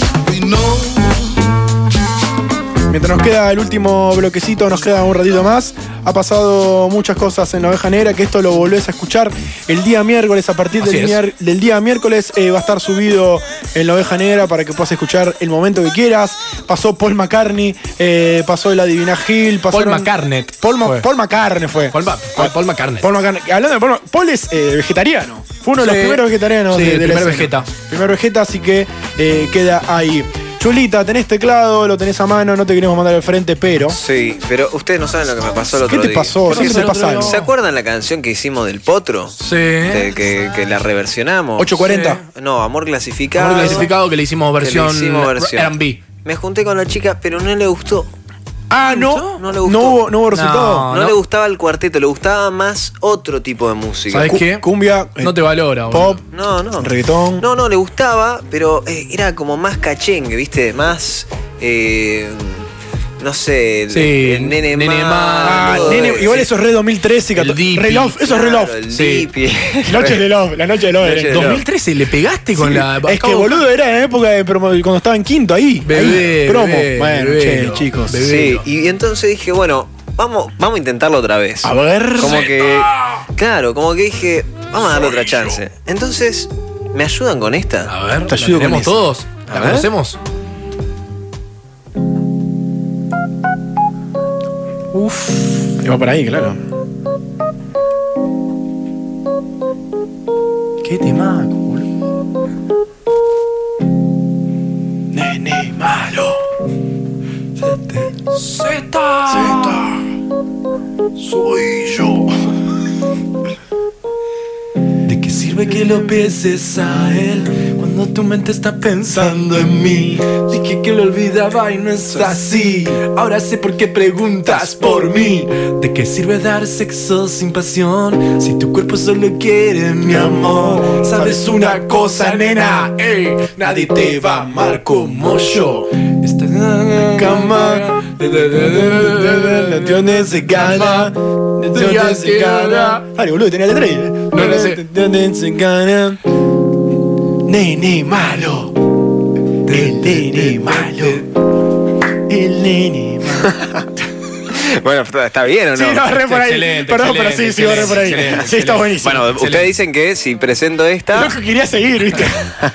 Speaker 8: Mientras nos queda el último bloquecito, nos queda un ratito más. Ha pasado muchas cosas en la oveja negra, que esto lo volvés a escuchar el día miércoles. A partir
Speaker 9: Así
Speaker 8: del,
Speaker 9: es.
Speaker 8: mier- del día miércoles eh, va a estar subido en la oveja negra para que puedas escuchar el momento que quieras. Pasó Paul McCartney, eh, pasó la Divina Gil, pasó.
Speaker 9: Paul McCartney.
Speaker 8: Paul, Ma-
Speaker 9: fue.
Speaker 8: Paul McCartney fue.
Speaker 9: Paul, Ma- Paul- Paul McCartney.
Speaker 8: Paul McCartney. Hablando de Paul, Ma- Paul es eh, vegetariano. Fue uno de
Speaker 9: Sí.
Speaker 8: los primeros vegetarianos
Speaker 9: Sí,
Speaker 8: de,
Speaker 9: el
Speaker 8: de la
Speaker 9: primer
Speaker 8: escena.
Speaker 9: vegeta.
Speaker 8: Primer vegeta, así que eh, queda ahí. Chulita, tenés teclado, lo tenés a mano, no te queremos mandar al frente, pero.
Speaker 6: Sí, pero ustedes no saben lo que me pasó el otro
Speaker 8: te
Speaker 6: día.
Speaker 8: pasó? Siempre
Speaker 6: ¿Se-
Speaker 8: te pasa algo.
Speaker 6: ¿Se acuerdan la canción que hicimos del Potro?
Speaker 9: Sí.
Speaker 6: De que, que la reversionamos.
Speaker 9: 8.40.
Speaker 6: Sí. No, Amor Clasificado.
Speaker 9: Amor clasificado que le hicimos
Speaker 6: Que le
Speaker 9: versión,
Speaker 6: hicimos versión.
Speaker 9: R&B.
Speaker 6: Me junté con la chica, pero no le gustó.
Speaker 8: Ah, no.
Speaker 6: No le gustó.
Speaker 8: hubo, no hubo resultado.
Speaker 6: No, le gustaba el cuarteto, le gustaba más otro tipo de música.
Speaker 8: Cu- Cumbia. eh,
Speaker 9: No te valora, boludo.
Speaker 8: Pop,
Speaker 6: No, no.
Speaker 8: reggaetón.
Speaker 6: No, no, le gustaba, pero eh, era como más cachengue, ¿viste? Más. eh, no sé, el,
Speaker 9: Sí,
Speaker 6: el nene,
Speaker 9: nene
Speaker 6: malo,
Speaker 9: mal.
Speaker 6: todo
Speaker 8: Nene,
Speaker 6: eso.
Speaker 8: igual eso es re 2013 y 14. Re loft, eso es re
Speaker 6: Claro,
Speaker 8: loft.
Speaker 6: el
Speaker 8: Sí.
Speaker 6: Dipi.
Speaker 8: Noche de Love, la noche de Love.
Speaker 6: Noche de
Speaker 8: era.
Speaker 6: Love.
Speaker 9: 2013 le pegaste con
Speaker 8: Sí,
Speaker 9: la.
Speaker 8: Es que boludo era en época de promo, cuando estaba en quinto ahí.
Speaker 9: Bebé,
Speaker 8: ahí, promo.
Speaker 9: bebé,
Speaker 8: bueno,
Speaker 9: bebé.
Speaker 8: che, chicos.
Speaker 6: Sí, y entonces dije, bueno, vamos, vamos a intentarlo otra vez.
Speaker 8: A ver.
Speaker 6: Como que. Claro, como que dije, vamos a darle otra chance. Entonces, ¿me ayudan con esta?
Speaker 8: Ah,
Speaker 9: A ver,
Speaker 6: ¿Te
Speaker 9: ¿la tenemos todos? ¿La conocemos?
Speaker 8: Uf. Iba por ahí, claro. Qué temaco, boludo. Nene malo.
Speaker 9: Z.
Speaker 16: Soy yo. ¿De qué sirve que lo pienses a él cuando tu mente está pensando en mí. Dije que lo olvidaba y no es así. Ahora sé por qué preguntas por mí. ¿De qué sirve dar sexo sin pasión si tu cuerpo solo quiere mi amor? Sabes una cosa, nena, ey, nadie te va a amar como yo. Estás en la cama, tiones se gana, tiones se gana. Ay, boludo, tenía letra ahí.
Speaker 8: eh.
Speaker 16: No lo sé. se gana. Nene malo, el nene malo, el nene malo.
Speaker 6: Bueno, está bien o no?
Speaker 8: Sí, no, re por ahí.
Speaker 9: Excelente,
Speaker 8: Perdón, pero
Speaker 9: excelente,
Speaker 8: sí, sí, re por ahí.
Speaker 6: excelente,
Speaker 8: Sí, está
Speaker 6: excelente.
Speaker 8: buenísimo.
Speaker 6: Bueno, ustedes dicen que si presento esta.
Speaker 8: Loco, quería seguir, ¿viste?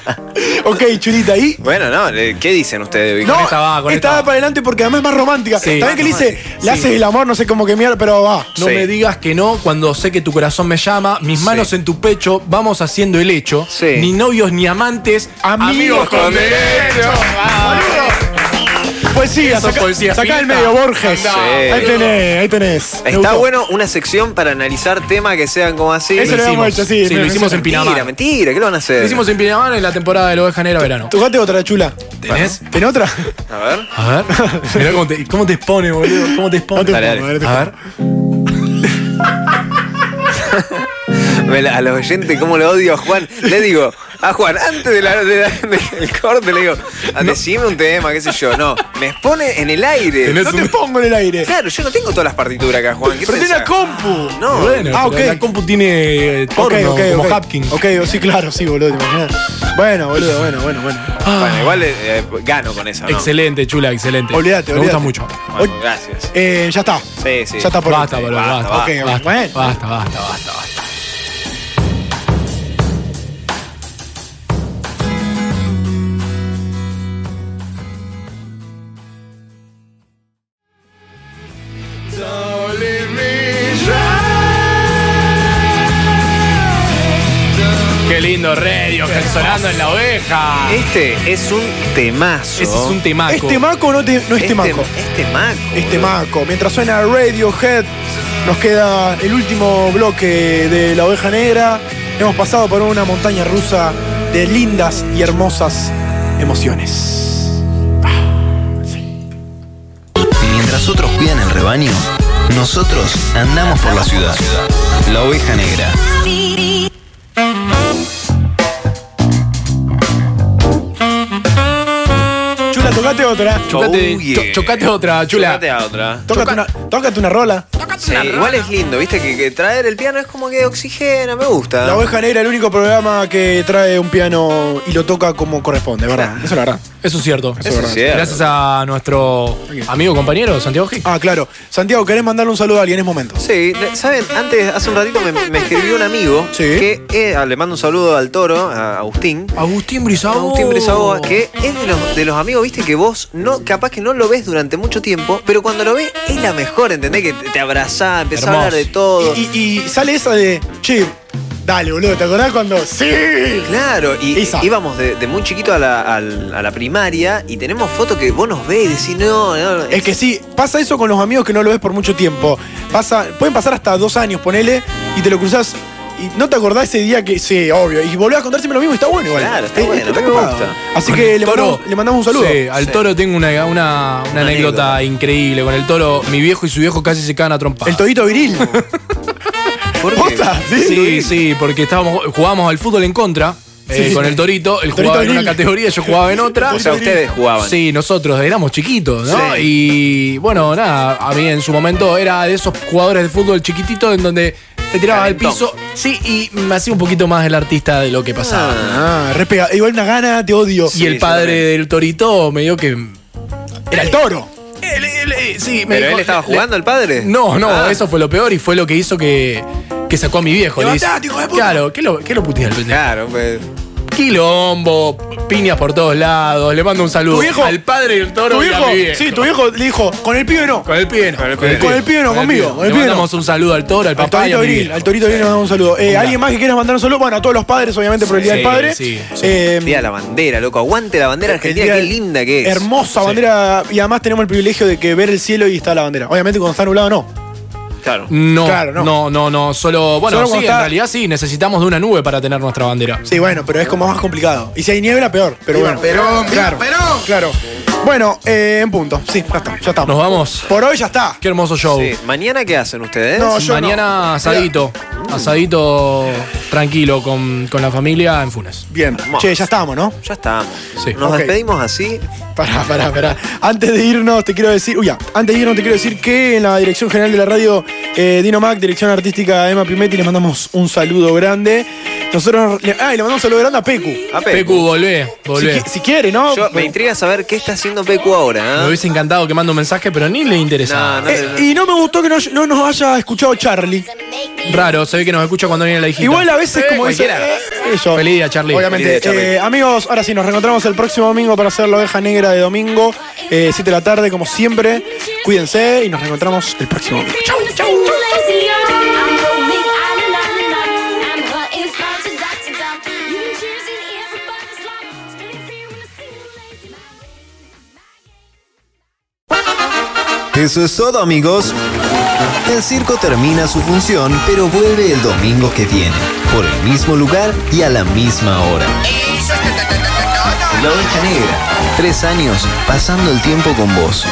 Speaker 8: ok, churita, ¿y?
Speaker 6: Bueno, no, eh, ¿qué dicen ustedes? Vicky?
Speaker 8: No, estaba para adelante porque además es más romántica.
Speaker 6: Sí.
Speaker 8: También que le dice, le haces el amor, no sé cómo que mierda, pero va.
Speaker 9: No me digas que no cuando sé que tu corazón me llama, mis manos en tu pecho, vamos haciendo el hecho. Ni novios ni amantes, amigos, con derecho.
Speaker 8: Poesía,
Speaker 9: Eso,
Speaker 8: saca,
Speaker 9: poesía
Speaker 8: saca el
Speaker 9: finita.
Speaker 8: medio, Borges.
Speaker 6: Sí.
Speaker 8: Ahí tenés, ahí tenés. Me
Speaker 6: Está
Speaker 8: gustó.
Speaker 6: bueno una sección para analizar temas que sean como así.
Speaker 8: Eso lo habíamos hecho, sí, Sí, lo me- hicimos en
Speaker 6: Mentira,
Speaker 8: Pinamar.
Speaker 6: mentira, ¿qué lo van a hacer?
Speaker 9: Lo hicimos en Pinamar en la temporada de la oveja negra verano.
Speaker 8: Tocate otra chula.
Speaker 9: ¿Tenés?
Speaker 8: ¿Tenés otra?
Speaker 6: A ver.
Speaker 9: A ver. Mirá cómo te, cómo te expone, boludo. ¿Cómo te expone?
Speaker 8: No te
Speaker 9: Dale,
Speaker 8: expongo,
Speaker 9: dale.
Speaker 8: no te
Speaker 9: A ver.
Speaker 6: Me la- A los oyentes, ¿cómo lo odio a Juan? Le digo, a Juan, antes de la- de la- del corte, le digo, "Ah, decime un tema, qué sé yo. No, me expone en el aire.
Speaker 8: No te pongo en el aire.
Speaker 6: Claro, yo no tengo todas las partituras acá, Juan. ¿Qué
Speaker 8: Pero tiene
Speaker 6: pensás?
Speaker 8: una compu.
Speaker 6: No.
Speaker 9: Bueno,
Speaker 8: ah, ok.
Speaker 9: pero la compu tiene eh, porno,
Speaker 8: ok, ok,
Speaker 9: como
Speaker 8: ok.
Speaker 9: Hapkin.
Speaker 8: Ok, oh, sí, claro, sí, boludo, te imaginas. Bueno, boludo, bueno, bueno, bueno.
Speaker 6: Bueno, igual eh, gano con esa, ¿no?
Speaker 9: Ah. Excelente, chula, excelente.
Speaker 8: Olvídate,
Speaker 9: Me gusta
Speaker 8: olvídate.
Speaker 9: mucho.
Speaker 6: Bueno, gracias.
Speaker 8: Eh, ya está.
Speaker 6: Sí, sí.
Speaker 8: Ya está por este.
Speaker 9: Basta, boludo, este. basta.
Speaker 8: Ok,
Speaker 9: Basta,
Speaker 8: ok, bueno.
Speaker 9: basta, basta, basta. Qué lindo radio, que sonando en la oveja.
Speaker 6: Este es un temazo.
Speaker 9: Ese Este es un temaco.
Speaker 8: ¿Es temaco o no, te- no es
Speaker 6: Este-
Speaker 8: temaco?
Speaker 6: Es temaco.
Speaker 9: Este
Speaker 8: Es temaco. Este Mientras suena Radiohead, nos queda el último bloque de La Oveja Negra. Hemos pasado por una montaña rusa de lindas y hermosas emociones.
Speaker 15: Mientras otros cuidan el rebaño, nosotros andamos por la ciudad. La oveja negra.
Speaker 8: Chula, tocate otra.
Speaker 9: Chocate,
Speaker 6: Oh, yeah.
Speaker 9: cho- chocate otra, chula.
Speaker 6: Chocate a otra.
Speaker 8: Tócate una, tócate una rola.
Speaker 6: Sí, igual es lindo, viste, que, que traer el piano es como que oxigena, me gusta.
Speaker 8: La Oveja Negra, el único programa que trae un piano y lo toca como corresponde, ¿verdad? Eso es la verdad.
Speaker 9: Eso es cierto.
Speaker 8: Eso es verdad. cierto.
Speaker 9: Gracias a nuestro amigo, compañero, Santiago G.
Speaker 8: Ah, claro. Santiago, ¿querés mandarle un saludo a alguien? Es momento.
Speaker 6: Sí, le- saben, antes, hace un ratito me, me escribió un amigo que eh, ah, le mando un saludo al toro, a Agustín.
Speaker 9: Agustín Brizaboa.
Speaker 6: Agustín Bresaboa, que es de los, de los amigos, viste, que vos no, capaz que no lo ves durante mucho tiempo, pero cuando lo ves es la mejor, ¿entendés? Que te, te abrazás, empezás a hablar de todo.
Speaker 8: Y, y- y sale esa de, che, dale, boludo, ¿te acordás cuando? ¡Sí!
Speaker 6: Claro, y
Speaker 8: Esa.
Speaker 6: íbamos de, de muy chiquito a la, al- a la primaria y tenemos fotos que vos nos ves y decís, no, no, no,
Speaker 8: Es que sí, pasa eso con los amigos que no lo ves por mucho tiempo. Pasa, pueden pasar hasta dos años, ponele, y te lo cruzás. Y no te acordás ese día que. Sí, obvio. Y volvés a contárselo lo mismo, y está bueno igual.
Speaker 6: Claro, está
Speaker 8: Eh,
Speaker 6: bueno, me
Speaker 8: copado.
Speaker 6: gusta.
Speaker 8: Así
Speaker 9: Con
Speaker 8: que
Speaker 9: el
Speaker 8: le
Speaker 9: toro.
Speaker 8: mandamos, le mandamos un saludo.
Speaker 9: Sí, al toro tengo una, una, una anécdota, increíble con el toro. Mi viejo y su viejo casi se cagan a trompar.
Speaker 8: El todito viril.
Speaker 6: ¿Por qué?
Speaker 8: ¿Posta? ¿Sí?
Speaker 9: Sí, sí, porque estábamos, jugábamos al fútbol en contra. eh,
Speaker 8: Sí.
Speaker 9: con el torito, él
Speaker 8: Torito
Speaker 9: jugaba en una
Speaker 8: Grill.
Speaker 9: categoría, yo jugaba en otra.
Speaker 6: O sea, ustedes jugaban.
Speaker 9: Sí, nosotros éramos chiquitos, ¿no? Y bueno, nada, a mí en su momento era de esos jugadores de fútbol chiquititos en donde te tirabas al
Speaker 6: Calentón.
Speaker 9: piso. Sí, y me hacía un poquito más el artista de lo que pasaba.
Speaker 8: Ah, re pega- Igual una gana, te odio.
Speaker 9: y el padre del torito me dio que.
Speaker 8: Era el toro.
Speaker 9: Él- él- él- sí, me
Speaker 6: ¿Pero
Speaker 9: dijo-
Speaker 6: él estaba
Speaker 9: le-
Speaker 6: jugando el padre?
Speaker 9: No, no,
Speaker 6: Ah.
Speaker 9: eso fue lo peor y fue lo que hizo que, que sacó a mi viejo. Le dice,
Speaker 6: Levantate, hijo de puta.
Speaker 9: claro, ¿qué lo, qué lo puteas al pendejo?
Speaker 6: Claro, pues.
Speaker 9: Quilombo, piñas por todos lados, le mando un saludo
Speaker 8: Tu viejo-
Speaker 9: al padre del toro
Speaker 8: Tu
Speaker 9: y a
Speaker 8: viejo,
Speaker 9: mi viejo.
Speaker 8: sí, tu viejo le dijo, con el pibe no.
Speaker 9: Con el pibe no. Con el
Speaker 8: pibe. Con el pibe no, conmigo, con el
Speaker 9: Le
Speaker 8: pibe no.
Speaker 9: mandamos un saludo al toro,
Speaker 8: Al
Speaker 9: al papá y a
Speaker 8: Torito
Speaker 9: mi
Speaker 8: Grill,
Speaker 9: viejo.
Speaker 8: al Torito Grill le mandamos un saludo. Eh, ¿Alguien más que quieras mandar un saludo? Bueno, a todos los padres, obviamente, por el Día
Speaker 6: Sí,
Speaker 8: del Padre.
Speaker 6: sí, sí.
Speaker 8: Eh,
Speaker 9: Em,
Speaker 6: Día de la bandera, loco. Aguante la
Speaker 9: eh,
Speaker 6: bandera argentina,
Speaker 8: día
Speaker 6: qué
Speaker 8: del-
Speaker 6: linda que es.
Speaker 8: Hermosa bandera. Y además tenemos el privilegio de que ver el cielo y está la bandera. Obviamente cuando está nublado no.
Speaker 9: Claro. No,
Speaker 8: Claro, no.
Speaker 9: no, no, no, Solo, bueno,
Speaker 8: Solo
Speaker 9: sí,
Speaker 8: cuando
Speaker 9: en
Speaker 8: está-
Speaker 9: realidad sí, necesitamos de una nube para tener nuestra bandera.
Speaker 8: Sí, bueno, pero es como más complicado. Y si hay niebla, peor. Pero
Speaker 9: Viva
Speaker 8: bueno.
Speaker 9: Perón, viva
Speaker 8: claro, Claro. Bueno, eh, en punto. Sí, ya está, ya estamos.
Speaker 9: Nos vamos.
Speaker 8: Por hoy ya está.
Speaker 9: Qué hermoso show.
Speaker 6: Sí. ¿Mañana qué hacen ustedes?
Speaker 8: No, yo
Speaker 9: Mañana
Speaker 8: no.
Speaker 9: asadito. Asadito tranquilo con, con la familia en Funes.
Speaker 8: Bien. Che, ya estamos, ¿no?
Speaker 6: Ya estamos.
Speaker 9: Sí.
Speaker 6: Nos
Speaker 8: Ok.
Speaker 6: despedimos así.
Speaker 8: Pará, pará, pará. Antes de irnos, te quiero decir. Uy, ya. Antes de irnos, te quiero decir que en la dirección general de la radio, eh, Dino Mac, dirección artística Emma Pimetti, les mandamos un saludo grande. Nosotros. Le, ah, y le mandamos un saludo grande a Ah, Pecu.
Speaker 6: A Pecu.
Speaker 9: Pecu, volvé, volvé.
Speaker 8: Si, qui- si quiere, ¿no?
Speaker 6: Yo, me intriga saber qué está haciendo Pecu ahora.
Speaker 9: Me
Speaker 6: ¿eh?
Speaker 9: hubiese encantado que mande un mensaje, pero ni le interesa.
Speaker 6: No, no,
Speaker 8: Eh, y no me gustó que no, no nos haya escuchado Charlie.
Speaker 9: Raro, se ve que nos escucha cuando viene la hijita.
Speaker 8: Igual a veces,
Speaker 9: Eh,
Speaker 8: como dice.
Speaker 9: cualquiera.
Speaker 8: eh, eso.
Speaker 9: Feliz día, Charlie.
Speaker 8: Obviamente. Eh, amigos, ahora sí, nos reencontramos el próximo domingo para hacer la oveja negra de domingo, 7 de la tarde, como siempre. Cuídense y nos reencontramos el próximo domingo. Chau.
Speaker 15: Eso es todo amigos. El circo termina su función, pero vuelve el domingo que viene, por el mismo lugar y a la misma hora. La oveja negra, tres años pasando el tiempo con vos.